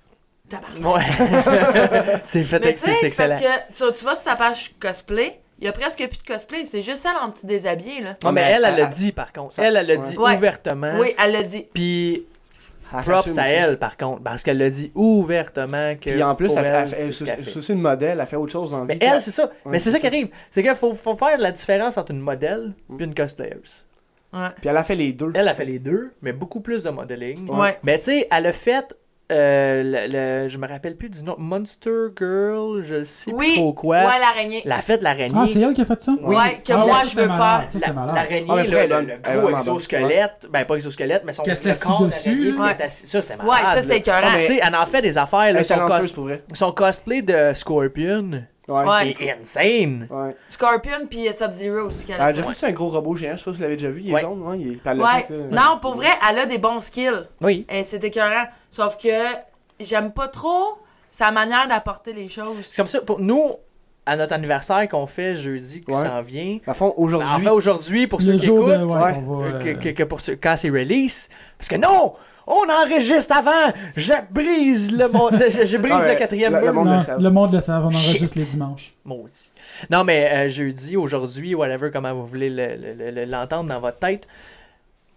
Speaker 5: Tabarnak. [LAUGHS]
Speaker 1: Ouais. c'est fait
Speaker 5: Mais
Speaker 1: que
Speaker 5: tu
Speaker 1: c'est
Speaker 5: sais, c'est
Speaker 1: excellent.
Speaker 5: parce que tu, tu vas sur sa page cosplay, il y a presque plus de cosplay, c'est juste elle en petit déshabillé, là.
Speaker 1: Non, mais
Speaker 3: Ouais,
Speaker 1: elle, elle l'a
Speaker 3: elle-
Speaker 1: dit, par contre.
Speaker 3: ça-
Speaker 1: Elle, elle l'a
Speaker 3: Ouais.
Speaker 1: dit
Speaker 5: Ouais.
Speaker 1: ouvertement.
Speaker 5: Oui, elle l'a dit.
Speaker 1: Puis,
Speaker 3: Elle
Speaker 1: props
Speaker 3: s'assume
Speaker 1: à
Speaker 3: aussi.
Speaker 1: elle, par contre, parce qu'elle l'a dit ouvertement que
Speaker 3: Puis en plus,
Speaker 1: pour
Speaker 3: elle,
Speaker 1: elle,
Speaker 3: fait-
Speaker 1: c'est
Speaker 3: elle,
Speaker 1: ce qu'elle fait.
Speaker 3: c'est aussi une modèle, elle fait autre chose dans la
Speaker 1: Mais
Speaker 3: vie.
Speaker 1: elle, c'est ça. mais c'est
Speaker 3: c'est Mm.
Speaker 1: ça
Speaker 3: ça.
Speaker 1: qui arrive. C'est qu'il faut, faut faire la différence entre une modèle puis une cosplayeuse.
Speaker 5: Ouais.
Speaker 3: Puis elle a fait les deux.
Speaker 1: Elle a fait les deux, mais beaucoup plus de modeling.
Speaker 5: Ouais.
Speaker 1: Mais tu sais, elle a fait. euh, le, le- je me rappelle plus du nom. Monster Girl, je sais plus
Speaker 5: Oui,
Speaker 1: trop quoi.
Speaker 5: ouais, l'araignée.
Speaker 1: La fête de l'araignée.
Speaker 4: Ah, c'est elle qui a fait ça?
Speaker 5: Oui. Ouais, que
Speaker 4: Ah,
Speaker 5: moi,
Speaker 4: ça,
Speaker 5: je
Speaker 4: c'était
Speaker 5: veux
Speaker 4: malade.
Speaker 5: faire.
Speaker 4: Ça, c'était
Speaker 1: La-
Speaker 4: malade.
Speaker 1: L'araignée,
Speaker 3: Ah, mais
Speaker 1: le,
Speaker 3: elle est
Speaker 1: le-
Speaker 3: bonne.
Speaker 1: le
Speaker 3: Elle est
Speaker 1: gros
Speaker 3: vraiment
Speaker 1: exosquelette. Ben, pas exosquelette, mais son
Speaker 4: Qu'elle
Speaker 1: le
Speaker 4: s'assit
Speaker 1: corps
Speaker 4: dessus,
Speaker 1: d'araignée
Speaker 4: là.
Speaker 1: qui est assis- Ça, c'était malade.
Speaker 5: Ouais, ça, c'était
Speaker 1: là. Ah,
Speaker 5: écœurant.
Speaker 1: Tu sais, elle en fait des affaires.
Speaker 3: Elle
Speaker 1: Là,
Speaker 3: est
Speaker 1: son,
Speaker 3: talentueuse
Speaker 1: cos-
Speaker 3: pour vrai.
Speaker 1: son cosplay de Scorpion
Speaker 5: Ouais.
Speaker 1: est insane.
Speaker 3: Ouais.
Speaker 5: Scorpion puis euh, Sub-Zero aussi qu'elle
Speaker 3: Elle a
Speaker 5: a fait.
Speaker 3: déjà fait Ah, un gros robot géant, je sais pas si vous l'avez déjà vu, il est
Speaker 1: Ouais.
Speaker 3: jaune, ouais. il est- puis elle l'a
Speaker 5: Ouais.
Speaker 3: fait, euh, là.
Speaker 5: Non, pour vrai, elle a des bons skills.
Speaker 1: Oui.
Speaker 5: Et c'est écœurant. Sauf que j'aime pas trop sa manière d'apporter les choses.
Speaker 1: C'est comme ça. Pour nous, à notre anniversaire qu'on fait jeudi qui
Speaker 3: Ouais.
Speaker 1: s'en vient,
Speaker 3: À fond,
Speaker 1: ben,
Speaker 3: aujourd'hui.
Speaker 1: enfin aujourd'hui, pour ceux
Speaker 4: le
Speaker 1: qui
Speaker 4: jour de-
Speaker 1: écoutent,
Speaker 4: ouais,
Speaker 3: ouais,
Speaker 4: on va,
Speaker 1: euh, que,
Speaker 4: euh,
Speaker 1: que- que pour ceux- quand c'est release, parce que non! On enregistre avant! Je brise le monde, je, je brise
Speaker 3: Ah ouais,
Speaker 1: le quatrième
Speaker 3: le- le
Speaker 1: mur!
Speaker 3: monde
Speaker 4: non,
Speaker 3: le savent.
Speaker 4: le monde le savent, on enregistre
Speaker 1: Shit.
Speaker 4: les dimanches.
Speaker 1: Maudit. Non, mais euh, jeudi, aujourd'hui, whatever, comment vous voulez le- le- le- le- l'entendre dans votre tête,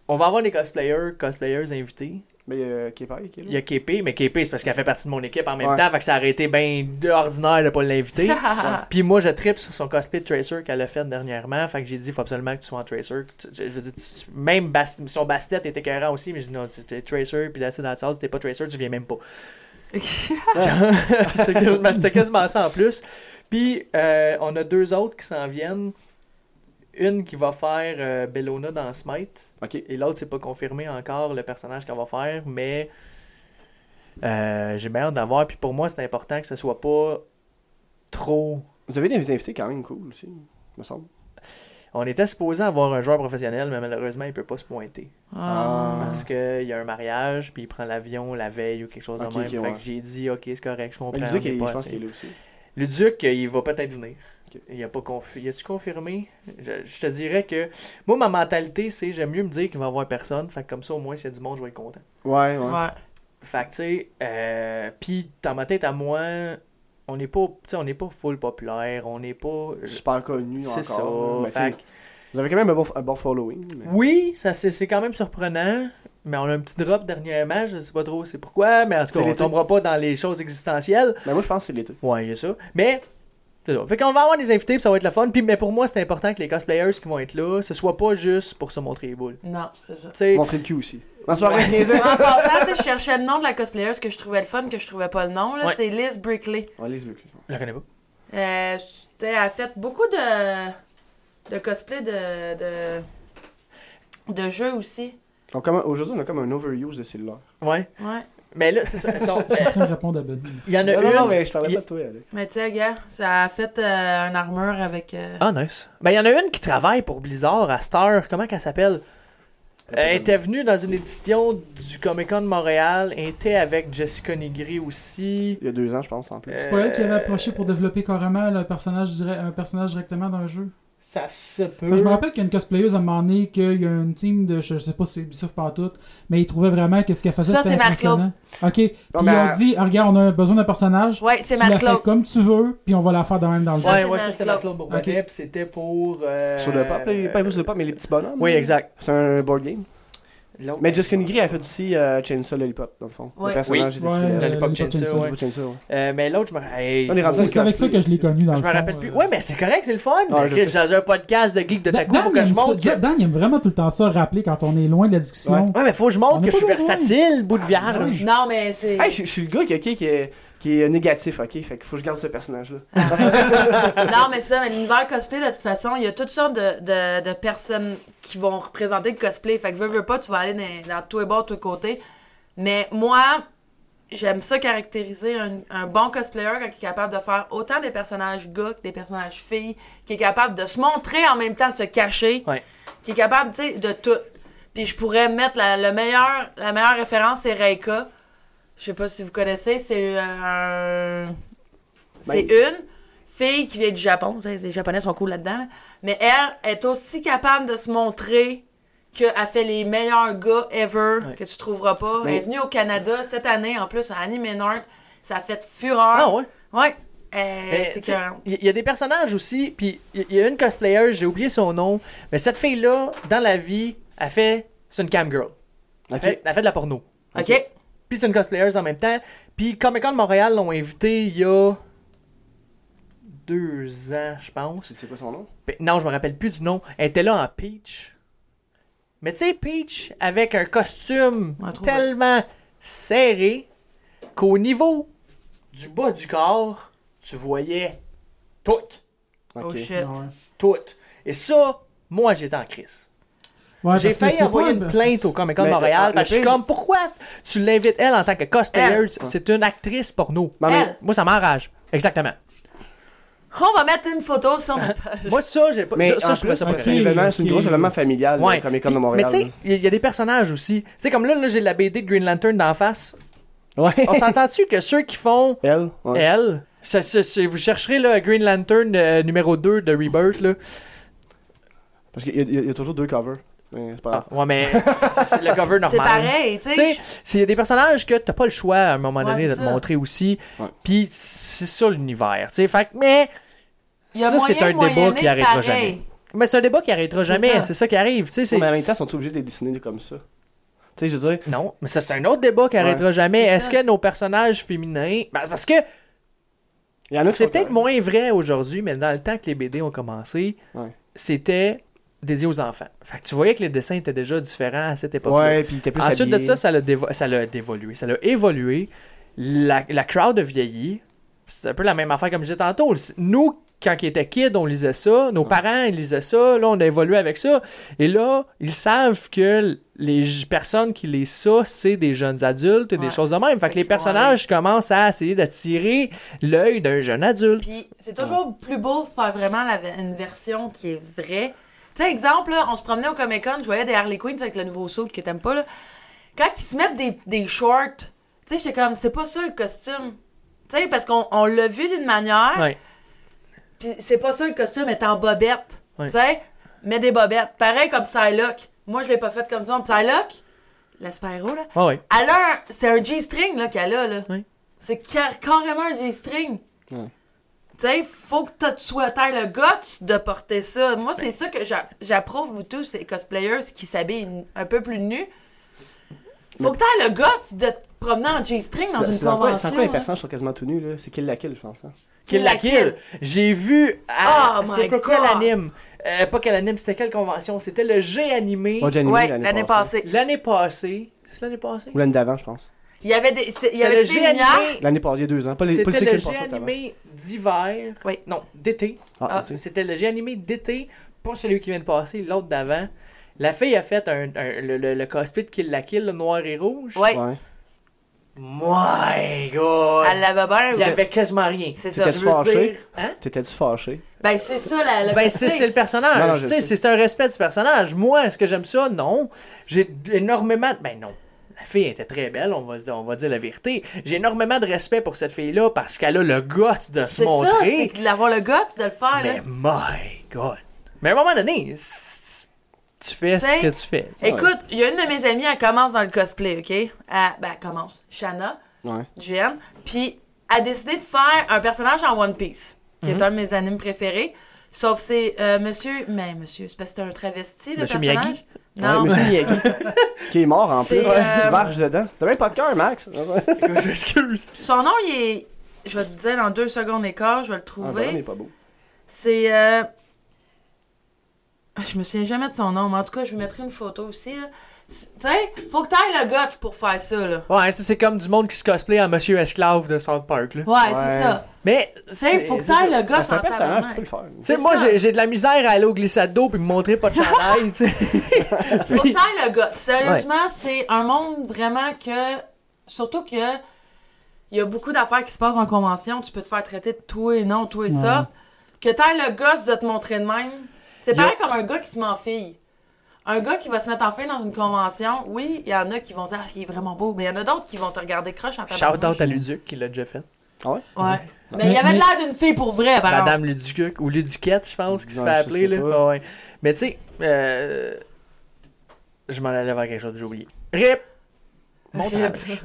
Speaker 1: on va avoir des cosplayers, cosplayers invités.
Speaker 3: Mais euh, qui est pareil, qui est là.
Speaker 1: Il y a Képé, mais Képé, c'est parce qu'elle fait partie de mon équipe en même
Speaker 3: Ouais.
Speaker 1: temps, fait que ça aurait été bien ordinaire de pas
Speaker 5: [LAUGHS]
Speaker 1: l'inviter.
Speaker 3: Ah.
Speaker 1: Puis moi, je tripe sur son cosplay de Tracer qu'elle a fait dernièrement. Fait que j'ai dit, faut absolument que tu sois en Tracer. Tu- Je je veux dire, tu- même Bast- son bastet était écœurant aussi, mais j'ai dit, non, tu t'es Tracer, puis là, c'est dans la salle, tu t'es pas Tracer, tu viens même pas. [LAUGHS] C'est quasiment- ben, C'était quasiment ça en plus. Puis, euh, on a deux autres qui s'en viennent. Une qui va faire euh, Bellona dans Smite.
Speaker 3: Ok.
Speaker 1: Et l'autre, c'est pas confirmé encore le personnage qu'elle va faire, mais euh, j'ai bien hâte d'avoir. Puis pour moi, c'est important que ce soit pas trop.
Speaker 3: Vous avez des invités quand même cool aussi, me semble.
Speaker 1: On était supposé avoir un joueur professionnel, mais malheureusement, il peut pas se pointer.
Speaker 3: Ah.
Speaker 1: Parce qu'il y a un mariage, puis il prend l'avion la veille ou quelque chose
Speaker 3: Ok,
Speaker 1: de même.
Speaker 3: ok,
Speaker 1: fait
Speaker 3: ouais.
Speaker 1: que j'ai dit, ok, c'est correct, je comprends.
Speaker 3: Mais le
Speaker 1: on
Speaker 3: Duc,
Speaker 1: est
Speaker 3: il-
Speaker 1: pas
Speaker 3: je pense
Speaker 1: assez.
Speaker 3: qu'il est là aussi.
Speaker 1: Le Duc, euh, il va peut-être venir.
Speaker 3: Ok.
Speaker 1: Il a pas confi- il a-tu confirmé? Je, je te dirais que. Moi, ma mentalité, c'est j'aime mieux me dire qu'il va y avoir personne. Fait que comme ça, au moins, s'il y a du monde, je vais être content.
Speaker 3: Ouais, ouais.
Speaker 5: Ouais.
Speaker 1: Fait que, tu sais, euh, pis dans ma tête à moi, on n'est pas, tu sais, on n'est pas full populaire, on n'est pas.
Speaker 3: Super connu
Speaker 1: C'est ça.
Speaker 3: encore. là. Mais
Speaker 1: fait
Speaker 3: tu
Speaker 1: que-
Speaker 3: sais, vous avez quand même un bon, un bon following. mais-
Speaker 1: oui, ça c'est c'est quand même surprenant, mais on a un petit drop dernièrement, je sais pas trop c'est pourquoi, mais en tout
Speaker 3: C'est
Speaker 1: cas, on
Speaker 3: l'été.
Speaker 1: tombera pas dans les choses existentielles.
Speaker 3: Mais moi, je pense que c'est l'été.
Speaker 1: Ouais, il y a ça. Mais, c'est ça. Fait qu'on va avoir des invités, puis ça va être le fun. Puis, mais pour moi, c'est important que les cosplayers qui vont être là, ce soit pas juste pour se montrer les boules.
Speaker 5: Non, c'est ça.
Speaker 1: Tu sais,
Speaker 3: Montrer le cul aussi. Non, c'est pas vrai,
Speaker 1: [LAUGHS]
Speaker 3: je niaisais.
Speaker 5: En passant, tu sais, je cherchais le nom de la cosplayeuse que je trouvais le fun, que je trouvais pas le nom. là.
Speaker 1: Ouais.
Speaker 5: C'est Liz Brickley.
Speaker 3: On les boucles.
Speaker 1: je la connais pas.
Speaker 5: Euh, je- tu sais, elle a fait beaucoup de, de cosplay de, de, de jeux aussi.
Speaker 3: Donc, comme un- Aujourd'hui, on a comme un overuse de cellulaire.
Speaker 1: Ouais.
Speaker 5: Ouais.
Speaker 1: Mais là, c'est ça. elles sont-
Speaker 4: Je suis en
Speaker 1: euh,
Speaker 4: train de répondre à Benny.
Speaker 1: Il y en a
Speaker 3: [LAUGHS] non,
Speaker 1: une.
Speaker 3: non, mais je parlais
Speaker 1: il-
Speaker 3: pas de toi, Alex.
Speaker 5: Mais tu sais, gars, ça a fait euh, une armure avec. euh,
Speaker 1: Ah, nice. Ben, il y en a une qui travaille pour Blizzard à cette heure. Comment qu'elle s'appelle? Euh, Elle était venue dans une édition du Comic Con de Montréal. Elle était avec Jessica Nigri aussi.
Speaker 3: Il y a deux ans, je pense, en plus.
Speaker 1: Euh,
Speaker 4: C'est pas elle qui avait approché pour développer carrément le personnage direct- un personnage directement dans un jeu.
Speaker 1: Ça se peut.
Speaker 3: Euh.
Speaker 4: Moi, je me rappelle qu'il y a une cosplayeuse à un moment donné, qu'il y a une team de, je, je sais pas si c'est Ubisoft pas tout, mais ils trouvaient vraiment que ce qu'elle faisait
Speaker 5: Ça,
Speaker 4: c'était
Speaker 5: c'est Marc-Claude.
Speaker 4: impressionnant. Ok, puis ils
Speaker 3: mais
Speaker 4: ont
Speaker 3: elle-
Speaker 4: dit, Ah, regarde, on a besoin d'un personnage,
Speaker 5: Ouais, c'est
Speaker 4: Ah. tu la fais
Speaker 5: Marc-Claude.
Speaker 4: comme tu veux, puis on va la faire de même dans le
Speaker 5: Ça,
Speaker 1: ouais,
Speaker 4: jeu.
Speaker 5: c'est
Speaker 1: ouais,
Speaker 5: dans
Speaker 1: ça c'était
Speaker 5: le
Speaker 1: dans
Speaker 5: club.
Speaker 1: Claude Bourbonnais, puis
Speaker 4: Ok.
Speaker 1: c'était pour. euh,
Speaker 3: Sur le pop, là, pas sur le pop, mais les petits bonhommes.
Speaker 1: Oui,
Speaker 3: là.
Speaker 1: exact.
Speaker 3: C'est un board game.
Speaker 1: L'autre-
Speaker 3: Mais Jessica Nigri a fait aussi euh, Chainsaw Lollipop, dans le fond.
Speaker 5: Ouais.
Speaker 3: Le personnage était
Speaker 4: Ouais,
Speaker 3: similaire.
Speaker 4: euh,
Speaker 1: Lollipop
Speaker 4: Lollipop
Speaker 1: Chainsaw,
Speaker 4: Chainsaw.
Speaker 1: ouais.
Speaker 3: Pas Chainsaw, ouais.
Speaker 1: Euh, mais l'autre, je me. Hey,
Speaker 3: On est rendu
Speaker 1: je
Speaker 3: dans
Speaker 4: C'est
Speaker 3: le
Speaker 4: c'est avec ça que je l'ai connu dans le
Speaker 1: me
Speaker 4: fond,
Speaker 1: rappelle plus.
Speaker 4: euh.
Speaker 1: Ouais, mais c'est correct, c'est le fun.
Speaker 3: Ah,
Speaker 1: mais
Speaker 3: je
Speaker 1: Chris,
Speaker 3: sais.
Speaker 1: j'ai un podcast de geek de
Speaker 4: Dan,
Speaker 1: Taco, faut que
Speaker 4: aime
Speaker 1: je montre.
Speaker 4: ça-
Speaker 1: que-
Speaker 4: Dan, il aime vraiment tout le temps ça, rappeler quand on est loin de la discussion.
Speaker 1: Ouais, mais faut que je montre
Speaker 4: On a
Speaker 1: que je
Speaker 4: pas
Speaker 1: suis
Speaker 4: besoin.
Speaker 1: versatile, bout de
Speaker 4: besoin.
Speaker 1: viande.
Speaker 5: Non, mais c'est.
Speaker 3: Hey, je je suis le gars qui, ok, qui, est, qui est négatif, ok? Fait qu'il faut que je garde ce personnage-là.
Speaker 5: non, mais c'est ça, mais l'univers cosplay, de toute façon, il y a toutes sortes de, de, de personnes qui vont représenter le cosplay. Fait que veux, veux pas, tu vas aller dans, dans tous les bords, tous les côtés. Mais moi, j'aime ça caractériser un, un bon cosplayer quand il est capable de faire autant des personnages gars que des personnages filles, qui est capable de se montrer en même temps, de se cacher,
Speaker 1: Ouais.
Speaker 5: qui est capable, tu sais, de tout. Puis je pourrais mettre la, le meilleur, la meilleure référence, c'est Reika. Je sais pas si vous connaissez, c'est euh, un- C'est une fille qui vient du Japon. Tu sais, Les Japonais sont cool là-dedans. là. Mais elle est aussi capable de se montrer qu'elle fait les meilleurs gars ever
Speaker 1: Ouais.
Speaker 5: que tu trouveras pas.
Speaker 3: Mais-
Speaker 5: Elle est venue au Canada cette année, en plus, à Anime North. Ça a fait fureur.
Speaker 1: Ah, ouais.
Speaker 5: Ouais.
Speaker 1: Mais,
Speaker 5: Euh, t'es
Speaker 1: tu sais,
Speaker 5: écœurante.
Speaker 1: Il y- il y a des personnages aussi, puis il y- y a une cosplayer, j'ai oublié son nom, mais cette fille-là, dans la vie, elle fait. C'est une camgirl. Elle,
Speaker 3: Ok.
Speaker 1: fait- elle fait de la porno.
Speaker 5: OK.
Speaker 1: Puis c'est une cosplayer en même temps. Puis Comic Con de Montréal l'ont invitée il y a. deux ans, je pense.
Speaker 3: C'est quoi son nom?
Speaker 1: Ben, Non, je me rappelle plus du nom. Elle était là en Peach. Mais tu sais, Peach, avec un costume
Speaker 5: Ouais, trop
Speaker 1: tellement serré qu'au niveau du bas du corps, tu voyais tout.
Speaker 3: Ok.
Speaker 5: Oh shit.
Speaker 4: Ouais.
Speaker 1: Tout. Et ça, moi, j'étais en crise.
Speaker 4: Ouais,
Speaker 1: J'ai
Speaker 4: parce que
Speaker 1: failli
Speaker 4: c'est
Speaker 1: envoyer
Speaker 4: pas-
Speaker 1: une plainte au Comic Con
Speaker 3: Mais,
Speaker 1: Montréal.
Speaker 3: euh,
Speaker 1: parce que je suis
Speaker 3: le pire-
Speaker 1: comme, pourquoi tu l'invites, elle, en tant que cosplayer?
Speaker 5: Elle.
Speaker 1: C'est une actrice porno.
Speaker 3: Non, mais-
Speaker 5: Elle.
Speaker 1: Moi, ça m'enrage. Exactement.
Speaker 5: On va mettre une photo sur notre
Speaker 1: [LAUGHS]
Speaker 5: page.
Speaker 1: Moi, ça, j'ai pas.
Speaker 3: Mais
Speaker 1: ça, ça,
Speaker 3: en
Speaker 1: je trouvais
Speaker 3: plus,
Speaker 1: ça
Speaker 3: c'est
Speaker 1: pas
Speaker 4: ok.
Speaker 3: un événement- c'est une grosse
Speaker 4: ok.
Speaker 3: événement familial,
Speaker 1: Ouais.
Speaker 3: comme École de
Speaker 1: Puis-
Speaker 3: Montréal.
Speaker 1: Mais tu sais, il y, a des personnages aussi. Tu sais, comme là, là j'ai la BD de Green Lantern d'en face.
Speaker 3: Ouais.
Speaker 1: On s'entend-tu que ceux qui font
Speaker 3: Elle. ouais.
Speaker 1: elle, ça- ça- ça- vous chercherez là, Green Lantern euh, numéro 2 de Rebirth, là.
Speaker 3: Parce qu'il y a- il y, a- il y a toujours deux covers. Mais c'est pas grave.
Speaker 1: Ah, ouais, mais c'est- c'est le cover normal.
Speaker 5: C'est pareil, tu
Speaker 1: Tu sais,
Speaker 5: sais.
Speaker 1: s'il y a des personnages que t'as pas le choix à un moment
Speaker 5: Ouais,
Speaker 1: donné de
Speaker 5: c'est
Speaker 1: te
Speaker 5: ça.
Speaker 1: montrer aussi,
Speaker 3: Ouais.
Speaker 1: puis c'est ça l'univers, tu sais. Fait que- mais
Speaker 5: Il y a
Speaker 1: ça,
Speaker 5: moyen
Speaker 1: c'est un
Speaker 5: de
Speaker 1: débat qui
Speaker 5: moyenner
Speaker 1: arrêtera
Speaker 5: pareil.
Speaker 1: jamais. Mais c'est un débat qui arrêtera
Speaker 5: C'est
Speaker 1: jamais,
Speaker 5: ça.
Speaker 1: c'est ça qui arrive, tu sais. c'est-
Speaker 3: Mais en même temps, sont obligés de les dessiner comme ça? Tu sais, je veux dire.
Speaker 1: Non, mais ça, c'est un autre débat qui arrêtera jamais.
Speaker 5: C'est
Speaker 1: Est-ce
Speaker 5: ça.
Speaker 1: que nos personnages féminins. Ben, parce que
Speaker 3: Il y en a qui
Speaker 1: c'est
Speaker 3: sont-
Speaker 1: peut-être moins vrai aujourd'hui, mais dans le temps que les BD ont commencé,
Speaker 3: Ouais.
Speaker 1: c'était dédié aux enfants. Fait que tu voyais que les dessins étaient déjà différents à cette époque-là.
Speaker 3: Ouais, puis t'es plus
Speaker 1: Ensuite de
Speaker 3: habillé.
Speaker 1: ça, ça l'a dévo- ça l'a dévolué. Ça l'a évolué. La, la crowd a vieilli. C'est un peu la même affaire comme je disais tantôt. Nous, quand ils étaient kids, on lisait ça. Nos parents, ils lisaient ça. Là, on a évolué avec ça. Et là, ils savent que les j- personnes qui lisent ça, c'est des jeunes adultes et des
Speaker 5: Ouais.
Speaker 1: choses de même. Fait que
Speaker 5: Fait
Speaker 1: les
Speaker 5: qu'ils vont
Speaker 1: personnages commencent à essayer d'attirer l'œil d'un jeune adulte.
Speaker 5: Puis c'est toujours plus beau de faire vraiment la ve- une version qui est vraie. Tu sais, exemple, là, on se promenait au Comic Con, je voyais des Harley Quinn avec le nouveau saut que t'aimes pas. Là. Quand ils se mettent des, des shorts, tu sais, j'étais comme, c'est pas ça le costume. Tu sais, parce qu'on on l'a vu d'une manière,
Speaker 1: Ouais.
Speaker 5: puis c'est pas ça le costume, est en bobette.
Speaker 1: Ouais.
Speaker 5: Tu sais, mets des bobettes. Pareil comme Psylocke. Moi, je l'ai pas fait comme ça. Psylocke, la super-héros, là,
Speaker 1: Ah ouais.
Speaker 5: elle a un- c'est un G-string là, qu'elle a. Là.
Speaker 1: Oui.
Speaker 5: C'est car- carrément un G-string.
Speaker 3: Oui.
Speaker 5: Tu sais, faut que t'as- tu sois t'aies le guts de porter ça. Moi, c'est ça que j'a- j'approuve, vous tous, ces cosplayers qui s'habillent un peu plus nus. Faut que t'aies le guts de te promener en G-string dans
Speaker 3: C'est-
Speaker 5: une
Speaker 3: c'est dans quoi-
Speaker 5: convention.
Speaker 3: C'est en quoi les
Speaker 5: là.
Speaker 3: personnages sont quasiment tout nus, là? C'est Kill la Kill, je pense. hein.
Speaker 1: Kill la Kill. J'ai vu. à-
Speaker 5: Oh my
Speaker 1: c'était quel
Speaker 5: God.
Speaker 1: anime Euh, Pas quel anime, c'était quelle convention C'était le G animé.
Speaker 3: Moi, j'ai animé
Speaker 5: Ouais, l'année passée.
Speaker 1: L'année passée. C'est l'année passée?
Speaker 3: Ou l'année d'avant, je pense.
Speaker 5: Il y avait des, c'est- il y
Speaker 1: C'est
Speaker 5: avait
Speaker 1: le
Speaker 5: des
Speaker 1: G animé-
Speaker 5: lumières.
Speaker 3: L'année passée, il y a deux ans. Pas les pas le
Speaker 1: C'était le
Speaker 3: cycle
Speaker 1: G
Speaker 3: passé, avant.
Speaker 1: animé d'hiver.
Speaker 5: Oui.
Speaker 1: Non, d'été.
Speaker 3: Ah,
Speaker 5: Ah,
Speaker 3: tu sais.
Speaker 1: C'était le G animé d'été, pas celui qui vient de passer, l'autre d'avant. La fille a fait un, un- le, le, le cosplay de Kill la Kill, le noir et rouge.
Speaker 5: Ouais,
Speaker 3: Ouais.
Speaker 1: My God!
Speaker 5: elle l'avait bien.
Speaker 1: Il y avait quasiment rien.
Speaker 5: C'est ça.
Speaker 3: C'était
Speaker 1: Je veux
Speaker 3: fâché.
Speaker 1: dire, hein?
Speaker 3: T'étais-tu fâché?
Speaker 5: Ben, c'est ça la. le
Speaker 1: Ben, c'est
Speaker 5: côté.
Speaker 1: c'est le personnage.
Speaker 3: Non, non, je
Speaker 1: Tu sais,
Speaker 3: le sais.
Speaker 1: c'est un respect du personnage. Moi, est-ce que j'aime ça? Non. J'ai énormément. Ben, non. La fille était très belle, on va, on va dire la vérité. J'ai énormément de respect pour cette fille-là parce qu'elle a le goût de se
Speaker 5: C'est ça, c'est hein.
Speaker 1: montrer.
Speaker 5: que d'avoir le guts de le faire.
Speaker 1: mais
Speaker 5: là.
Speaker 1: my God. Mais à un moment donné, c'est- tu fais ce
Speaker 5: T'sais,
Speaker 1: que tu
Speaker 5: [LAUGHS]
Speaker 1: fais. t'sais.
Speaker 5: Écoute, il y a une de mes amies, elle commence dans le cosplay, OK? Elle- ben, elle commence. Shanna,
Speaker 3: Ouais.
Speaker 5: GM. Puis, elle a décidé de faire un personnage en One Piece, qui
Speaker 3: Mhm.
Speaker 5: est un de mes animes préférés. Sauf que c'est euh, monsieur... Mais monsieur, c'est parce que c'est un travesti, le
Speaker 1: Monsieur
Speaker 5: personnage.
Speaker 1: Miyagi?
Speaker 5: Non,
Speaker 3: Ouais, Monsieur Miyagi.
Speaker 5: [LAUGHS]
Speaker 3: qui est mort, en plus.
Speaker 5: C'est,
Speaker 3: Tu
Speaker 5: euh,
Speaker 3: varges dedans. T'as même pas de cœur,
Speaker 5: [LAUGHS]
Speaker 3: Max. Ah,
Speaker 1: Je m'excuse.
Speaker 5: son nom, il est... Je vais te dire dans deux secondes et quart, je vais le
Speaker 3: Ah,
Speaker 5: trouver.
Speaker 3: voilà, mais pas beau.
Speaker 5: C'est. euh, ah, Je me souviens jamais de son nom, mais en tout cas, je vous mettrai une photo aussi. là. C'est- Tu sais, faut que t'ailles le guts pour faire ça, là.
Speaker 1: Ouais, ça, c'est comme du monde qui se cosplay en Monsieur Esclave de South Park. Là.
Speaker 5: Ouais,
Speaker 3: Ouais.
Speaker 5: c'est ça.
Speaker 1: Mais.
Speaker 5: Tu sais, faut que t'ailles le guts
Speaker 3: Ah, C'est un
Speaker 5: en
Speaker 3: personnage, tu
Speaker 5: tabarnak.
Speaker 3: peux le faire.
Speaker 1: Tu sais,
Speaker 5: C'est
Speaker 1: moi,
Speaker 5: ça.
Speaker 1: j'ai j'ai de la misère à aller au glissade d'eau puis me montrer
Speaker 5: [LAUGHS]
Speaker 1: pas de chandail, tu sais.
Speaker 5: Faut que t'ailles le guts. Sérieusement, c'est un monde vraiment que. Surtout que. Il y a beaucoup d'affaires qui se passent en convention. Tu peux te faire traiter de toi et non, toi et ça. Que t'ailles le guts de te montrer de même. C'est
Speaker 1: Il y a-
Speaker 5: pareil comme un gars qui se met en fille. Un gars qui va se mettre en fille dans une convention, oui, il y en a qui vont dire Ah, il est vraiment beau, mais il y en a d'autres qui vont te regarder croche en
Speaker 1: Shout out
Speaker 5: tabarnouche.
Speaker 1: à Luduc qui l'a déjà fait.
Speaker 5: Ouais. Mais il y avait de l'air d'une fille pour vrai, par exemple.
Speaker 1: Madame Luduc ou Luduquette, je pense, qui se
Speaker 3: Ouais,
Speaker 1: fait
Speaker 3: je
Speaker 1: appeler.
Speaker 3: sais
Speaker 1: Là.
Speaker 3: pas.
Speaker 1: Ouais. Mais tu sais, euh, je m'en allais vers quelque chose, j'ai oublié. RIP!
Speaker 5: [LAUGHS]
Speaker 1: Montage.
Speaker 3: Ça,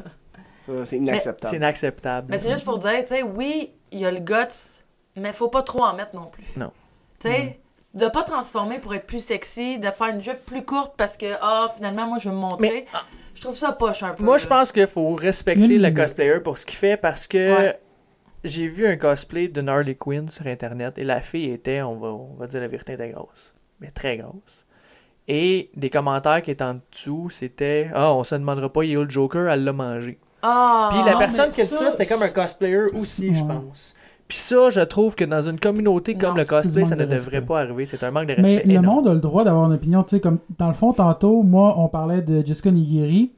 Speaker 3: C'est
Speaker 1: C'est
Speaker 3: inacceptable.
Speaker 1: inacceptable.
Speaker 5: Mais c'est juste pour dire, tu sais, oui, il y a le guts, mais faut pas trop en mettre non plus.
Speaker 1: Non.
Speaker 5: Tu sais, de pas transformer pour être plus sexy, de faire une jupe plus courte parce que, ah, finalement, moi, je veux me montrer.
Speaker 1: Mais-
Speaker 5: Je trouve ça poche un peu.
Speaker 1: Moi, je
Speaker 5: là.
Speaker 1: pense qu'il faut respecter
Speaker 4: Une
Speaker 1: le
Speaker 4: minute.
Speaker 1: cosplayer pour ce qu'il fait parce que
Speaker 5: Ouais.
Speaker 1: j'ai vu un cosplay d'une Harley Quinn sur Internet et la fille était, on va, on va dire la vérité, était grosse. Mais très grosse. Et des commentaires qui étaient en dessous, c'était Ah, on se demandera pas, il est où le Joker, elle l'a mangé.
Speaker 5: Ah!
Speaker 1: Puis la
Speaker 4: non,
Speaker 1: personne
Speaker 4: mais
Speaker 1: qui a dit ça,
Speaker 4: ça,
Speaker 1: c'était comme un cosplayer aussi,
Speaker 4: Ouais.
Speaker 1: je pense. Puis ça, je trouve que dans une communauté comme
Speaker 5: Non,
Speaker 1: le cosplay,
Speaker 4: c'est du
Speaker 1: ça
Speaker 4: manque
Speaker 1: ne
Speaker 4: de
Speaker 1: devrait
Speaker 4: respect.
Speaker 1: pas arriver. C'est un manque de
Speaker 4: Mais
Speaker 1: respect.
Speaker 4: le
Speaker 1: énorme.
Speaker 4: monde a le droit d'avoir une opinion, tu sais, comme dans le fond, tantôt, moi, on parlait de Jessica Nigiri.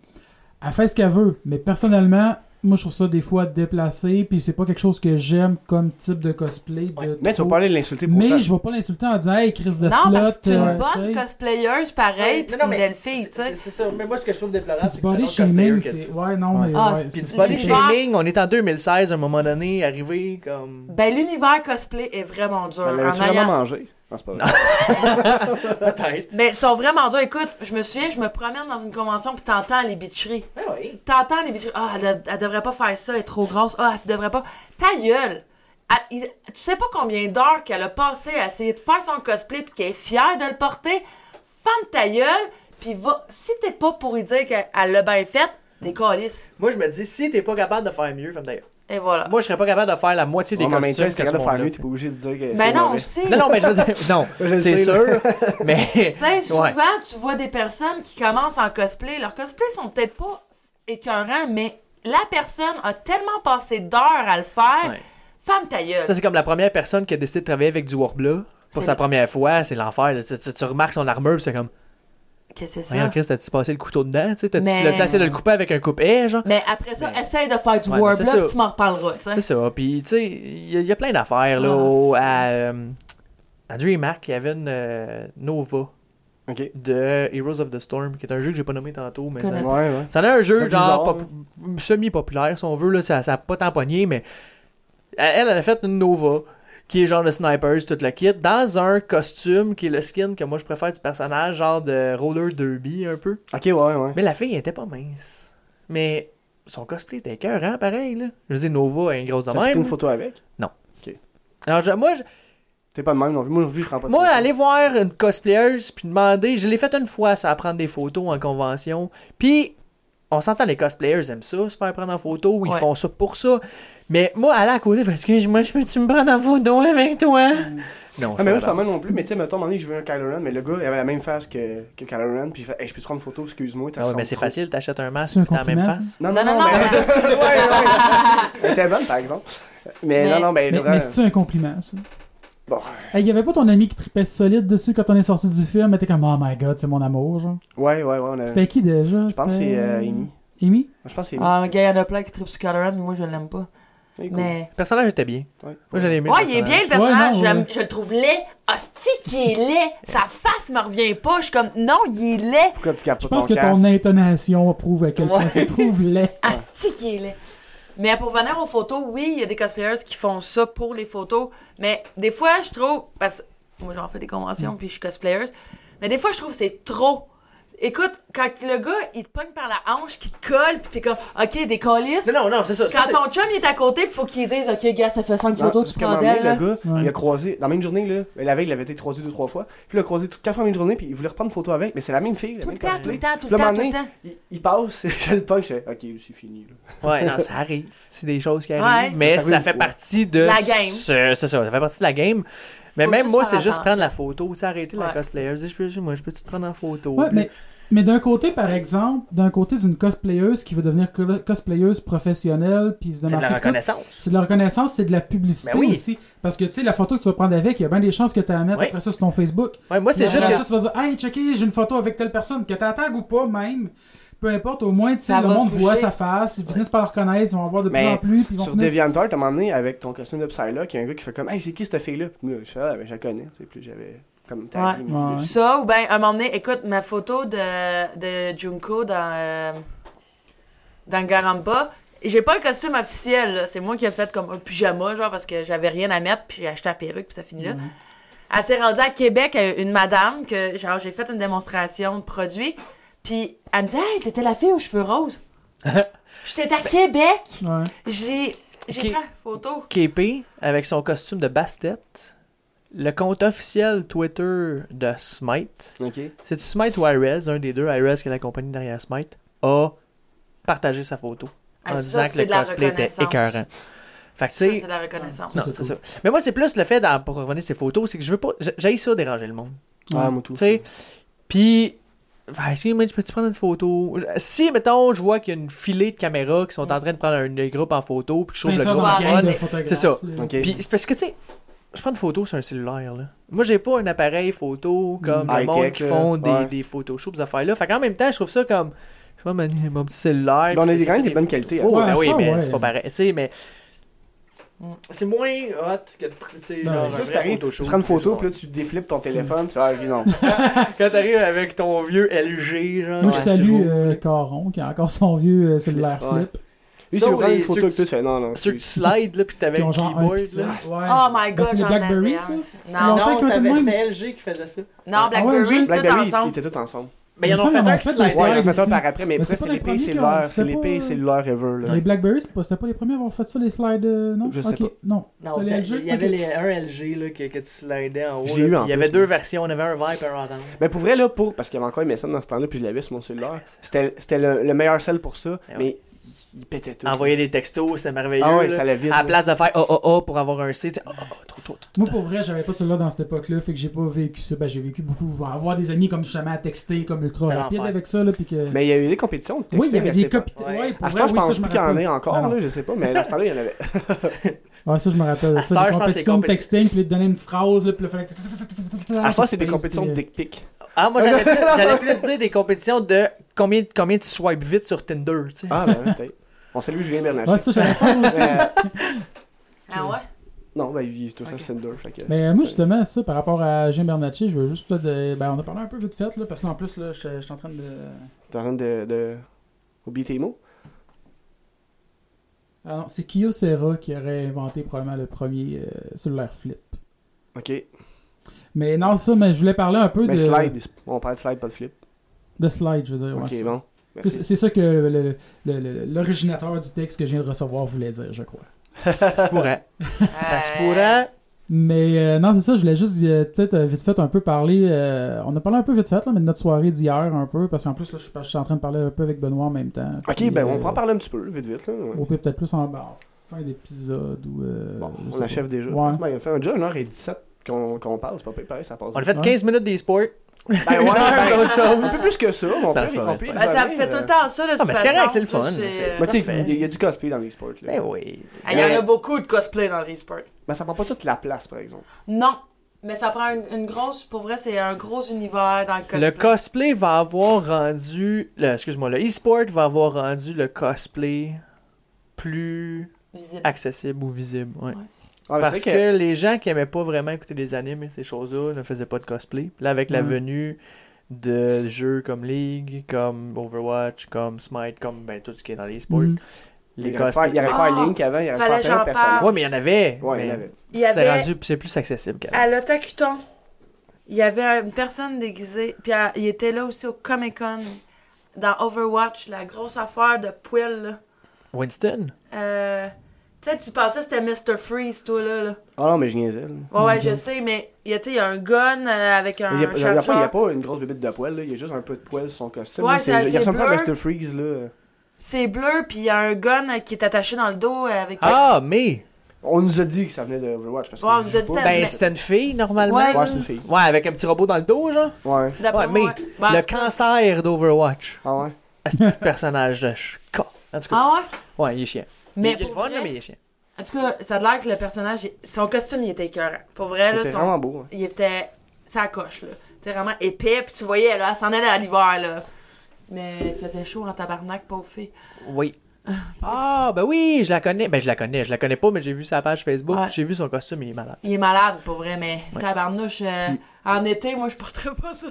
Speaker 4: Elle fait ce qu'elle veut, mais personnellement, moi, je trouve ça des fois déplacé, puis c'est pas quelque chose que j'aime comme type de cosplay. De
Speaker 3: Mais tu vas
Speaker 4: trop.
Speaker 3: pas aller l'insulter pour autant.
Speaker 4: Mais je vais pas l'insulter en disant Hey, Chris de
Speaker 5: Non,
Speaker 4: slot.
Speaker 5: parce que c'est
Speaker 4: euh,
Speaker 5: une
Speaker 4: tu
Speaker 5: bonne
Speaker 4: sais.
Speaker 5: cosplayeuse, pareil, pis c'est une belle fille, tu
Speaker 1: C'est
Speaker 5: sais.
Speaker 1: c'est ça. Mais moi, ce que je trouve déplorable,
Speaker 4: Puis
Speaker 1: c'est
Speaker 4: du
Speaker 1: que
Speaker 4: body
Speaker 1: c'est un cosplayer
Speaker 4: shaming,
Speaker 1: qui a
Speaker 4: c'est.
Speaker 1: ça.
Speaker 4: Ouais, non, mais.
Speaker 5: Ah,
Speaker 4: ouais,
Speaker 5: c'est-
Speaker 1: Puis du
Speaker 4: c'est-
Speaker 1: body
Speaker 4: c'est-
Speaker 5: l'univers-
Speaker 1: shaming, on est en 2016 à un moment donné, arrivé comme.
Speaker 5: Ben, l'univers cosplay est vraiment dur.
Speaker 3: Ben,
Speaker 5: en
Speaker 3: L'avais-tu vraiment
Speaker 5: ayant-
Speaker 3: mangé? Non, c'est pas vrai.
Speaker 1: Peut-être.
Speaker 5: Mais ils sont vraiment durs. Écoute, je me souviens, je me promène dans une convention, puis t'entends les bitcheries.
Speaker 1: Ah oui.
Speaker 5: T'entends les bitcheries. Ah, elle, de- elle devrait pas faire ça, elle est trop grosse. Ah, elle devrait pas. Ta gueule! Elle- il- tu sais pas combien d'heures qu'elle a passé à essayer de faire son cosplay, puis qu'elle est fière de le porter. Femme ta gueule, puis va. Si t'es pas pour lui dire qu'elle elle l'a bien faite, les calices.
Speaker 1: Moi, je me dis, si t'es pas capable de faire mieux, femme d'ailleurs.
Speaker 5: Et voilà.
Speaker 1: Moi, je serais pas capable de faire la moitié des
Speaker 3: Ouais, mais en même temps,
Speaker 1: costumes
Speaker 3: si
Speaker 1: que
Speaker 3: t'es
Speaker 1: ce
Speaker 3: capable de faire
Speaker 1: monde-là
Speaker 3: mieux,
Speaker 1: fait.
Speaker 3: t'es pas obligé de dire que.
Speaker 5: Ben
Speaker 3: c'est
Speaker 5: non,
Speaker 3: mauvais.
Speaker 5: aussi.
Speaker 1: Non, non, mais [LAUGHS] je veux dire, non,
Speaker 3: Je le
Speaker 1: c'est
Speaker 3: sais,
Speaker 1: sûr, mais...
Speaker 5: Tu sais, souvent,
Speaker 1: Ouais.
Speaker 5: tu vois des personnes qui commencent en cosplay. Leurs cosplays sont peut-être pas écœurants, mais la personne a tellement passé d'heures à le faire.
Speaker 1: Ouais.
Speaker 5: Femme ta gueule.
Speaker 1: Ça, c'est comme la première personne qui a décidé de travailler avec du Warbler pour
Speaker 5: C'est-
Speaker 1: sa première fois, c'est l'enfer. là. Tu, tu- tu remarques son armure, puis c'est comme,
Speaker 5: Qu'est-ce que c'est
Speaker 1: voyons,
Speaker 5: ça?
Speaker 1: Chris, t'as-tu passé le couteau dedans? Tu sais, T'as-tu
Speaker 5: Mais-
Speaker 1: l'as-tu essayé de le couper avec un coupe-haie, genre?
Speaker 5: Mais après ça,
Speaker 1: Mais-
Speaker 5: essaye de faire du
Speaker 1: Ouais, mais
Speaker 5: warbler,
Speaker 1: c'est ça.
Speaker 5: puis tu m'en reparleras, tu sais.
Speaker 1: C'est ça, puis tu sais, il y, a- il y a plein d'affaires, là,
Speaker 5: Ah,
Speaker 1: au-
Speaker 5: c'est-
Speaker 1: à... euh, à DreamHack, il y avait une euh, Nova
Speaker 3: Ok.
Speaker 1: de Heroes of the Storm, qui est un jeu que j'ai pas nommé tantôt, mais...
Speaker 5: Connais
Speaker 1: ça-
Speaker 3: Ouais, ouais.
Speaker 1: Ça en est un jeu
Speaker 3: Pas
Speaker 1: genre
Speaker 3: bizarre.
Speaker 1: pop- semi-populaire, si on veut, là, ça n'a pas tant pogné, mais elle, elle a fait une Nova, qui est genre de snipers, tout le kit, dans un costume qui est le skin que moi je préfère du personnage, genre de roller derby un peu.
Speaker 3: Ok, ouais, ouais.
Speaker 1: Mais la fille elle était pas mince. Mais son cosplay était écœurant, pareil, là. Je veux dire, Nova est une grosse de
Speaker 3: T'as pris une
Speaker 1: même.
Speaker 3: photo avec?
Speaker 1: Alors, je- moi, je-
Speaker 3: T'es pas de même non plus. Moi non plus, je prends pas de
Speaker 1: Moi,
Speaker 3: photo.
Speaker 1: aller voir une cosplayeuse puis demander, je l'ai fait une fois, ça, à prendre des photos en convention. Puis, on s'entend, les cosplayers aiment ça, se faire prendre en photo, ils
Speaker 5: Ouais.
Speaker 1: font ça pour ça. Mais moi, aller à côté, parce que moi, je peux-tu me prendre en photo avec toi?
Speaker 5: Mm.
Speaker 1: Non,
Speaker 3: Ah, mais moi, je
Speaker 1: suis
Speaker 3: suis pas mal non plus. Mais tu sais, mettons, à un moment donné, je veux un Kylo Ren, mais le gars, il avait la même face que, que Kylo Ren. Puis il fait, hey, je peux te prendre une photo, excuse-moi. t'as
Speaker 1: Ah ouais, mais c'est
Speaker 3: trop.
Speaker 1: facile, t'achètes un masque
Speaker 4: C'est un
Speaker 1: pis t'as la même
Speaker 4: compliment,
Speaker 1: face.
Speaker 3: Non, non,
Speaker 5: Non,
Speaker 3: non,
Speaker 5: non,
Speaker 3: mais.
Speaker 5: non.
Speaker 3: Ouais, ouais. Elle était bonne, par exemple. Mais,
Speaker 5: Mais-
Speaker 3: non, non, ben,
Speaker 4: Mais,
Speaker 3: le vrai-
Speaker 4: mais c'est-tu un compliment, ça?
Speaker 3: Bon.
Speaker 4: Hey, y avait pas ton ami qui tripait solide dessus quand on est sorti du film? Elle était comme, oh my god, c'est mon amour, genre.
Speaker 3: Ouais, ouais, ouais. on a-
Speaker 4: C'était qui déjà?
Speaker 3: Je pense que c'est euh, Amy.
Speaker 4: Amy?
Speaker 3: Je pense que c'est Amy.
Speaker 5: Ah, gars, il y en a plein qui trippent sur Caloran, mais moi, je l'aime pas.
Speaker 3: C'est cool.
Speaker 5: Mais.
Speaker 1: Le personnage était bien.
Speaker 3: Ouais.
Speaker 1: Moi, j'avais aimé. le
Speaker 5: Ouais, il est bien
Speaker 1: personnage.
Speaker 5: le personnage.
Speaker 4: Ouais, non,
Speaker 5: J'aime-
Speaker 4: ouais.
Speaker 5: Je le trouve laid. Hostie, qui est laid. Sa face me revient pas. Je suis comme, non, il est laid.
Speaker 3: Pourquoi tu capes
Speaker 4: Je
Speaker 3: pas ton
Speaker 4: pense que
Speaker 3: casque?
Speaker 4: ton intonation prouve à quel point
Speaker 5: Ouais.
Speaker 1: [LAUGHS]
Speaker 4: c'est trouve laid.
Speaker 5: Asti qui est laid. Mais pour venir aux photos, oui, il y a des cosplayers qui font ça pour les photos. Mais des fois, je trouve. Parce que moi, j'en fais des conventions, puis je suis cosplayer. Mais des fois, je trouve que c'est trop. Écoute, quand le gars, il te pogne par la hanche, qu'il te colle, puis t'es comme, OK, des colisses.
Speaker 1: Non, non, c'est ça. ça,
Speaker 5: Quand
Speaker 1: c'est-
Speaker 5: ton chum, il est à côté, puis faut qu'il dise, OK, gars, ça fait 5
Speaker 3: Non,
Speaker 5: photos,
Speaker 3: parce
Speaker 5: tu
Speaker 3: qu'à un
Speaker 5: prends
Speaker 3: moment donné,
Speaker 5: d'elle. là.
Speaker 3: Le gars,
Speaker 4: Ouais.
Speaker 3: il a croisé, dans la même journée, là, la veille, il avait été croisé deux, trois fois. Puis il l'a croisé toute quatre fois la même journée, puis il voulait reprendre une photo avec, mais c'est la même fille, la
Speaker 5: Tout le
Speaker 3: même
Speaker 5: temps, tout
Speaker 3: cosplay.
Speaker 5: le temps, tout
Speaker 3: Puis
Speaker 5: le
Speaker 3: là, à un
Speaker 5: temps, tout le
Speaker 3: moment donné,
Speaker 5: temps.
Speaker 3: il, il passe, [LAUGHS] je le punch, je fais, ok, c'est fini. Là.
Speaker 1: Ouais, non,
Speaker 5: [LAUGHS]
Speaker 1: ça arrive. C'est des choses qui
Speaker 5: Ouais.
Speaker 1: arrivent. Mais
Speaker 3: Ça arrive
Speaker 1: ça
Speaker 3: une
Speaker 1: fait
Speaker 3: fois.
Speaker 1: partie de.
Speaker 5: La game.
Speaker 1: ce- C'est ça, ça fait partie de la game. Mais
Speaker 5: Faut
Speaker 1: même
Speaker 5: juste
Speaker 1: moi,
Speaker 5: faire
Speaker 1: c'est juste
Speaker 5: attention.
Speaker 1: prendre la photo. Tu sais, arrêter la
Speaker 5: Ouais.
Speaker 1: cosplayer. Dis, je peux, moi, je peux te prendre en photo.
Speaker 4: Ouais,
Speaker 1: Puis-
Speaker 4: mais, mais d'un côté, par exemple, d'un côté d'une cosplayeuse qui veut devenir co- cosplayeuse professionnelle, puis se
Speaker 1: C'est de la
Speaker 4: démarquer,
Speaker 1: reconnaissance.
Speaker 4: C'est de la reconnaissance, c'est de la publicité
Speaker 1: Ben oui.
Speaker 4: aussi. Parce que, tu sais, la photo que tu vas prendre avec, il y a bien des chances que tu la mettes
Speaker 1: Oui.
Speaker 4: après ça sur ton Facebook.
Speaker 1: Ouais, moi, c'est
Speaker 4: Après
Speaker 1: juste
Speaker 4: ça,
Speaker 1: que.
Speaker 4: tu vas dire, hey, checker, j'ai une photo avec telle personne, que t'as tag ou pas, même. Peu importe, au moins, tu sais,
Speaker 5: Ça
Speaker 4: le
Speaker 5: va
Speaker 4: monde
Speaker 5: toucher.
Speaker 4: voit sa face, ils finissent par la reconnaître, ils vont en voir de
Speaker 3: Mais
Speaker 4: plus en plus, puis ils vont
Speaker 3: Sur
Speaker 4: finir-
Speaker 3: DeviantArt, t'as emmené avec ton costume de Psylocke, il y a un gars qui fait comme, hey, c'est qui cette fille-là? Puis moi, je fais, ah, ben, je la connais, tu sais, puis j'avais comme tagué,
Speaker 5: Ouais.
Speaker 3: mais-
Speaker 4: Ouais.
Speaker 5: Ça, ou bien, un moment donné, écoute, ma photo de, de Junko dans, euh, dans Garamba, j'ai pas le costume officiel, là. c'est moi qui ai fait comme un pyjama, genre, parce que j'avais rien à mettre, puis j'ai acheté la perruque, puis ça finit là.
Speaker 3: Mhm.
Speaker 5: Elle s'est rendue à Québec à une madame, que, genre, j'ai fait une démonstration de produit, puis elle me dit Hey, t'étais la fille aux cheveux
Speaker 3: [LAUGHS]
Speaker 5: roses. J'étais à Québec.
Speaker 4: Ouais.
Speaker 5: J'ai.
Speaker 1: Ok.
Speaker 5: J'ai pris la photo.
Speaker 1: KP, avec son costume de Bastet, le compte officiel Twitter de Smite,
Speaker 3: Ok.
Speaker 1: c'est-tu Smite ou IRES, un des deux, IRES qui est la compagnie derrière Smite, a partagé sa photo en
Speaker 5: Ah, ça,
Speaker 1: disant que
Speaker 5: c'est
Speaker 1: le
Speaker 5: de la
Speaker 1: cosplay était
Speaker 5: reconnaissance.
Speaker 1: écœurant. Fait que, tu
Speaker 5: Ça,
Speaker 1: sais,
Speaker 5: c'est de la reconnaissance.
Speaker 1: Non,
Speaker 4: Ça,
Speaker 1: c'est
Speaker 4: c'est
Speaker 1: ça. Mais moi, c'est plus le fait, d'en- pour revenir à ces photos, c'est que je veux pas. J'ai ça déranger le monde.
Speaker 3: Ah, moi tout.
Speaker 1: Tu sais, puis. Ben, si, mais tu peux-tu prendre une photo? Si, mettons, je vois qu'il y a une filée de caméras qui sont en train de prendre un, un groupe en photo, puis que je trouve
Speaker 4: Fin
Speaker 1: le
Speaker 4: ça,
Speaker 1: groupe
Speaker 4: dans la
Speaker 5: va
Speaker 1: en
Speaker 4: gang
Speaker 1: fun.
Speaker 5: arrêter.
Speaker 4: de photographes,
Speaker 1: C'est ça.
Speaker 4: là.
Speaker 3: Ok.
Speaker 1: Puis, c'est parce que, tu sais, je prends une photo sur un cellulaire, là. Moi, j'ai pas un appareil photo comme
Speaker 3: Mm.
Speaker 1: le monde
Speaker 3: High-tech,
Speaker 1: qui
Speaker 3: là.
Speaker 1: font des,
Speaker 3: Ouais.
Speaker 1: des Photoshop, des affaires-là. Fait qu'en même temps, je trouve ça comme. je vais m'amener mon petit cellulaire.
Speaker 3: Mais
Speaker 1: puis
Speaker 3: on a
Speaker 1: ça,
Speaker 3: des-
Speaker 1: ça
Speaker 3: quand même
Speaker 1: fait
Speaker 3: des bonnes qualités. hein.
Speaker 1: Oh,
Speaker 4: Ouais,
Speaker 1: ben oui,
Speaker 4: ça,
Speaker 1: mais
Speaker 4: ouais.
Speaker 1: c'est pas pareil. Tu sais, mais. C'est moins hot que de. pr- Tu sais,
Speaker 4: Non,
Speaker 1: genre,
Speaker 4: c'est
Speaker 1: un
Speaker 3: C'est sûr,
Speaker 1: vrai
Speaker 3: si t'arrives,
Speaker 1: photo
Speaker 3: tu
Speaker 1: shoot,
Speaker 3: prends une photo,
Speaker 1: genre.
Speaker 3: puis là, tu déflippes ton téléphone, tu fais, ah, lui, non.
Speaker 1: Quand t'arrives avec ton vieux LG, genre.
Speaker 4: Moi, je
Speaker 1: ouais,
Speaker 4: salue
Speaker 1: c'est beau.
Speaker 4: euh, Caron, qui a encore son vieux euh, cellulaire
Speaker 3: Ouais.
Speaker 4: flip.
Speaker 3: Lui,
Speaker 1: Ça,
Speaker 3: c'est vraiment
Speaker 1: les-
Speaker 3: une
Speaker 1: ceux
Speaker 3: photo que
Speaker 1: qui-
Speaker 3: tu fais, non, non.
Speaker 1: Ceux qui
Speaker 3: c'est-
Speaker 1: slide, là, puis t'avais
Speaker 4: Qui ont
Speaker 1: un
Speaker 4: genre un
Speaker 1: keyboard,
Speaker 4: pixel.
Speaker 1: là. Ah.
Speaker 4: Ouais.
Speaker 5: Oh my
Speaker 4: Ben,
Speaker 5: god,
Speaker 4: c'est des
Speaker 5: j'en
Speaker 4: Blackberry,
Speaker 5: avais un.
Speaker 4: ça?
Speaker 5: Non,
Speaker 4: Longtemps
Speaker 1: Non,
Speaker 4: que tout le
Speaker 1: t'avais-
Speaker 4: monde-
Speaker 1: c'était LG qui faisait ça.
Speaker 5: non, Ah Blackberry,
Speaker 4: juste
Speaker 5: c'est tout
Speaker 3: Blackberry, ils
Speaker 5: ensemble.
Speaker 3: étaient tous ensemble.
Speaker 1: Mais ils Ben, en ont
Speaker 4: Il
Speaker 1: fait
Speaker 4: me
Speaker 1: un
Speaker 4: semble
Speaker 1: qui
Speaker 4: qu'ils
Speaker 1: fait
Speaker 4: ont
Speaker 1: de la
Speaker 4: fait
Speaker 3: Ouais,
Speaker 4: Ouais,
Speaker 3: ils en ont fait
Speaker 4: aussi.
Speaker 3: un par après, mais
Speaker 4: Mais
Speaker 3: après,
Speaker 4: c'est
Speaker 3: c'est
Speaker 4: pas
Speaker 3: les
Speaker 4: les premiers
Speaker 3: pays
Speaker 4: qui ont-
Speaker 3: cellulaires.
Speaker 4: c'est
Speaker 3: C'est les
Speaker 4: pas-
Speaker 3: pays cellulaires ever, là.
Speaker 4: Les Blackberry, c'est pas- c'était pas les premiers à avoir fait ça, les slides euh, non
Speaker 3: Ah. Je sais
Speaker 4: Ok,
Speaker 3: pas.
Speaker 4: Non.
Speaker 1: Non,
Speaker 4: C'était
Speaker 1: c'était-
Speaker 4: LG,
Speaker 1: il y avait
Speaker 4: ok.
Speaker 1: les- un LG là, que, que tu slidais en haut.
Speaker 3: Je
Speaker 1: là,
Speaker 3: l'ai eu,
Speaker 1: puis
Speaker 3: en
Speaker 1: Il y avait
Speaker 3: plus,
Speaker 1: deux
Speaker 3: moi.
Speaker 1: versions, on avait un vert et un orange.
Speaker 3: Mais pour vrai, là, pour. Parce qu'il y avait encore MSN dans ce temps-là, puis je l'avais sur mon cellulaire. C'était c'était le, le meilleur sel pour ça,
Speaker 1: Ouais.
Speaker 3: mais il- il pétait tout.
Speaker 1: Envoyer des textos, c'était merveilleux.
Speaker 3: Ah ouais,
Speaker 1: là.
Speaker 3: ça allait vite.
Speaker 1: à la
Speaker 3: là.
Speaker 1: place de faire oh oh oh pour avoir un C, tu sais, oh, oh, oh, trop, trop, trop,
Speaker 4: Moi, pour vrai, j'avais pas cela dans cette époque-là, fait que j'ai pas vécu ça. Ben, j'ai vécu beaucoup. Avoir des amis comme justement à texter, comme ultra
Speaker 1: C'est
Speaker 4: rapide
Speaker 1: l'enfer.
Speaker 4: avec ça, là, puis que.
Speaker 3: Mais il y a eu des compétitions de
Speaker 4: oui, il y
Speaker 3: texting
Speaker 4: avait
Speaker 3: à
Speaker 4: des
Speaker 3: cette époque.
Speaker 4: copies.
Speaker 1: Ouais.
Speaker 4: Ouais, pour
Speaker 3: À ce
Speaker 4: vrai,
Speaker 3: temps, je
Speaker 4: oui, ça,
Speaker 3: pense
Speaker 4: me
Speaker 3: plus qu'il y en
Speaker 4: rappelle.
Speaker 3: ait encore,
Speaker 4: Non, non.
Speaker 3: là, je sais pas, mais à ce temps-là, il y en
Speaker 4: [LAUGHS]
Speaker 3: avait.
Speaker 4: Ouais, ça, je me rappelle.
Speaker 1: À
Speaker 4: Ça,
Speaker 1: cette heure,
Speaker 4: des
Speaker 1: je pense que les
Speaker 4: compétitions
Speaker 1: compétitions-
Speaker 4: de texting, puis là, te donner une phrase, là, puis là, fallait que.
Speaker 3: À ce
Speaker 4: [LAUGHS]
Speaker 3: temps, c'est des
Speaker 4: Space,
Speaker 3: compétitions
Speaker 4: puis,
Speaker 3: de
Speaker 4: euh,
Speaker 3: dick pic.
Speaker 1: Ah, moi, j'allais plus, j'allais plus dire des compétitions de combien, combien tu swipes vite sur Tinder, tu sais.
Speaker 3: Ah, ben, peut-être. On salue Julien Bernachet.
Speaker 4: Ouais, ça, j'avais pas aussi.
Speaker 3: Euh,
Speaker 5: Ah ouais?
Speaker 3: Non, ben, il est tout ça,
Speaker 5: Ok.
Speaker 3: c'est Tinder. fait que-
Speaker 4: Mais euh, moi, justement, ça, par rapport à Jim Bernatchez, je veux juste. là, de- Ben, on a parlé un peu vite fait, là, parce que là, en plus, là, je je suis en train de.
Speaker 3: T'es en train de. de... Oublier tes mots.
Speaker 4: Ah non, c'est Kyocera qui aurait inventé probablement le premier euh, cellulaire flip.
Speaker 3: Ok.
Speaker 4: Mais non, ça, mais je voulais parler un peu
Speaker 3: Mais
Speaker 4: de.
Speaker 3: slide, on parle de slide, pas de flip.
Speaker 4: De slide, je veux dire. ouais,
Speaker 3: ok,
Speaker 4: ça.
Speaker 3: bon.
Speaker 4: C'est-
Speaker 3: Merci.
Speaker 4: C'est c'est ça que le- le- le- le- l'originateur du texte que je viens de recevoir voulait dire, je crois.
Speaker 1: Ça se pourrait. [LAUGHS]
Speaker 5: Euh,
Speaker 1: Ça se pourrait.
Speaker 4: Mais euh, non, c'est ça, je voulais juste euh, peut-être euh, vite fait un peu parler. euh, on a parlé un peu vite fait, là, mais de notre soirée d'hier un peu, parce qu'en plus, là, je, suis- je suis en train de parler un peu avec Benoît en même temps.
Speaker 3: Ok,
Speaker 4: Puis,
Speaker 3: ben, on
Speaker 4: euh,
Speaker 3: prend en parler un petit peu, vite, vite. Là, ouais.
Speaker 4: Au pire, peut-être plus en ben, en fin d'épisode ou. euh,
Speaker 3: Bon,
Speaker 4: je sais
Speaker 3: on
Speaker 4: pas.
Speaker 3: achève déjà.
Speaker 4: Ouais.
Speaker 3: Ben, il a fait un déjà 1h17 qu'on qu'on parle, c'est pas pire, pareil, ça passe.
Speaker 1: On a
Speaker 3: vite.
Speaker 1: fait 15 minutes des sports.
Speaker 3: Ben
Speaker 1: [LAUGHS]
Speaker 3: ouais, ben,
Speaker 1: Autre chose.
Speaker 3: un peu plus que ça, mais on peut
Speaker 1: Ben, c'est pas vrai,
Speaker 3: on peut y
Speaker 1: c'est
Speaker 5: Ben, ça
Speaker 3: revenir,
Speaker 5: fait tout
Speaker 3: euh.
Speaker 5: le temps ça, là, de
Speaker 1: Ah,
Speaker 5: toute
Speaker 1: mais c'est
Speaker 5: façon.
Speaker 1: correct, c'est le fun.
Speaker 5: Là, c'est, euh,
Speaker 3: Ben, tu
Speaker 1: Parfait.
Speaker 3: sais, il y a- il y a du cosplay dans les sports. Là.
Speaker 1: Ben oui.
Speaker 5: ah, Il y en a beaucoup de cosplay dans les sports.
Speaker 3: Ben, ça prend pas toute la place, par exemple.
Speaker 5: Non, mais ça prend une, une grosse... Pour vrai, c'est un gros univers dans le cosplay.
Speaker 1: Le cosplay va avoir rendu. le- Excuse-moi, le e-sport va avoir rendu le cosplay plus
Speaker 5: Visible.
Speaker 1: accessible ou visible. ouais.
Speaker 3: Ah, mais c'est
Speaker 1: Parce que...
Speaker 3: vrai que-
Speaker 1: les gens qui aimaient pas vraiment écouter des animes et ces choses-là ne faisaient pas de cosplay. Puis Là, avec la
Speaker 3: Mm.
Speaker 4: Mhm.
Speaker 1: venue de jeux comme League, comme Overwatch, comme Smite, comme ben, tout ce qui est dans les sports,
Speaker 5: Mm.
Speaker 4: Mhm.
Speaker 1: les
Speaker 3: il aurait faire-
Speaker 1: cosplays.
Speaker 3: il aurait
Speaker 5: Ah,
Speaker 3: fait Link avant, il aurait
Speaker 5: fallait
Speaker 3: fait plein
Speaker 5: j'en
Speaker 3: de personnages.
Speaker 5: parle.
Speaker 1: Ouais, mais il y en avait.
Speaker 3: Ouais, il y
Speaker 1: mais
Speaker 3: en avait.
Speaker 5: Il y
Speaker 1: c'est
Speaker 5: avait-
Speaker 1: rendu, c'est plus accessible quand même.
Speaker 5: À l'Otakuton, il y avait une personne déguisée, puis elle- il était là aussi au Comic Con, dans Overwatch, la grosse affaire de poil, là.
Speaker 1: Winston,
Speaker 5: Euh, tu sais, tu pensais que c'était Mr. Freeze, toi, là. là.
Speaker 3: Ah non, mais je niaisais. là.
Speaker 5: Ouais, ouais,
Speaker 4: Mhm.
Speaker 5: je sais, mais il y a, tu sais, il y a un gun euh, avec un.
Speaker 3: Il n'y a, il y a pas- il y a
Speaker 5: chargeur.
Speaker 3: pas une grosse bébite de poil, là. il y a juste un peu de poil sur son costume.
Speaker 5: Ouais,
Speaker 3: là.
Speaker 5: c'est
Speaker 3: il
Speaker 5: assez
Speaker 3: ressemble pas à
Speaker 5: bleu.
Speaker 3: Mr. Freeze. Là.
Speaker 5: C'est bleu, puis il y a un gun euh, qui est attaché dans le dos euh, avec.
Speaker 1: Ah, mais.
Speaker 3: On nous a dit que ça venait de Overwatch. Parce
Speaker 5: Ouais,
Speaker 3: qu'on
Speaker 5: on nous a
Speaker 3: joue
Speaker 5: dit
Speaker 3: pas.
Speaker 5: ça, mais-
Speaker 1: Ben, c'était une fille normalement.
Speaker 5: Ouais.
Speaker 3: Ouais, c'est une fille.
Speaker 1: Ouais, avec un petit robot dans le dos, genre.
Speaker 3: Ouais.
Speaker 5: D'après
Speaker 1: Ouais, mais
Speaker 5: moi, ben,
Speaker 1: le
Speaker 5: c'est pas-
Speaker 1: cancer d'Overwatch.
Speaker 3: Ah ouais.
Speaker 1: Ah, C'est ce personnage de ch- [LAUGHS] con. En tout cas,
Speaker 5: Ah ouais?
Speaker 1: ouais, il est chiant.
Speaker 5: Mais
Speaker 1: il est le
Speaker 5: pour
Speaker 1: fun,
Speaker 5: vrai-
Speaker 1: là, mais il est chiant.
Speaker 5: En tout cas, ça a l'air que le personnage, il- son costume, il était écœurant. Pour vrai, là,
Speaker 3: C'était
Speaker 5: son-
Speaker 3: vraiment beau. hein. ouais.
Speaker 5: il était. Ça coche, là. C'était vraiment épais, puis tu voyais, là, elle s'en allait à l'hiver, là. Mais il faisait chaud en tabarnak, pauvre fille.
Speaker 1: Oui. Ah, ben oui, je la connais. Ben, je la connais. Je la connais pas, mais j'ai vu sa page Facebook.
Speaker 5: Ouais.
Speaker 1: J'ai vu son costume, il est malade.
Speaker 5: Il est malade, pour vrai, mais
Speaker 1: Ouais.
Speaker 5: tabarnouche, euh, en été, moi, je porterais pas ça.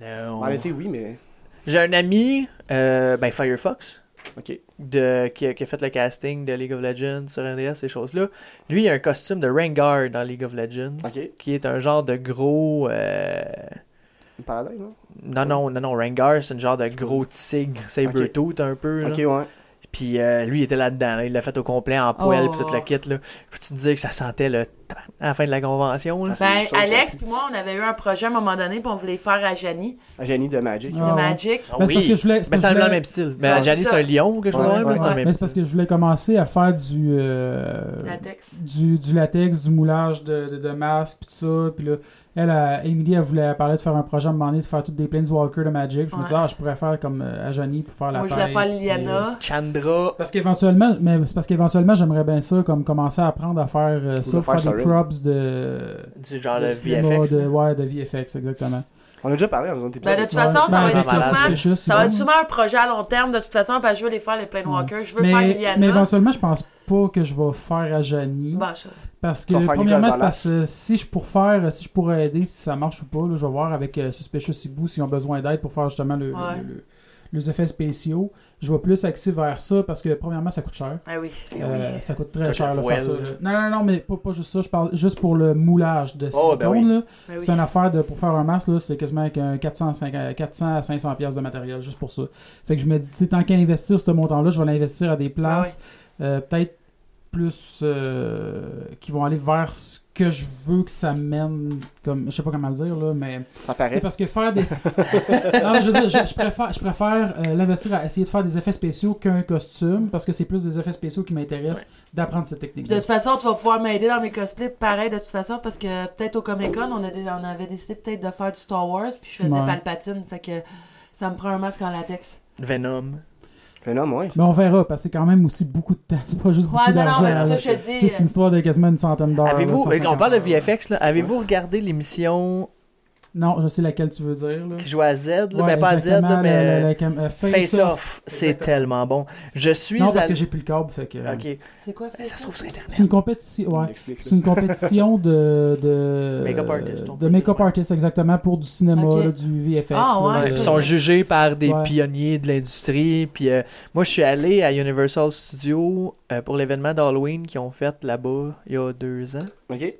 Speaker 1: Non.
Speaker 3: En réalité, oui, mais.
Speaker 1: J'ai un ami, euh, ben, Firefox,
Speaker 3: Ok.
Speaker 1: de, qui, a, qui a fait le casting de League of Legends sur NDS, ces choses-là. Lui, il a un costume de Rengar dans League of Legends,
Speaker 3: Ok.
Speaker 1: qui est un genre de gros. euh,
Speaker 3: Une paladin, non
Speaker 1: Non, non, non, non, Rengar, c'est un genre de gros tigre, saber-tooth un peu. là.
Speaker 3: Ok, ouais.
Speaker 1: Puis euh, lui, il était là-dedans. là. Il l'a fait au complet en poêle,
Speaker 5: Oh.
Speaker 1: puis toute la kit. Là. Peux-tu te dire que ça sentait le tabarnak à la fin de la convention? Là?
Speaker 3: Ah,
Speaker 5: Ben,
Speaker 3: c'est ça,
Speaker 5: Alex
Speaker 3: ça.
Speaker 5: puis moi, on avait eu un projet à un moment donné, puis on voulait faire à Janie,
Speaker 3: La génie de Magic.
Speaker 5: de
Speaker 4: Ah ouais.
Speaker 5: Magic.
Speaker 1: Ah
Speaker 4: Ben, c'est parce que je voulais- c'est
Speaker 1: Mais
Speaker 4: parce
Speaker 1: c'est
Speaker 4: que je Ah,
Speaker 1: dans le
Speaker 4: voulais-
Speaker 1: même style. Mais
Speaker 5: Ouais,
Speaker 1: Gianni,
Speaker 5: c'est
Speaker 1: c'est
Speaker 5: ça.
Speaker 1: un lion ou quelque chose
Speaker 3: Ouais,
Speaker 1: de même, là,
Speaker 3: ouais.
Speaker 1: c'est dans le même
Speaker 4: Mais c'est parce
Speaker 1: style.
Speaker 4: que je voulais commencer à faire du. euh,
Speaker 5: Latex.
Speaker 4: du, du latex, du moulage de, de, de masques, pis tout ça. Puis là, elle, euh, Emily, elle voulait parler de faire un projet à un moment donné, de faire toutes des Planeswalker de Magic. Je me
Speaker 5: Ouais.
Speaker 4: disais, ah, je pourrais faire comme euh, à Johnny pour faire la
Speaker 5: Moi, je voulais
Speaker 4: tête,
Speaker 5: faire
Speaker 4: puis, euh,
Speaker 5: Liliana.
Speaker 1: Chandra.
Speaker 4: Parce qu'éventuellement, mais c'est parce qu'éventuellement, j'aimerais bien ça, comme commencer à apprendre à faire euh, ça,
Speaker 3: de
Speaker 4: pour
Speaker 3: faire
Speaker 4: faire des
Speaker 3: Sorrel,
Speaker 4: props de.
Speaker 1: Du genre
Speaker 4: de
Speaker 1: de
Speaker 4: cinéma,
Speaker 1: VFX.
Speaker 4: de- ouais, de VFX, exactement.
Speaker 3: On a déjà parlé dans un épisode.
Speaker 5: Ben, de toute façon,
Speaker 4: Ouais,
Speaker 5: ça va être
Speaker 4: avec, euh,
Speaker 5: sûrement-
Speaker 4: Suspicious,
Speaker 5: Ça va
Speaker 4: ouais.
Speaker 5: être sûrement un projet à long terme, de toute façon, parce que je veux les faire, les Plain
Speaker 4: Ouais.
Speaker 5: Walker. Je veux faire
Speaker 4: mais,
Speaker 5: Liliana.
Speaker 4: mais éventuellement, je pense pas que je vais faire à Janie.
Speaker 5: Bah, ça.
Speaker 4: Parce
Speaker 3: Tu vas
Speaker 4: que,
Speaker 3: faire
Speaker 4: premièrement,
Speaker 3: Nicolas
Speaker 4: c'est parce que si je, pour faire, si je pourrais aider, si ça marche ou pas, là, je vais voir avec euh, Suspicious Cebu s'ils ont besoin d'aide pour faire justement le, le-
Speaker 5: Ouais.
Speaker 4: le- le- les effets spéciaux. Je vais plus axer vers ça parce que, premièrement, ça coûte cher.
Speaker 5: Ah oui.
Speaker 4: Euh, ça coûte
Speaker 1: T'as
Speaker 4: très cher
Speaker 1: le
Speaker 4: de faire ça.
Speaker 1: poêle.
Speaker 4: là. Non, non, non, mais pas, pas juste ça. Je parle juste pour le moulage de silicone.
Speaker 1: Oh, ben oui.
Speaker 4: là.
Speaker 5: Ben oui.
Speaker 4: C'est une affaire de, pour faire un masque, là, c'est quasiment avec un 450 400 à 500 pièces de matériel, juste pour ça. Fait que je me dis, tu sais, tant qu'à investir ce montant-là, je vais l'investir à des places, euh, peut-être plus euh, qui vont aller vers ce que je veux que ça mène, comme, je sais pas comment le dire, là, mais...
Speaker 3: Ça
Speaker 4: C'est
Speaker 3: paraît.
Speaker 4: parce que faire des. [LAUGHS] non, mais je veux dire, je, je préfère, je préfère euh, l'investir à essayer de faire des effets spéciaux qu'un costume, parce que c'est plus des effets spéciaux qui m'intéressent d'apprendre cette
Speaker 5: Puis
Speaker 4: technique
Speaker 5: De toute façon, tu vas pouvoir m'aider dans mes cosplays, pareil, de toute façon, parce que peut-être au Comic Con, on, a dé- on avait décidé peut-être de faire du Star Wars, puis je faisais
Speaker 4: Ouais.
Speaker 5: Palpatine, fait que ça me prend un masque en latex.
Speaker 1: Venom.
Speaker 3: Mais Ben, non, moi.
Speaker 4: Mais on verra, parce que c'est quand même aussi beaucoup de temps. [LAUGHS] C'est pas juste beaucoup
Speaker 5: Ouais, non, non,
Speaker 4: d'argent.
Speaker 5: mais c'est ça
Speaker 4: là.
Speaker 5: que je te
Speaker 4: Tu sais, C'est une
Speaker 5: dis.
Speaker 4: histoire de quasiment une centaine d'heures.
Speaker 1: Avez-vous,
Speaker 4: là, 150
Speaker 1: on parle de
Speaker 4: heures, là.
Speaker 1: VFX, là. Avez-vous regardé l'émission
Speaker 4: Non, je sais laquelle tu veux dire. Là.
Speaker 1: qui joue à Z, là?
Speaker 4: Ouais,
Speaker 1: Ben, pas à Z, là,
Speaker 4: exactement,
Speaker 1: mais
Speaker 4: le- le- le cam- euh,
Speaker 1: Face Off. C'est
Speaker 4: Exactement.
Speaker 1: tellement bon. Je suis
Speaker 4: Non, parce
Speaker 1: allé-
Speaker 4: que j'ai plus le câble, fait que. euh,
Speaker 1: Ok.
Speaker 5: C'est quoi, fait
Speaker 1: Ça se trouve sur
Speaker 4: C'est
Speaker 1: Internet.
Speaker 4: une compétition.
Speaker 3: On
Speaker 4: Ouais.
Speaker 3: l'explique, là.
Speaker 4: C'est une compétition de. de
Speaker 1: Make-up artist, on
Speaker 4: De
Speaker 1: peut
Speaker 4: make-up
Speaker 1: dire, ouais.
Speaker 4: artist, exactement, pour du cinéma,
Speaker 5: Ok.
Speaker 4: là, du VFX.
Speaker 5: Ah,
Speaker 4: là, euh,
Speaker 5: ouais,
Speaker 1: Ouais,
Speaker 4: de-
Speaker 1: Ils sont jugés par des
Speaker 4: Ouais.
Speaker 1: pionniers de l'industrie. Puis euh, moi, je suis allé à Universal Studios euh, pour l'événement d'Halloween qu'ils ont fait là-bas il y a deux ans.
Speaker 3: Ok.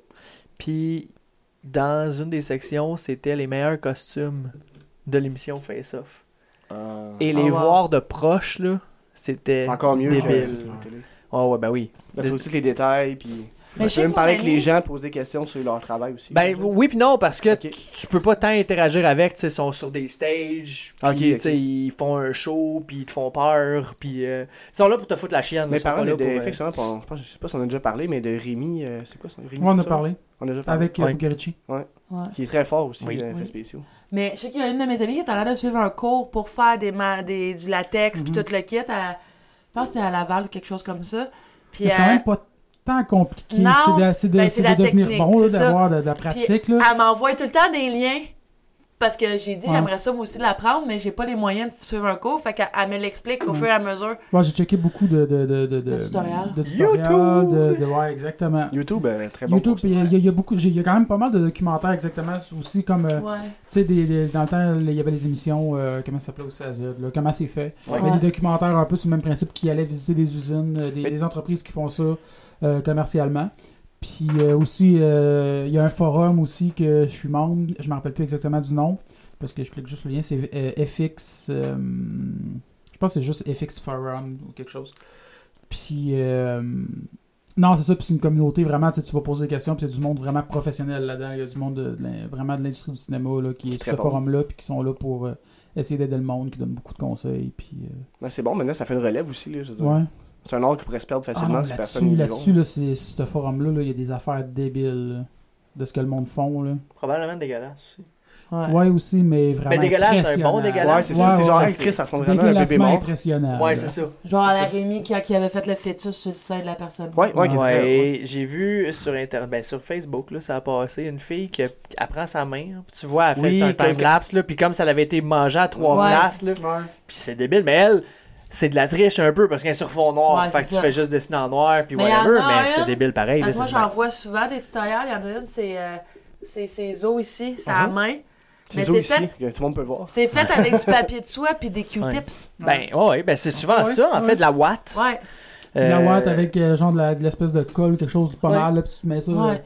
Speaker 1: Puis dans une des sections, c'était les meilleurs costumes de l'émission Face Off. Et
Speaker 5: Oh,
Speaker 1: les
Speaker 5: wow.
Speaker 1: voir de proche, là, c'était.
Speaker 3: Ah, C'est encore mieux que
Speaker 1: débile.
Speaker 3: ceux qui ont la télé.
Speaker 1: Oh, ouais, ben oui.
Speaker 3: Là, faut tous les détails, puis.
Speaker 5: Mais je
Speaker 3: Tu
Speaker 5: sais
Speaker 3: peux
Speaker 5: que
Speaker 3: même
Speaker 5: mon
Speaker 3: parler avec
Speaker 5: ami-
Speaker 3: les gens, poser des questions sur leur travail aussi.
Speaker 1: Ben oui puis non parce que
Speaker 3: Ok.
Speaker 1: tu- tu peux pas tant interagir avec, tu sais, ils sont sur des stages, puis
Speaker 3: Ok, ok.
Speaker 1: tu sais, ils font un show, puis ils te font peur, puis euh, ils sont là pour te foutre la chienne.
Speaker 3: Mais
Speaker 1: ils sont
Speaker 3: parlant
Speaker 1: pas
Speaker 3: de,
Speaker 1: là
Speaker 3: de
Speaker 1: pour, euh,
Speaker 3: effectivement, on- je, pense, je sais pas si on a déjà parlé, mais de Rémi, euh, c'est quoi son Rémi
Speaker 4: Ouais, on a
Speaker 3: ça?
Speaker 4: parlé.
Speaker 3: On a déjà parlé.
Speaker 4: Avec euh,
Speaker 1: Ouais.
Speaker 4: Bugarici.
Speaker 5: Ouais.
Speaker 3: Qui est très fort aussi,
Speaker 1: Oui.
Speaker 3: les effets
Speaker 5: Oui.
Speaker 3: spéciaux.
Speaker 5: Mais je sais qu'il y a une de mes amies qui est en train de suivre un cours pour faire des, ma- des- du latex, puis
Speaker 4: Mhm.
Speaker 5: tout le kit. à- Je pense que c'est à Laval ou quelque chose comme ça. Puis
Speaker 4: Mais c'est quand
Speaker 5: euh,
Speaker 4: même pas tant compliqué.
Speaker 5: Non,
Speaker 4: C'est de, c'est de-
Speaker 5: ben, c'est
Speaker 4: c'est
Speaker 5: la
Speaker 4: de devenir
Speaker 5: technique,
Speaker 4: bon, là,
Speaker 5: c'est ça.
Speaker 4: d'avoir de, de la pratique. là.
Speaker 5: Elle m'envoie tout le temps des liens. Parce que j'ai dit,
Speaker 4: Ouais.
Speaker 5: j'aimerais ça moi aussi de l'apprendre, mais j'ai pas les moyens de suivre un cours. Fait qu'elle elle me l'explique au
Speaker 4: Ouais.
Speaker 5: fur et à mesure.
Speaker 4: Ouais, j'ai checké beaucoup de, de, de, de, de-
Speaker 5: tutoriels.
Speaker 4: de tutoriels, de, de- ouais, exactement.
Speaker 3: YouTube, euh, très bon.
Speaker 4: YouTube,
Speaker 3: pour ça.
Speaker 4: il y a- il y, a- il y a beaucoup, j'ai- il y a quand même pas mal de documentaires exactement aussi comme euh,
Speaker 5: Ouais.
Speaker 4: tu sais des- des- dans le temps il y avait les émissions euh, comment ça s'appelait aussi à Z, là, comment c'est fait,
Speaker 3: Ouais.
Speaker 4: il y avait des documentaires un peu sur le même principe qui allaient visiter des usines, euh, des,
Speaker 3: Mais-
Speaker 4: des entreprises qui font ça euh, commercialement. Puis euh, aussi euh, il y a un forum aussi que je suis membre, je me rappelle plus exactement du nom parce que je clique juste le lien, c'est euh, FX. euh, je pense que c'est juste FX Forum ou quelque chose. Puis. euh, non, c'est ça. Puis c'est une communauté vraiment, tu sais, tu vas poser des questions. Puis il y a du monde vraiment professionnel là-dedans. Il y a du monde de- de l'in- vraiment de l'industrie du cinéma là, qui est sur
Speaker 3: Très
Speaker 4: ce
Speaker 3: bon.
Speaker 4: forum-là. Puis qui sont là pour euh, essayer d'aider le monde, qui donne beaucoup de conseils. Puis. euh,
Speaker 3: Ben, c'est bon, maintenant ça fait une relève aussi. Là, je veux dire.
Speaker 4: ouais.
Speaker 3: C'est un art qui pourrait se perdre
Speaker 4: Ah
Speaker 3: facilement
Speaker 4: non,
Speaker 3: si personne
Speaker 4: là-dessus,
Speaker 3: n'y
Speaker 4: là-dessus, là, c'est ce forum-là, là, il y a des affaires débiles là, de ce que le monde font. Là.
Speaker 1: Probablement dégueulasse.
Speaker 5: Ouais.
Speaker 4: Ouais. aussi, mais vraiment.
Speaker 1: Mais dégueulasse, c'est un bon
Speaker 4: impressionnant.
Speaker 1: dégueulasse.
Speaker 3: Ouais, c'est ça.
Speaker 4: Ouais,
Speaker 3: c'est
Speaker 4: ouais,
Speaker 3: genre,
Speaker 4: ouais,
Speaker 3: hey,
Speaker 1: c'est-
Speaker 3: Chris, ça ressemble vraiment à un bébé
Speaker 4: Dégueulassement
Speaker 3: mort.
Speaker 4: impressionnant.
Speaker 1: Ouais,
Speaker 4: là.
Speaker 1: c'est ça.
Speaker 5: Genre la Rémi qui, qui avait fait le fœtus sur le sein de la personne.
Speaker 3: Ouais, ouais, qui est
Speaker 1: Ouais,
Speaker 3: très.
Speaker 1: et j'ai vu sur inter... ben, sur Facebook là, ça a passé une fille qui qui apprend sa main, hein, puis tu vois, elle fait
Speaker 3: Oui,
Speaker 1: un
Speaker 3: comme-
Speaker 1: time lapse là, puis comme ça l'avait été mangée à trois
Speaker 5: Ouais.
Speaker 1: places là, puis c'est débile, mais elle c'est de la triche un peu parce qu'elle est sur fond noir,
Speaker 5: Ouais,
Speaker 1: fait que
Speaker 5: c'est
Speaker 1: tu
Speaker 5: ça.
Speaker 1: fais juste dessiner en noir puis
Speaker 5: Mais
Speaker 1: whatever,
Speaker 5: y en a
Speaker 1: mais c'est
Speaker 5: une-
Speaker 1: débile pareil.
Speaker 5: Parce que
Speaker 1: là,
Speaker 5: moi,
Speaker 1: c'est-
Speaker 5: j'en vois souvent des tutoriels. Il y en a une, c'est euh, c'est- c'est os ici, c'est à
Speaker 3: Mhm.
Speaker 5: main.
Speaker 3: C'est
Speaker 5: Mais
Speaker 3: ça
Speaker 5: c'est
Speaker 3: aussi, que tout le monde peut voir.
Speaker 5: C'est fait avec du papier de soie puis des Q-tips.
Speaker 1: Ben ouais, ben c'est souvent
Speaker 4: Ouais,
Speaker 1: ça, en
Speaker 4: ouais.
Speaker 1: fait, de la watt.
Speaker 5: Ouais.
Speaker 4: De La
Speaker 1: Euh,
Speaker 4: ouate avec euh, genre de la- de l'espèce de colle, quelque chose de pas
Speaker 1: Ouais.
Speaker 4: mal, là, puis tu mets ça.
Speaker 5: Ouais.
Speaker 4: euh,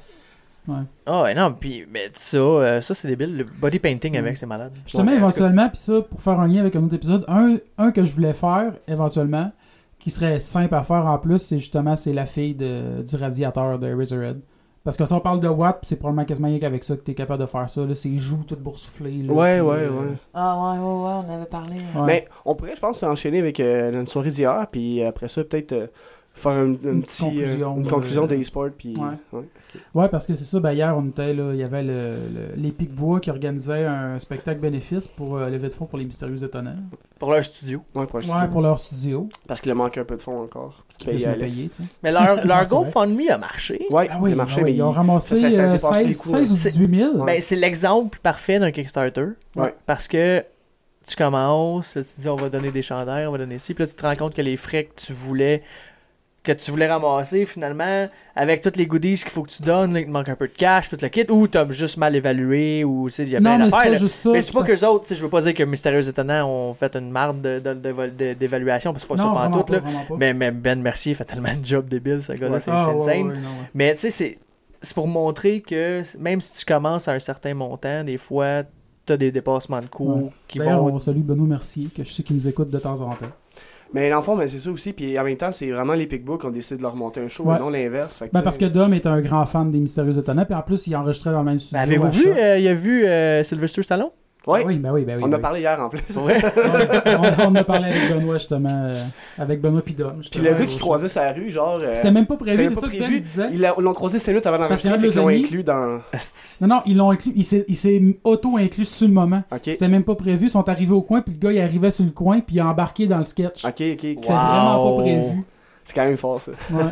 Speaker 1: Ah ouais, non, puis mais ça, euh, ça c'est débile. Le body painting avec, c'est malade.
Speaker 4: Mm. Justement,
Speaker 3: Ouais, est-ce
Speaker 4: éventuellement, puis ça, pour faire un lien avec un autre épisode, un, un que je voulais faire, éventuellement, qui serait simple à faire en plus, c'est justement c'est la fille de- du radiateur de Razorhead. Parce que si on parle de Watt, c'est probablement quasiment rien qu'avec ça que t'es capable de faire ça. là. C'est joues toutes boursouflées. là,
Speaker 3: Ouais,
Speaker 4: puis,
Speaker 3: ouais,
Speaker 4: euh,
Speaker 3: ouais.
Speaker 5: Ah ouais, ouais, ouais, on avait parlé.
Speaker 4: ouais.
Speaker 3: Mais on pourrait, je pense, enchaîner avec euh, une soirée d'hier, puis après ça, peut-être euh, faire un, un
Speaker 4: Une
Speaker 3: petit, euh,
Speaker 4: conclusion
Speaker 3: une
Speaker 4: de-
Speaker 3: conclusion de e-sport. Puis,
Speaker 4: Ouais.
Speaker 3: ouais.
Speaker 4: Ouais, parce que c'est ça, ben hier, on était là, il y avait le, le- les Picbois qui organisait un spectacle bénéfice pour euh, lever de fonds pour les mystérieux étonnants.
Speaker 1: Pour leur studio.
Speaker 3: Ouais, pour acheter
Speaker 4: Ouais,
Speaker 3: tout.
Speaker 4: pour leur studio.
Speaker 3: Parce qu'il manque un peu de fonds encore.
Speaker 4: Qui
Speaker 3: Payer
Speaker 4: puissent me
Speaker 3: Alex.
Speaker 4: payer, tu sais.
Speaker 1: Mais
Speaker 4: [LAUGHS]
Speaker 1: leur, leur
Speaker 4: C'est vrai.
Speaker 1: GoFundMe a marché.
Speaker 3: Ouais,
Speaker 4: Ah oui,
Speaker 3: le marché,
Speaker 4: ah oui,
Speaker 3: mais
Speaker 4: ils ont ramassé
Speaker 3: ça, ça- ça
Speaker 4: euh,
Speaker 3: dépasse les
Speaker 4: 16,
Speaker 3: coûts, hein.
Speaker 4: 16 ou
Speaker 1: C'est-
Speaker 4: 18 000.
Speaker 1: Ben, c'est l'exemple parfait d'un Kickstarter.
Speaker 3: Ouais.
Speaker 1: Parce que tu commences, tu dis on va donner des chandails, on va donner ci, puis là tu te rends compte que les frais que tu voulais que tu voulais ramasser finalement avec toutes les goodies qu'il faut que tu donnes, là, il te manque un peu de cash, tout le kit, ou t'as juste mal évalué, ou tu sais, il y a
Speaker 4: non,
Speaker 1: plein
Speaker 4: mais c'est
Speaker 1: d'affaires.
Speaker 4: pas
Speaker 1: là.
Speaker 4: juste ça.
Speaker 1: Mais je dis pas
Speaker 4: c'est
Speaker 1: que les autres, tu sais, je veux pas dire que Mystérieux Étonnant ont fait une marde de- de- de- de- d'évaluation, parce que c'est pas
Speaker 4: non,
Speaker 1: ça
Speaker 4: vraiment
Speaker 1: pantoute,
Speaker 4: pas,
Speaker 1: là.
Speaker 4: vraiment pas.
Speaker 1: Mais, mais Ben Mercier fait tellement de job débile, ce gars-là,
Speaker 3: Ouais.
Speaker 1: c'est
Speaker 4: Ah,
Speaker 1: c'est
Speaker 4: ouais,
Speaker 1: insane.
Speaker 4: ouais, non, ouais.
Speaker 1: Mais tu sais, c'est- c'est pour montrer que même si tu commences à un certain montant, des fois, t'as des dépassements de coûts
Speaker 4: Ouais.
Speaker 1: qui
Speaker 4: D'ailleurs,
Speaker 1: vont.
Speaker 4: on salue Benoît Mercier, que je sais qu'il nous écoute de temps en temps.
Speaker 3: Mais l'enfant, mais ben, c'est ça aussi. Puis en même temps, c'est vraiment les Picbooks qui ont décidé de leur monter un show
Speaker 4: Ouais.
Speaker 3: et non l'inverse. Fait
Speaker 4: Ben,
Speaker 3: tu
Speaker 4: parce que
Speaker 3: sais,
Speaker 4: Dom est un grand fan des Mystérieux Étonnants, puis en plus, il enregistrait dans le même
Speaker 1: Mais
Speaker 4: studio.
Speaker 1: Avez-vous
Speaker 4: à
Speaker 1: vu,
Speaker 4: Choc.
Speaker 1: euh, il a vu euh, Sylvester
Speaker 4: [LAUGHS]
Speaker 1: Stallone
Speaker 3: Ouais,
Speaker 4: Oui, ben oui, ben oui.
Speaker 3: on en
Speaker 4: ben
Speaker 3: a
Speaker 4: oui.
Speaker 3: parlé hier en plus.
Speaker 1: C'est
Speaker 4: [LAUGHS]
Speaker 1: vrai
Speaker 4: Ouais, on, on a parlé avec Benoît, justement. euh, avec Benoît puis Dom.
Speaker 3: Puis
Speaker 4: justement,
Speaker 3: le gars
Speaker 4: au
Speaker 3: qui
Speaker 4: show.
Speaker 3: croisait sa rue, genre. euh,
Speaker 4: C'était même pas prévu,
Speaker 3: c'était
Speaker 4: c'est
Speaker 3: pas
Speaker 4: ça que
Speaker 3: prévu.
Speaker 4: Ben disait.
Speaker 3: Ils l'a- l'ont croisé 5 minutes avant d'enregistrer,
Speaker 4: Parce
Speaker 3: fait
Speaker 4: qu'il y
Speaker 3: qu'ils
Speaker 4: a un
Speaker 3: l'ont
Speaker 4: de nos
Speaker 3: inclus dans.
Speaker 1: Asti.
Speaker 4: Non, non, ils l'ont inclus. Il s'est- Il s'est auto-inclus sur le moment.
Speaker 3: Ok,
Speaker 4: C'était même pas prévu. Ils sont arrivés au coin, puis le gars, il arrivait sur le coin, puis il a embarqué dans le sketch.
Speaker 3: ok, ok.
Speaker 4: C'était vraiment
Speaker 1: Wow.
Speaker 3: [LAUGHS]
Speaker 4: pas prévu.
Speaker 3: C'est quand même fort ça.
Speaker 4: Ouais.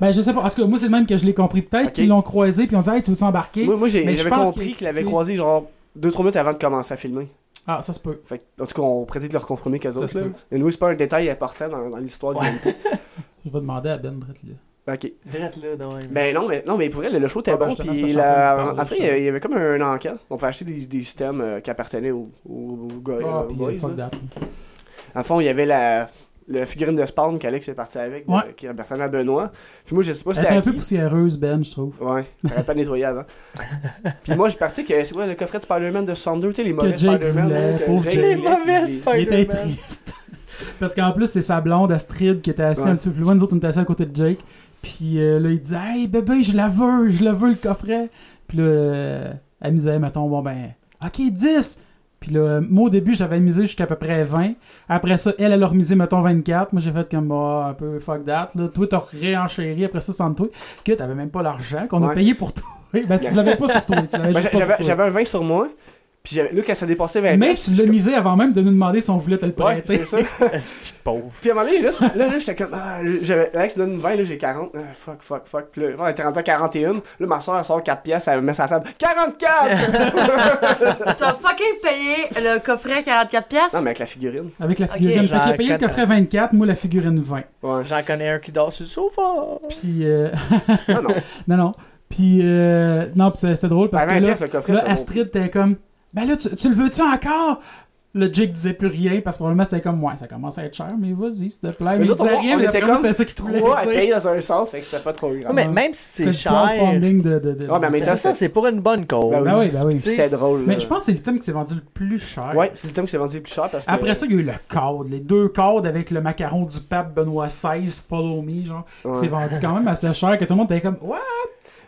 Speaker 4: ben, je sais pas. Parce que moi, c'est le même que je l'ai compris. Peut-être
Speaker 3: Ok.
Speaker 4: qu'ils l'ont croisé, puis on dit, hey, tu veux s'embarquer?
Speaker 3: Moi, moi j'ai-
Speaker 4: Mais je
Speaker 3: j'avais
Speaker 4: pense
Speaker 3: compris
Speaker 4: qu'il-
Speaker 3: qu'il l'avait
Speaker 4: qu'il-
Speaker 3: croisé genre 2-3 minutes avant de commencer à filmer.
Speaker 4: Ah, ça se peut.
Speaker 3: Fait que, en tout cas, on prêtait de leur confirmer qu'elles
Speaker 4: Ça
Speaker 3: autres.
Speaker 4: se
Speaker 3: là.
Speaker 4: peut.
Speaker 3: Mais nous, c'est pas un détail important dans, dans l'histoire de l'humanité.
Speaker 4: Je vais demander à Ben Brett, là.
Speaker 3: Ok.
Speaker 1: Drette là, dans les-
Speaker 3: Ben non, mais, non, mais pour vrai, le, le show était
Speaker 4: Ah, ben,
Speaker 3: bon.
Speaker 4: justement,
Speaker 3: Puis
Speaker 4: c'est parce
Speaker 3: la-
Speaker 4: qu'en fait, tu parlais,
Speaker 3: après,
Speaker 4: justement.
Speaker 3: il y avait comme un encan. On pouvait acheter des, des systèmes euh, qui appartenaient aux, aux, aux gars-
Speaker 4: Ah,
Speaker 3: aux
Speaker 4: puis
Speaker 3: boys.
Speaker 4: euh, fuck
Speaker 3: là.
Speaker 4: that.
Speaker 3: En fond, il y avait la, la figurine de Spawn qu'Alex est parti avec, de-
Speaker 4: Ouais.
Speaker 3: qui appartenait à Benoît. Puis moi, je sais pas
Speaker 4: Elle
Speaker 3: c'était
Speaker 4: était
Speaker 3: à
Speaker 4: un peu
Speaker 3: qui.
Speaker 4: poussiéreuse, Ben, je trouve.
Speaker 3: Ouais, j'aurais pas nettoyé avant.
Speaker 4: [LAUGHS]
Speaker 3: Puis moi, j'ai parti que c'est quoi le coffret de Spider-Man de 62, tu sais, les mauvais
Speaker 4: Jake
Speaker 3: Spider-Man.
Speaker 4: voulait,
Speaker 3: là, que
Speaker 4: pauvre
Speaker 3: Jake voulait,
Speaker 4: Jake.
Speaker 1: Les mauvais
Speaker 3: puis-
Speaker 1: Spider-Man.
Speaker 4: Il était triste. [LAUGHS] Parce qu'en plus, c'est sa blonde Astrid qui était assise
Speaker 3: Ouais.
Speaker 4: un petit peu plus loin. Nous autres, on était assis à côté de Jake. Puis euh, là, il disait Hey bébé, je la veux, je la veux le coffret. Puis là, euh, elle misait, mettons, bon ben, OK, 10. Puis là, moi au début, j'avais misé jusqu'à peu près 20. Après ça, elle, elle a remisé, mettons, 24. Moi, j'ai fait comme, bah, un peu fuck that. Là. Toi, t'as réenchéri après ça, c'est entre toi. Que t'avais même pas l'argent qu'on a
Speaker 3: Ouais.
Speaker 4: payé pour toi. [LAUGHS] ben, tu
Speaker 3: Yes.
Speaker 4: l'avais pas sur toi. Tu l'avais
Speaker 3: Ben,
Speaker 4: juste pas sur
Speaker 3: J'avais
Speaker 4: toi.
Speaker 3: j'avais un 20 sur moi. Puis j'avais- là, quand ça dépassait 20
Speaker 4: Mais tu l'as misé avant même de nous demander si on voulait te le
Speaker 3: Ouais,
Speaker 4: prêter.
Speaker 3: c'est ça.
Speaker 1: Asti de pauvre.
Speaker 3: [LAUGHS] Puis à un moment donné, juste- là, là, j'étais comme, ah, j'avais, Alex donne 20, là, j'ai 40. Ah, fuck, fuck, fuck. Puis là, on était rendu à 41. Là, ma soeur, elle sort 4 pièces, elle met sa table. 44!
Speaker 5: T'as fucking payé le coffret à 44$? pièces?
Speaker 3: non, mais avec la figurine.
Speaker 4: Avec la
Speaker 5: Ok.
Speaker 4: figurine. Fait qu'il a payé le
Speaker 1: Jacques-
Speaker 4: coffret 24, moi la figurine 20.
Speaker 3: Ouais.
Speaker 1: J'en connais un qui dort sur le sofa.
Speaker 4: Puis, euh, [LAUGHS]
Speaker 3: Non, non.
Speaker 4: non, non. Puis, euh, non, puis c'est- c'est drôle parce
Speaker 3: À 20
Speaker 4: que là,
Speaker 3: pièces, le coffret,
Speaker 4: là
Speaker 3: Ah, c'est
Speaker 4: Astrid était comme, ben là, tu, tu le veux-tu encore? Le Jake disait plus rien parce que probablement c'était comme, ouais, ça commence à être cher, mais vas-y, s'il te plaît. Mais, il
Speaker 3: d'autres,
Speaker 4: disait
Speaker 3: on-
Speaker 4: rien,
Speaker 3: on
Speaker 4: mais
Speaker 3: était
Speaker 4: vraiment,
Speaker 3: comme
Speaker 4: c'était ça qu'il voulait
Speaker 3: Trois à
Speaker 4: dire.
Speaker 3: payer dans un sens, c'est que c'était pas trop
Speaker 1: Non,
Speaker 3: grave.
Speaker 1: mais même si c'est
Speaker 4: C'est le
Speaker 1: cher.
Speaker 4: crowdfunding de. de, de-
Speaker 3: Ouais, Ah, ben, mais en même
Speaker 1: Mais
Speaker 3: temps,
Speaker 1: c'est ça, c'est pour une bonne cause.
Speaker 3: Ben
Speaker 4: Ben oui, ben oui.
Speaker 1: Tu sais,
Speaker 3: C'était drôle.
Speaker 4: Mais
Speaker 3: là.
Speaker 4: je pense que c'est l'item qui s'est vendu le plus cher.
Speaker 3: euh, Ouais, c'est le thème qui s'est vendu le plus cher parce que.
Speaker 4: Après ça, il y a eu le code, les deux codes avec le macaron du pape Benoît XVI, Follow Me, genre.
Speaker 3: Ouais.
Speaker 4: C'est vendu quand même assez cher que tout le monde était comme, ouais,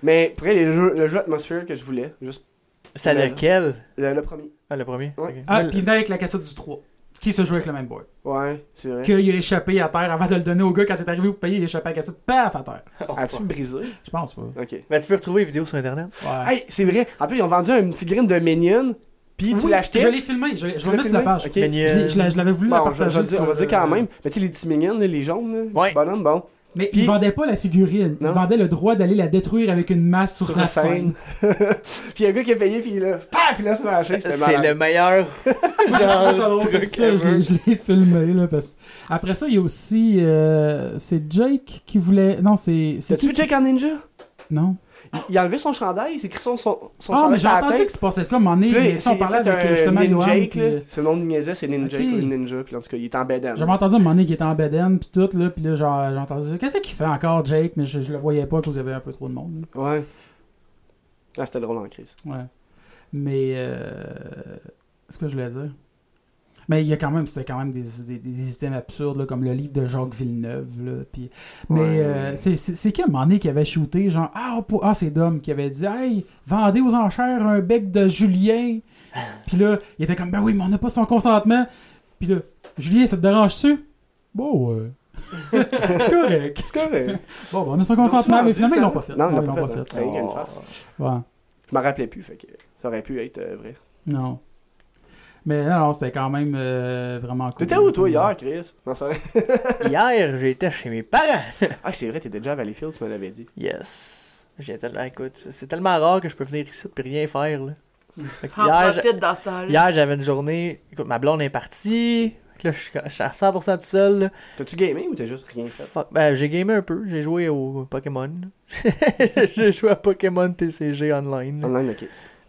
Speaker 3: Mais pour vrai, les jeux- le jeu atmosphère que je voulais, juste
Speaker 1: C'est
Speaker 3: Ben-
Speaker 1: lequel
Speaker 3: le, le premier.
Speaker 1: Ah, le premier
Speaker 3: Ouais.
Speaker 1: Ok.
Speaker 4: Ah, puis il venait avec la cassette du 3, qui se jouait avec le même board.
Speaker 3: Ouais, c'est vrai.
Speaker 4: Qu'il a échappé à terre avant de le donner au gars quand il est arrivé au pays, il a échappé à la cassette, paf, à terre.
Speaker 1: Oh,
Speaker 3: As-tu
Speaker 1: fuck.
Speaker 3: brisé
Speaker 4: Je pense pas.
Speaker 3: Ok.
Speaker 1: Mais Ben, tu peux retrouver les vidéos sur internet.
Speaker 4: Ouais.
Speaker 3: Hey, c'est vrai. En plus, ils ont vendu une figurine de Minion, puis tu
Speaker 4: Oui,
Speaker 3: l'as acheté.
Speaker 4: Je l'ai filmé, je, l'ai-
Speaker 3: Tu
Speaker 4: je vais
Speaker 3: l'as
Speaker 4: mettre sur la
Speaker 3: filmé?
Speaker 4: page.
Speaker 3: Ok. Euh,
Speaker 1: Mais il y
Speaker 4: Je
Speaker 1: a-
Speaker 4: l'ai- Je, l'ai- je l'avais voulu la
Speaker 3: Bon, je-
Speaker 4: partager.
Speaker 3: je vais dire- on va
Speaker 4: sur,
Speaker 3: dire quand
Speaker 4: euh,
Speaker 3: même. Mais tu sais, les petits mignons, là, les jaunes, là, les
Speaker 1: Ouais.
Speaker 3: petits bonhommes, bon.
Speaker 4: Mais
Speaker 3: Puis-
Speaker 4: il vendait pas la figurine, il
Speaker 3: Non.
Speaker 4: vendait le droit d'aller la détruire avec une masse sur,
Speaker 3: Sur
Speaker 4: la
Speaker 3: la
Speaker 4: scène.
Speaker 3: scène. [LAUGHS] puis y a un gars qui a payé, puis là, paf, il a se marcher. C'était
Speaker 1: C'est
Speaker 3: malade.
Speaker 1: le
Speaker 3: [LAUGHS]
Speaker 1: meilleur.
Speaker 4: Ah, [LAUGHS] ça,
Speaker 1: genre,
Speaker 4: drôle,
Speaker 1: truc
Speaker 4: fait que ça, je l'ai-
Speaker 1: ever.
Speaker 4: je l'ai filmé là parce après ça il y a aussi euh, c'est Jake qui voulait non c'est c'est
Speaker 3: T'as-tu vu Jake en Ninja
Speaker 4: non
Speaker 3: il, il a enlevé son chandail, il s'est écrit son, son, son
Speaker 4: ah
Speaker 3: chandail
Speaker 4: mais j'ai
Speaker 3: sur la
Speaker 4: entendu
Speaker 3: tête.
Speaker 4: que se passait de quoi mon
Speaker 3: Puis là, il
Speaker 4: nez on
Speaker 3: s'est
Speaker 4: parlait
Speaker 3: fait
Speaker 4: avec euh, justement
Speaker 3: un
Speaker 4: Johan
Speaker 3: Ninjake,
Speaker 4: puis,
Speaker 3: là.
Speaker 4: euh,
Speaker 3: C'est le nom de Ninja, c'est Ninja
Speaker 4: Ok.
Speaker 3: ou Ninja. Puis en tout cas, il est en bedaine.
Speaker 4: J'avais entendu un moment donné qu'il était en bedaine puis tout, là, puis là, genre, j'ai entendu, qu'est-ce qu'il fait encore, Jake? Mais je, je le voyais pas, parce qu'il y avait un peu trop de monde.
Speaker 3: Ouais. Ah, c'était drôle en crise.
Speaker 4: là. Ouais. Mais, euh, ce que je voulais dire. Mais il y a quand même, c'était quand même des, des, des items absurdes, là, comme le livre de Jacques Villeneuve, là, puis... Mais
Speaker 3: Ouais.
Speaker 4: euh, c'est- c'est c'est quel moment donné qui avait shooté, genre, ah, on peut- ah c'est Dom qui avait dit, hey, vendez aux enchères un bec de Julien.
Speaker 3: [LAUGHS]
Speaker 4: Puis là, il était comme, ben oui, mais on n'a pas son consentement. Puis là, Julien, ça te dérange-tu? Bon, ouais. [LAUGHS] C'est correct.
Speaker 3: [LAUGHS] C'est
Speaker 4: [LAUGHS]
Speaker 3: correct.
Speaker 4: Bon, ben, on a son consentement,
Speaker 3: Non,
Speaker 4: mais finalement, ils l'ont
Speaker 3: ça.
Speaker 4: pas fait.
Speaker 3: Non,
Speaker 4: Ouais,
Speaker 3: ils
Speaker 4: ils
Speaker 3: l'ont pas fait. hein.
Speaker 4: fait.
Speaker 3: C'est une farce.
Speaker 4: Ouais.
Speaker 3: Je m'en rappelais plus, fait que ça aurait pu être euh, vrai.
Speaker 4: Non. Mais non, non, c'était quand même euh, vraiment cool.
Speaker 3: T'étais où, toi, hier, Chris Non, c'est vrai.
Speaker 1: Oh. Hier, j'étais chez mes parents.
Speaker 3: Ah, c'est vrai, t'étais déjà à Valleyfield, tu me l'avais dit.
Speaker 1: Yes. J'ai tellement- écoute, c'est tellement rare que je peux venir ici et rien faire. Là. Fait que
Speaker 5: En
Speaker 1: hier, j'a-
Speaker 5: profite dans ce temps-là.
Speaker 1: hier, j'avais une journée. Écoute, ma blonde est partie. Fait que Là, je suis- je suis à 100% tout seul. là.
Speaker 3: T'as-tu gamé ou t'as juste rien fait
Speaker 1: Fuck. Ben, j'ai gamé un peu. J'ai joué au Pokémon. [LAUGHS] j'ai joué à Pokémon TCG Online. là.
Speaker 3: Online, ok.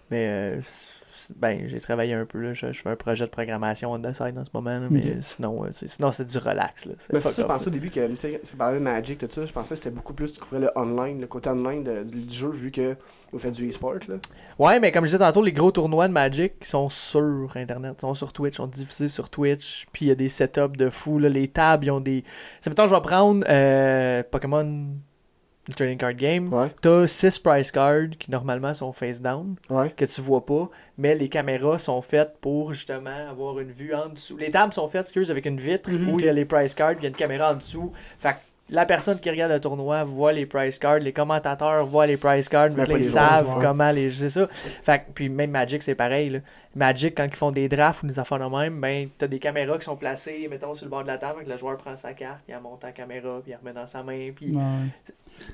Speaker 1: Mais euh, c- c- ben, j'ai travaillé un peu. Là. Je, je fais un projet de programmation on the side en ce moment. là. Mais
Speaker 4: Ok.
Speaker 1: euh, sinon, euh, c'est- sinon c'est du relax. Là. C'est
Speaker 3: Mais Ben,
Speaker 1: fuck
Speaker 3: c'est ça, je
Speaker 1: off,
Speaker 3: pensais au début que, tu sais, tu parlais de Magic, tout ça, je pensais que c'était beaucoup plus, tu couvrais le online, le côté online de- du du jeu, vu que vous faites du e-sport, là.
Speaker 1: Ouais, mais comme je disais tantôt, les gros tournois de Magic sont sur Internet, sont sur Twitch, sont diffusés sur Twitch, puis il y a des setups de fou, là, les tables, ils ont des... C'est mettons, je vais prendre euh, Pokémon le Trading Card Game,
Speaker 3: Ouais.
Speaker 1: t'as 6 price cards qui normalement sont face down,
Speaker 3: Ouais.
Speaker 1: que tu vois pas, mais les caméras sont faites pour justement avoir une vue en dessous. Les tables sont faites, excuse, avec une vitre
Speaker 4: Mhm.
Speaker 1: où il y a les price cards, puis il y a une caméra en dessous, fait que la personne qui regarde le tournoi voit les price cards, les commentateurs voient les price cards,
Speaker 3: Mais
Speaker 4: Ben,
Speaker 1: mais
Speaker 3: pas
Speaker 1: ils
Speaker 3: les
Speaker 1: savent
Speaker 4: joueurs.
Speaker 1: comment les. C'est ça. Fait que- puis même Magic, c'est pareil. là. Magic, quand ils font des drafts ou des affaires de même, ben, t'as des caméras qui sont placées, mettons, sur le bord de la table, fait que le joueur prend sa carte, il la monte en caméra, puis il la remet dans sa main, puis.
Speaker 4: Ouais.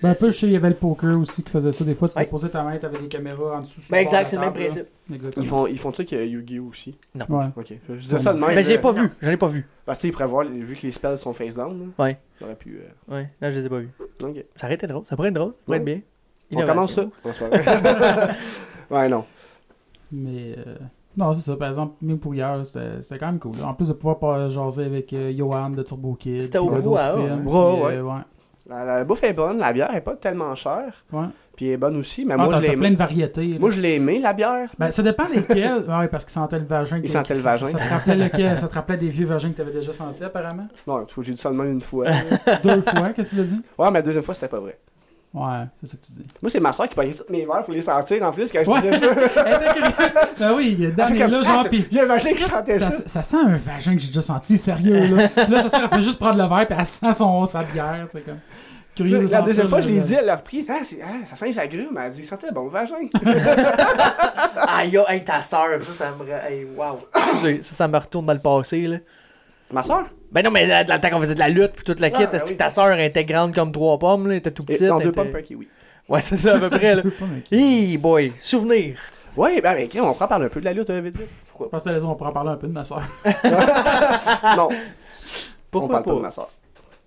Speaker 4: Ben, un peu,
Speaker 1: C'est-
Speaker 4: je sais, il y avait le poker aussi qui faisait ça. Des fois, tu
Speaker 1: Ouais.
Speaker 4: déposais ta main, t'avais des caméras en dessous. sur
Speaker 1: Ben,
Speaker 4: le bord de la
Speaker 1: exact, c'est le même
Speaker 4: table, là.
Speaker 1: principe.
Speaker 4: Exactement.
Speaker 3: Ils font, ils font ça qu'il y a Yu-Gi-Oh! aussi.
Speaker 4: Ouais.
Speaker 3: Ok. Je disais ça de même.
Speaker 1: Mais Ben, j'ai
Speaker 4: euh,
Speaker 3: là.
Speaker 1: pas vu, j'en ai pas vu.
Speaker 3: Parce qu'ils prévoient, vu que les spells sont face down, là,
Speaker 1: Ouais.
Speaker 3: j'aurais pu. euh,
Speaker 1: Ouais, là, je les ai pas vus.
Speaker 3: Ok.
Speaker 1: Ça aurait été drôle, ça pourrait être drôle, ça pourrait être bien.
Speaker 3: On commence ça.
Speaker 1: [LAUGHS] Innovation.
Speaker 3: Non, c'est [LAUGHS] pas vrai. ouais, non.
Speaker 4: Mais euh, non, c'est ça. Par exemple, même pour hier, c'était c'était quand même cool. En plus de pouvoir pas jaser avec euh, Johan de Turbo Kid.
Speaker 1: C'était au
Speaker 4: puis de
Speaker 1: brouhaha,
Speaker 4: d'autres films,
Speaker 1: hein.
Speaker 3: Brouhaha,
Speaker 4: puis,
Speaker 3: ouais.
Speaker 4: euh, ouais.
Speaker 3: La, la bouffe est bonne, la bière est pas tellement chère,
Speaker 4: ouais.
Speaker 3: puis elle est bonne aussi, mais
Speaker 4: Ah,
Speaker 3: moi,
Speaker 4: t'as
Speaker 3: je l'ai
Speaker 4: t'as plein
Speaker 3: aimé.
Speaker 4: de variétés. là.
Speaker 3: Moi, je l'ai aimé, la bière.
Speaker 4: Ben, ça dépend lesquels. Ah ouais, parce qu'il sentait le vagin. que-
Speaker 3: sentait le
Speaker 4: ça-
Speaker 3: vagin.
Speaker 4: Ça, te rappelait lequel Ça te rappelait des vieux vagins que t'avais déjà
Speaker 3: [LAUGHS]
Speaker 4: sentis, apparemment.
Speaker 3: Non, tu vois, j'ai dit ça de même une fois.
Speaker 4: [LAUGHS]
Speaker 3: là.
Speaker 4: Deux fois, qu'est-ce que tu l'as dit
Speaker 3: ouais, mais la deuxième fois, c'était pas vrai.
Speaker 4: Ouais, c'est ça que tu dis.
Speaker 3: Moi, c'est ma soeur qui payait tous mes verres pour les sentir en plus quand je
Speaker 4: Ouais.
Speaker 3: disais
Speaker 4: [LAUGHS]
Speaker 3: ça.
Speaker 4: Elle était curieuse. Ben oui,
Speaker 3: Elle fait
Speaker 4: dernier
Speaker 3: comme,
Speaker 4: là,
Speaker 3: Ah,
Speaker 4: genre, pis.
Speaker 3: J'ai un vagin qui sentait
Speaker 4: Ça,
Speaker 3: ça.
Speaker 4: ça sent un vagin que j'ai déjà senti, sérieux, là. Puis là, ça sert à faire juste prendre le verre, pis elle sent son, sa bière, c'est comme.
Speaker 3: Puis
Speaker 4: Curieux
Speaker 3: là,
Speaker 4: de
Speaker 3: La
Speaker 4: sentir
Speaker 3: deuxième
Speaker 4: le-
Speaker 3: fois, je l'ai
Speaker 4: le-
Speaker 3: dit, elle l'a repris. Ah, c'est- ah, ça sent les agrumes. Elle a dit, sentait bon le vagin. [LAUGHS]
Speaker 1: Ah, yo, hey, ta soeur, ça, ça me. re- Hey, wow. Excusez, ça, ça me retourne dans le passé, là.
Speaker 3: ma soeur?
Speaker 1: Ben non, mais la, la, quand on faisait de la lutte puis toute la
Speaker 3: Ah,
Speaker 1: kit,
Speaker 3: ben
Speaker 1: est-ce
Speaker 3: oui.
Speaker 1: que ta soeur était grande comme trois pommes, là, était tout petite?
Speaker 3: Non,
Speaker 1: elle
Speaker 3: deux
Speaker 1: était-
Speaker 3: pommes per kiwi.
Speaker 1: Ouais, c'est ça, à peu
Speaker 3: [LAUGHS]
Speaker 1: près, là.
Speaker 4: Je peux pas, mec.
Speaker 1: Hey boy, souvenir.
Speaker 3: Ouais, ben, ben, on prend parle un peu de la lutte, euh, vite, vite.
Speaker 1: [LAUGHS]
Speaker 4: Je pense que t'as raison, on pourra en parler un peu de ma soeur.
Speaker 3: non, on
Speaker 1: Pourquoi
Speaker 3: parle
Speaker 1: pas?
Speaker 3: pas de ma soeur.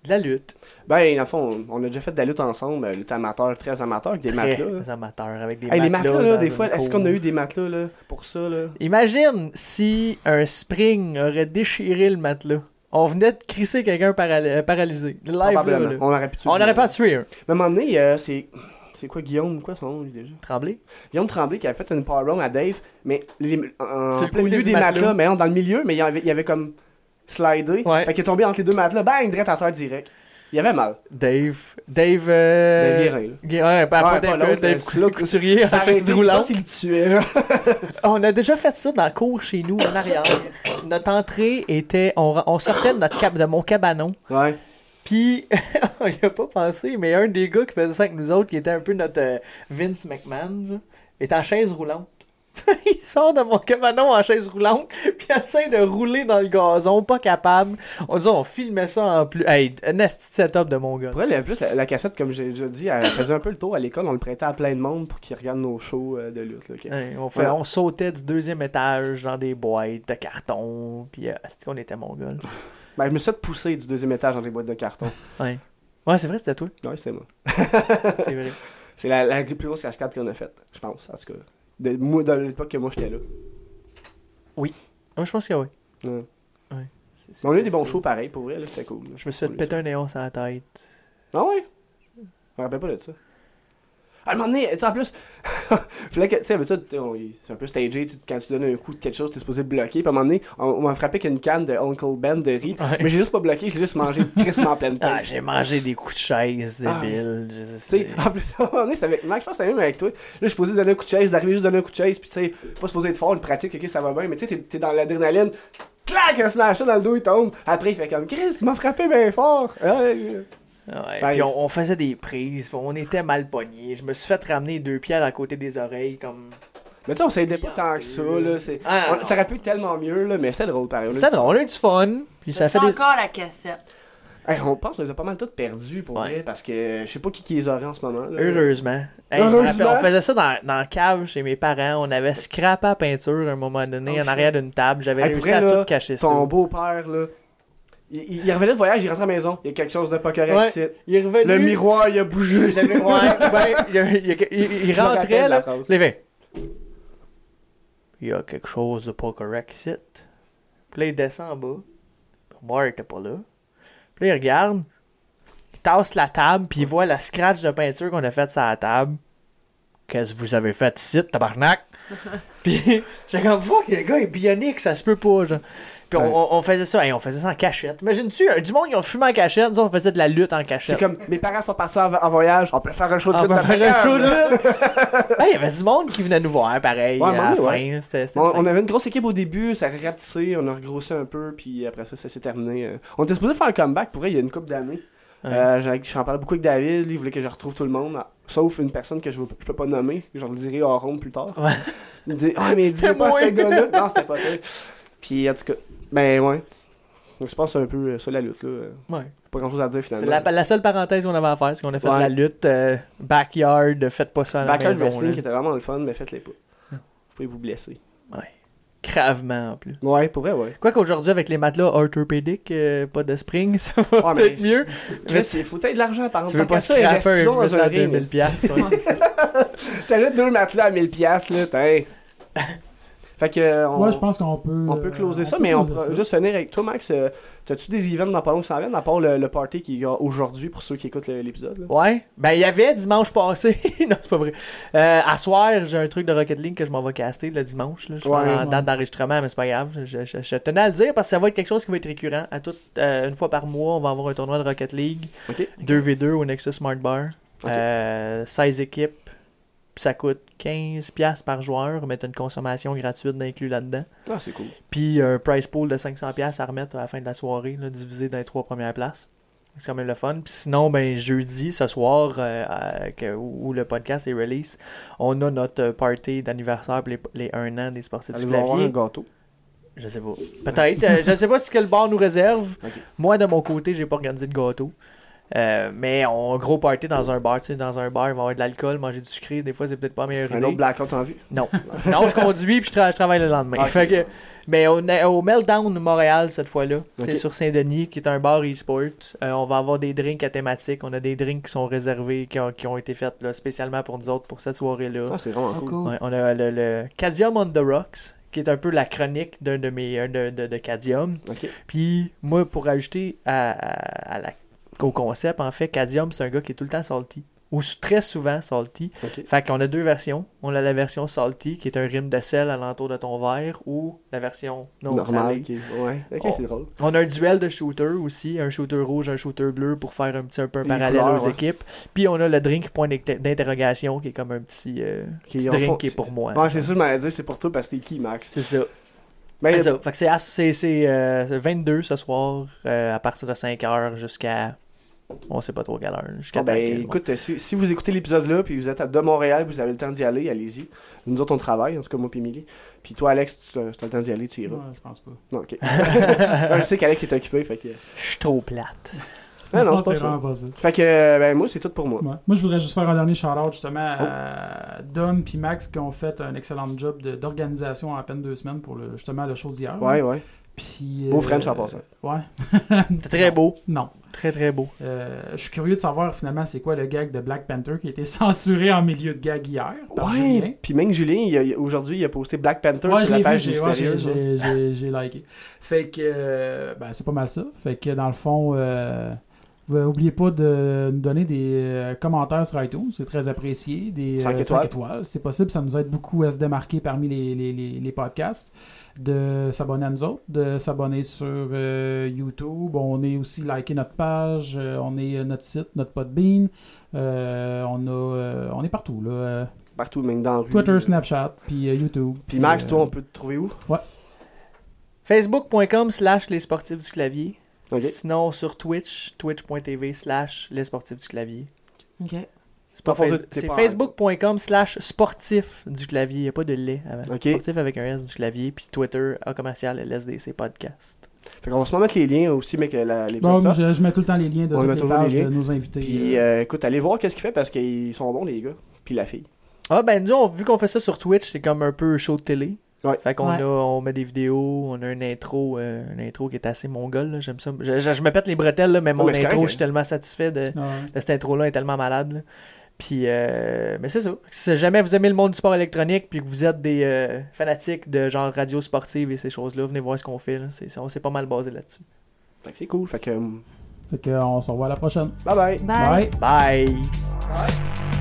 Speaker 1: De la lutte.
Speaker 3: Ben, dans le fond, on a déjà fait de la lutte ensemble, euh, lutte amateur, très amateur, avec des
Speaker 1: Très
Speaker 3: matelas. là.
Speaker 1: amateur avec des
Speaker 3: Hey, les matelas, là,
Speaker 1: dans
Speaker 3: des
Speaker 1: une
Speaker 3: fois, est-ce
Speaker 1: cour.
Speaker 3: qu'on a eu des matelas, là, pour ça, là?
Speaker 1: Imagine si un spring aurait déchiré le matelas. On venait de crisser quelqu'un paral- euh, paralysé. Le live, là,
Speaker 3: Probablement.
Speaker 1: là.
Speaker 3: On aurait pu tuer.
Speaker 1: On n'aurait pas tué un.
Speaker 3: Mais à un moment donné, euh, c'est... C'est quoi, Guillaume? Quoi son nom, lui, déjà?
Speaker 1: Tremblé.
Speaker 3: Guillaume Tremblay qui avait fait une powerbomb à Dave, mais les, en
Speaker 1: Sur le
Speaker 3: plein
Speaker 1: côté
Speaker 3: milieu
Speaker 1: du
Speaker 3: des
Speaker 1: matelas.
Speaker 3: matelas, mais non, dans le milieu, mais il y avait, il y avait comme slidé.
Speaker 1: Ouais.
Speaker 3: Fait qu'il est tombé entre les deux matelas, bang, direct à terre direct. Il avait mal.
Speaker 1: Dave. Dave. euh,
Speaker 3: Dave Guérin, là.
Speaker 1: Guérin, ouais, pas, pas
Speaker 3: Ouais,
Speaker 1: Dave,
Speaker 3: pas l'autre,
Speaker 1: Dave
Speaker 3: euh, c'est l'autre.
Speaker 1: Couturier, en chaise
Speaker 3: été,
Speaker 1: roulante.
Speaker 3: je pense qu'il le tuait, là.
Speaker 1: On a déjà fait ça dans la cour chez nous, en arrière. notre entrée était. On, on sortait de, notre cap, de mon cabanon.
Speaker 3: Ouais.
Speaker 1: Puis, [LAUGHS] on y a pas pensé, mais un des gars qui faisait ça avec nous autres, qui était un peu notre euh, Vince McMahon, là, est en chaise roulante. [LAUGHS] il sort de mon cabanon en chaise roulante, puis il essaie de rouler dans le gazon, pas capable. On disait, on filmait ça en plus. Hey, un esti de setup de mon gars.
Speaker 3: Pour elle, en plus, la, la cassette, comme j'ai déjà dit, elle faisait un peu le tour à l'école. On le prêtait à plein de monde pour qu'ils regardent nos shows euh, de lutte. là, ok.
Speaker 1: Hey, on, fait-
Speaker 3: Ouais.
Speaker 1: on sautait du deuxième étage dans des boîtes de carton, puis euh, c'est qu'on était mongols.
Speaker 3: Ben, je me suis fait pousser du deuxième étage dans les boîtes
Speaker 1: [LAUGHS]
Speaker 3: de carton.
Speaker 1: Ouais. Ouais, c'est vrai, c'était
Speaker 3: [LAUGHS]
Speaker 1: toi.
Speaker 3: non, c'était moi.
Speaker 1: C'est vrai.
Speaker 3: C'est la, la plus grosse cascade qu'on a faite, je pense, en tout cas. De, moi, dans l'époque que moi, j'étais là.
Speaker 1: Moi, je pense que oui.
Speaker 3: Ouais.
Speaker 1: Ouais. C'est-
Speaker 3: Mais on a eu des
Speaker 1: c'était
Speaker 3: bons
Speaker 1: ça.
Speaker 3: shows pareil, pour vrai, là, c'était cool. là.
Speaker 1: Je me suis
Speaker 3: On
Speaker 1: fait
Speaker 3: a eu
Speaker 1: péter un néon sur la tête.
Speaker 3: ça. Ah ouais? Je me rappelle pas de ça. À un moment donné, tu sais, en plus, [LAUGHS] fallait que, tu sais, d'habitude, tu sais, on- c'est un peu stagé, tu sais, quand tu donnes un coup de quelque chose, t'es supposé le bloquer, puis à un moment donné, on, on m'a frappé qu'une canne de Uncle Ben de riz,
Speaker 1: Ouais.
Speaker 3: mais j'ai juste pas bloqué, j'ai
Speaker 1: [LAUGHS]
Speaker 3: juste mangé crissement en pleine tête.
Speaker 1: Ah, j'ai mangé des coups de chaise débiles. Je-
Speaker 3: Ah. Tu sais, ah. en plus, [LAUGHS] à un moment donné, c'était avec Mac, je pense que c'était même avec toi. Là, je suis posé donner un coup de chaise, d'arriver juste donner un coup de chaise, puis tu sais, pas supposé être fort, une pratique, ok, ça va bien, mais tu sais, t'es- t'es dans l'adrénaline, clac, elle se lâche ça dans le dos, il tombe. Après, il fait comme Chris, il m'a frappé bien fort. Ouais.
Speaker 1: Ouais,
Speaker 3: Five.
Speaker 1: puis on, on faisait des prises, puis on était mal pognés. Je me suis fait ramener deux pierres à côté des oreilles, comme.
Speaker 3: Mais tu sais, on s'aidait pas tant que ça, là. C'est-
Speaker 1: Ah,
Speaker 3: on-
Speaker 1: non.
Speaker 3: ça aurait pu être tellement mieux, là, mais c'est drôle, pareil. On a
Speaker 1: C'est
Speaker 3: dit-
Speaker 1: drôle, on a eu du fun. Puis ça fait des.
Speaker 5: encore la cassette.
Speaker 3: Hey, on pense qu'on les a pas mal toutes perdues, pour
Speaker 1: Ouais.
Speaker 3: vrai, parce que je sais pas qui, qui les aurait en ce moment. là.
Speaker 1: Heureusement. Hey, je me
Speaker 3: Heureusement.
Speaker 1: rappelle, on faisait ça dans, dans la cave chez mes parents. On avait scrapé à peinture à un moment donné
Speaker 3: Oh,
Speaker 1: en arrière d'une table. J'avais
Speaker 3: Hey, pour
Speaker 1: réussi
Speaker 3: vrai,
Speaker 1: à
Speaker 3: là,
Speaker 1: tout cacher ça.
Speaker 3: Ton beau-père, là. Il, il- il revenait de voyage, il rentre à la maison. Il y a quelque chose de pas correct
Speaker 1: Ouais.
Speaker 3: ici.
Speaker 1: Il est revenu.
Speaker 3: Le miroir, il a [LAUGHS] bougé.
Speaker 1: Le miroir. ouais, il, il- il- il
Speaker 3: Je me rappelle
Speaker 1: rentrait
Speaker 3: de la
Speaker 1: là.
Speaker 3: phrase.
Speaker 1: Je l'ai fait. Il y a quelque chose de pas correct ici. Puis là, il descend en bas. Puis Moi, il était pas là. Puis là, il regarde. Il tasse la table, puis il voit la scratch de peinture qu'on a faite sur la table. Qu'est-ce que vous avez fait ici, tabarnak? puis j'ai comme, fuck, le gars est bionique, ça se peut pas, genre. Puis on-
Speaker 3: Ouais.
Speaker 1: on, on faisait ça, hey, on faisait ça en cachette. Imagine-tu, euh, du monde, ils ont fumé en cachette, nous, on faisait de la lutte en cachette.
Speaker 3: C'est comme mes parents sont partis en, en voyage, on peut faire bah, [LAUGHS] un show de
Speaker 1: Ah,
Speaker 3: lutte
Speaker 1: ben,
Speaker 3: dans ta
Speaker 1: faire un
Speaker 3: cave.
Speaker 1: show de lutte. [LAUGHS] Hey, Il y avait du monde qui venait nous voir, pareil,
Speaker 3: Ouais, à un
Speaker 1: à la
Speaker 3: moment
Speaker 1: fin.
Speaker 3: donné,
Speaker 1: C'était, c'était
Speaker 3: On,
Speaker 1: ça.
Speaker 3: on avait une grosse équipe au début, ça a rapetissé, on a regrossi un peu, puis après ça, ça s'est terminé. euh. On était supposé faire un comeback pour vrai, il y a une couple d'années.
Speaker 1: Ouais.
Speaker 3: Euh, j'en- J'en parlais beaucoup avec David, lui, il voulait que je retrouve tout le monde, ah, sauf une personne que je ne peux pas nommer, je le dirai hors ronde plus tard.
Speaker 1: Ouais.
Speaker 3: Il me dit Ah, mais dis
Speaker 1: C'était
Speaker 3: pas à
Speaker 1: moi. [LAUGHS]
Speaker 3: ce gars-là. Non, c'était pas toi. Puis en tout cas, ben ouais. Donc je pense que c'est un peu euh, ça la lutte, là. Euh,
Speaker 1: Ouais.
Speaker 3: Pas grand chose à dire
Speaker 1: C'est
Speaker 3: finalement.
Speaker 1: la, la seule parenthèse qu'on avait à faire, c'est qu'on a fait
Speaker 3: Ouais.
Speaker 1: de la lutte, euh, backyard, faites pas ça à la
Speaker 3: Backyard
Speaker 1: maison,
Speaker 3: Wrestling
Speaker 1: là.
Speaker 3: qui était vraiment le fun, mais faites-les pas. Vous pouvez vous blesser.
Speaker 1: Gravement, en plus.
Speaker 3: Ouais, pour vrai, ouais.
Speaker 1: Quoi qu'aujourd'hui, avec les matelas orthopédiques, euh, pas de spring, [LAUGHS] ça va
Speaker 3: Ouais, mais
Speaker 1: peut-être mieux.
Speaker 3: Mais il faut peut-être de l'argent, par exemple.
Speaker 1: Tu veux
Speaker 3: Tant
Speaker 1: pas
Speaker 3: qu'à ça,
Speaker 1: scraper un
Speaker 3: investissons
Speaker 1: muscle
Speaker 3: dans
Speaker 1: à
Speaker 3: un ring.
Speaker 1: 2000 piastres,
Speaker 3: [LAUGHS]
Speaker 1: ouais, c'est ça.
Speaker 3: T'as là deux matelas à 1000 piastres, là, t'es. Fait que. euh, On...
Speaker 4: Ouais, je pense qu'on peut.
Speaker 3: On peut
Speaker 4: euh,
Speaker 3: closer ça,
Speaker 4: peut
Speaker 3: mais on
Speaker 4: closer
Speaker 3: peut
Speaker 4: ça.
Speaker 3: juste finir avec toi, Max. euh, T'as-tu des events dans pas long qui s'en viennent, à part le, le party qu'il y a aujourd'hui pour ceux qui écoutent le- l'épisode? là?
Speaker 1: Ouais. Ben, il y avait dimanche passé. [LAUGHS] non, c'est pas vrai. Euh, à soir, j'ai un truc de Rocket League que je m'en vais caster le dimanche. Là. Je suis pas
Speaker 3: Ouais,
Speaker 1: en
Speaker 4: ouais.
Speaker 1: date d'enregistrement, mais c'est pas grave. Je, je- je tenais à le dire parce que ça va être quelque chose qui va être récurrent. À toute, euh, une fois par mois, on va avoir un tournoi de Rocket League.
Speaker 3: Ok.
Speaker 1: 2v2 au Nexus Smart Bar.
Speaker 3: Ok.
Speaker 1: Euh, 16 équipes. Puis ça coûte 15$ piastres par joueur, mais t'as une consommation gratuite inclus là-dedans.
Speaker 3: Ah, c'est cool.
Speaker 1: Puis un price pool de 500$ piastres à remettre à la fin de la soirée, là, divisé dans les trois premières places. C'est quand même le fun. Puis sinon, ben, jeudi, ce soir, euh, euh, que- où où le podcast est release, on a notre euh, party d'anniversaire pour les, les 1 an des sportifs
Speaker 3: Allez
Speaker 1: du
Speaker 3: voir un
Speaker 1: clavier.
Speaker 3: gâteau.
Speaker 1: Je sais pas. Peut-être. euh, je sais pas ce que le bar nous réserve.
Speaker 3: [LAUGHS] Ok.
Speaker 1: Moi, de mon côté, j'ai pas organisé de gâteau. Euh, mais on gros party dans un bar, tu sais, dans un bar, il va y avoir de l'alcool, manger du sucré, des fois c'est peut-être pas la meilleure
Speaker 3: Un
Speaker 1: idée.
Speaker 3: autre blackout en vue. Ah,
Speaker 1: Non. non, je conduis puis je, tra- je travaille le lendemain.
Speaker 3: Ok.
Speaker 1: Fait que- mais Ben, on est au Meltdown Montréal cette fois-là. C'est
Speaker 3: Ok.
Speaker 1: sur Saint-Denis, qui est un bar e-sport. Euh, on va avoir des drinks à thématique. On a des drinks qui sont réservés, qui ont, qui ont été faits là, spécialement pour nous autres pour cette soirée-là.
Speaker 3: Ah, c'est vraiment
Speaker 4: Ah,
Speaker 3: cool.
Speaker 4: cool.
Speaker 1: Ouais, on a le, le Cadium on the Rocks, qui est un peu la chronique d'un de mes euh, de, de, de Cadium.
Speaker 3: Ok.
Speaker 1: Puis moi, pour ajouter à, à- à la- au concept, en fait, Cadium, c'est un gars qui est tout le temps salty. Ou s- très souvent salty.
Speaker 3: Ok.
Speaker 1: Fait qu'on a deux versions. On a la version salty, qui est un rime de sel alentour de ton verre, ou la version non
Speaker 3: Normal.
Speaker 1: salée.
Speaker 3: ok. Ouais. Ok,
Speaker 1: Oh.
Speaker 3: c'est drôle.
Speaker 1: On a un duel de shooter aussi, un shooter rouge, un shooter bleu, pour faire un petit un peu un
Speaker 3: Les
Speaker 1: parallèle
Speaker 3: couleurs,
Speaker 1: aux
Speaker 3: ouais.
Speaker 1: équipes. Puis on a le drink point d'inter- d'interrogation, qui est comme un petit, euh,
Speaker 3: Qui
Speaker 1: petit
Speaker 3: en
Speaker 1: drink
Speaker 3: font-
Speaker 1: qui est pour moi.
Speaker 3: Ouais, c'est sûr, je m'allais dire, c'est pour toi parce que t'es qui, Max? Ben,
Speaker 1: C'est ça.
Speaker 3: Mais
Speaker 1: C'est ça. Fait que c'est à- c'est- c'est, euh, c'est 22 ce soir, euh, à partir de 5h jusqu'à. On sait pas trop quelle heure. Jusqu'à
Speaker 3: Ah, ben,
Speaker 1: temps que-
Speaker 3: écoute, euh, si, si vous écoutez l'épisode là, puis vous êtes à de Montréal, vous avez le temps d'y aller, allez-y. Nous autres, on travaille, en tout cas, moi puis Émilie. Puis toi, Alex, tu as le temps d'y aller, tu iras.
Speaker 4: Ouais, je pense pas.
Speaker 3: Non, ok. [LAUGHS] je sais qu'Alex est occupé, fait que.
Speaker 1: Je suis trop plate.
Speaker 3: Ah, non,
Speaker 4: Non,
Speaker 3: c'est pas
Speaker 4: c'est
Speaker 3: ça.
Speaker 4: vraiment pas ça.
Speaker 3: Fait que, euh, ben, moi, c'est tout pour moi.
Speaker 4: Ouais. Moi, je voudrais juste faire un dernier shout-out justement à
Speaker 3: Oh.
Speaker 4: Dom puis Max qui ont fait un excellent job de- d'organisation en à peine deux semaines pour le, justement le show d'hier.
Speaker 3: Ouais, ouais.
Speaker 4: Puis,
Speaker 3: Beau
Speaker 4: euh,
Speaker 3: French en passant.
Speaker 4: Ouais.
Speaker 1: T'es très beau.
Speaker 4: Non.
Speaker 1: Très très beau.
Speaker 4: Euh, je suis curieux de savoir finalement c'est quoi le gag de Black Panther qui a été [LAUGHS] censuré en milieu de gag hier par Julien.
Speaker 3: Ouais. Puis même Julien, il a- il a- aujourd'hui, il a posté Black Panther
Speaker 4: Ouais, je
Speaker 3: sur la
Speaker 4: l'ai vu,
Speaker 3: page
Speaker 4: j'ai,
Speaker 3: du
Speaker 4: ouais, j'ai,
Speaker 3: mystérieux.
Speaker 4: j'ai- j'ai- j'ai liké. Fait que, euh, ben, c'est pas mal ça. Fait que, dans le fond, euh, vous- oubliez pas de nous donner des euh, commentaires sur iTunes, c'est très apprécié. Des
Speaker 3: Cinq
Speaker 4: euh,
Speaker 3: étoiles.
Speaker 4: cinq c'est possible, ça nous aide beaucoup à se démarquer parmi les, les- les- les podcasts. De s'abonner à nous autres, de s'abonner sur euh, YouTube. On est aussi liké notre page, euh, on est euh, notre site, notre Podbean. Euh, on, a, euh, on est partout, là. Euh,
Speaker 3: Partout, même dans la rue.
Speaker 4: Twitter, Snapchat, puis euh, YouTube.
Speaker 3: Puis Max,
Speaker 4: euh,
Speaker 3: toi, on peut te trouver où?
Speaker 1: Facebook.com slash les sportifs du clavier.
Speaker 3: Ok.
Speaker 1: Sinon, sur Twitch, twitch.tv slash les sportifs du clavier.
Speaker 5: OK.
Speaker 1: C'est pas
Speaker 3: Dans le fond,
Speaker 1: Face-
Speaker 3: t'es
Speaker 1: c'est
Speaker 3: pas-
Speaker 1: facebook.com slash sportif du clavier. Il n'y a pas de lait avant.
Speaker 3: Ok.
Speaker 1: Sportif avec un S du clavier. Puis Twitter, A commercial, LSDC podcast.
Speaker 3: Fait qu'on va se mettre les liens aussi, mec, la- l'épisode
Speaker 4: Bon,
Speaker 3: sort.
Speaker 4: je, je mets tout le temps les liens de
Speaker 3: On met
Speaker 4: toutes les
Speaker 3: toujours les
Speaker 4: pages de
Speaker 3: liens.
Speaker 4: nos invités.
Speaker 3: Puis
Speaker 4: Euh,
Speaker 3: euh, écoute, allez voir qu'est-ce qu'il fait parce qu'ils sont bons, les gars. Puis la fille.
Speaker 1: Ah ben nous, on- vu qu'on fait ça sur Twitch, c'est comme un peu show de télé.
Speaker 3: Ouais.
Speaker 1: Fait qu'on
Speaker 5: Ouais.
Speaker 1: a, on met des vidéos, on a une intro, euh, une intro qui est assez mongole, là, j'aime ça. Je, je- je me pète les bretelles, là, mais mon
Speaker 3: mais c'est
Speaker 1: intro,
Speaker 3: correct,
Speaker 1: je suis tellement satisfait de,
Speaker 4: ouais.
Speaker 1: de cette intro-là, elle est tellement malade. là. Puis, euh, mais c'est ça. Si jamais vous aimez le monde du sport électronique, puis que vous êtes des euh, fanatiques de genre radio sportive et ces choses-là, venez voir ce qu'on fait. là. C'est- on s'est pas mal basé là-dessus.
Speaker 3: Fait que c'est cool. Fait que. euh,
Speaker 4: Fait qu'on se revoit à la prochaine.
Speaker 3: Bye bye.
Speaker 5: Bye.
Speaker 4: Bye.
Speaker 1: Bye!
Speaker 3: Bye.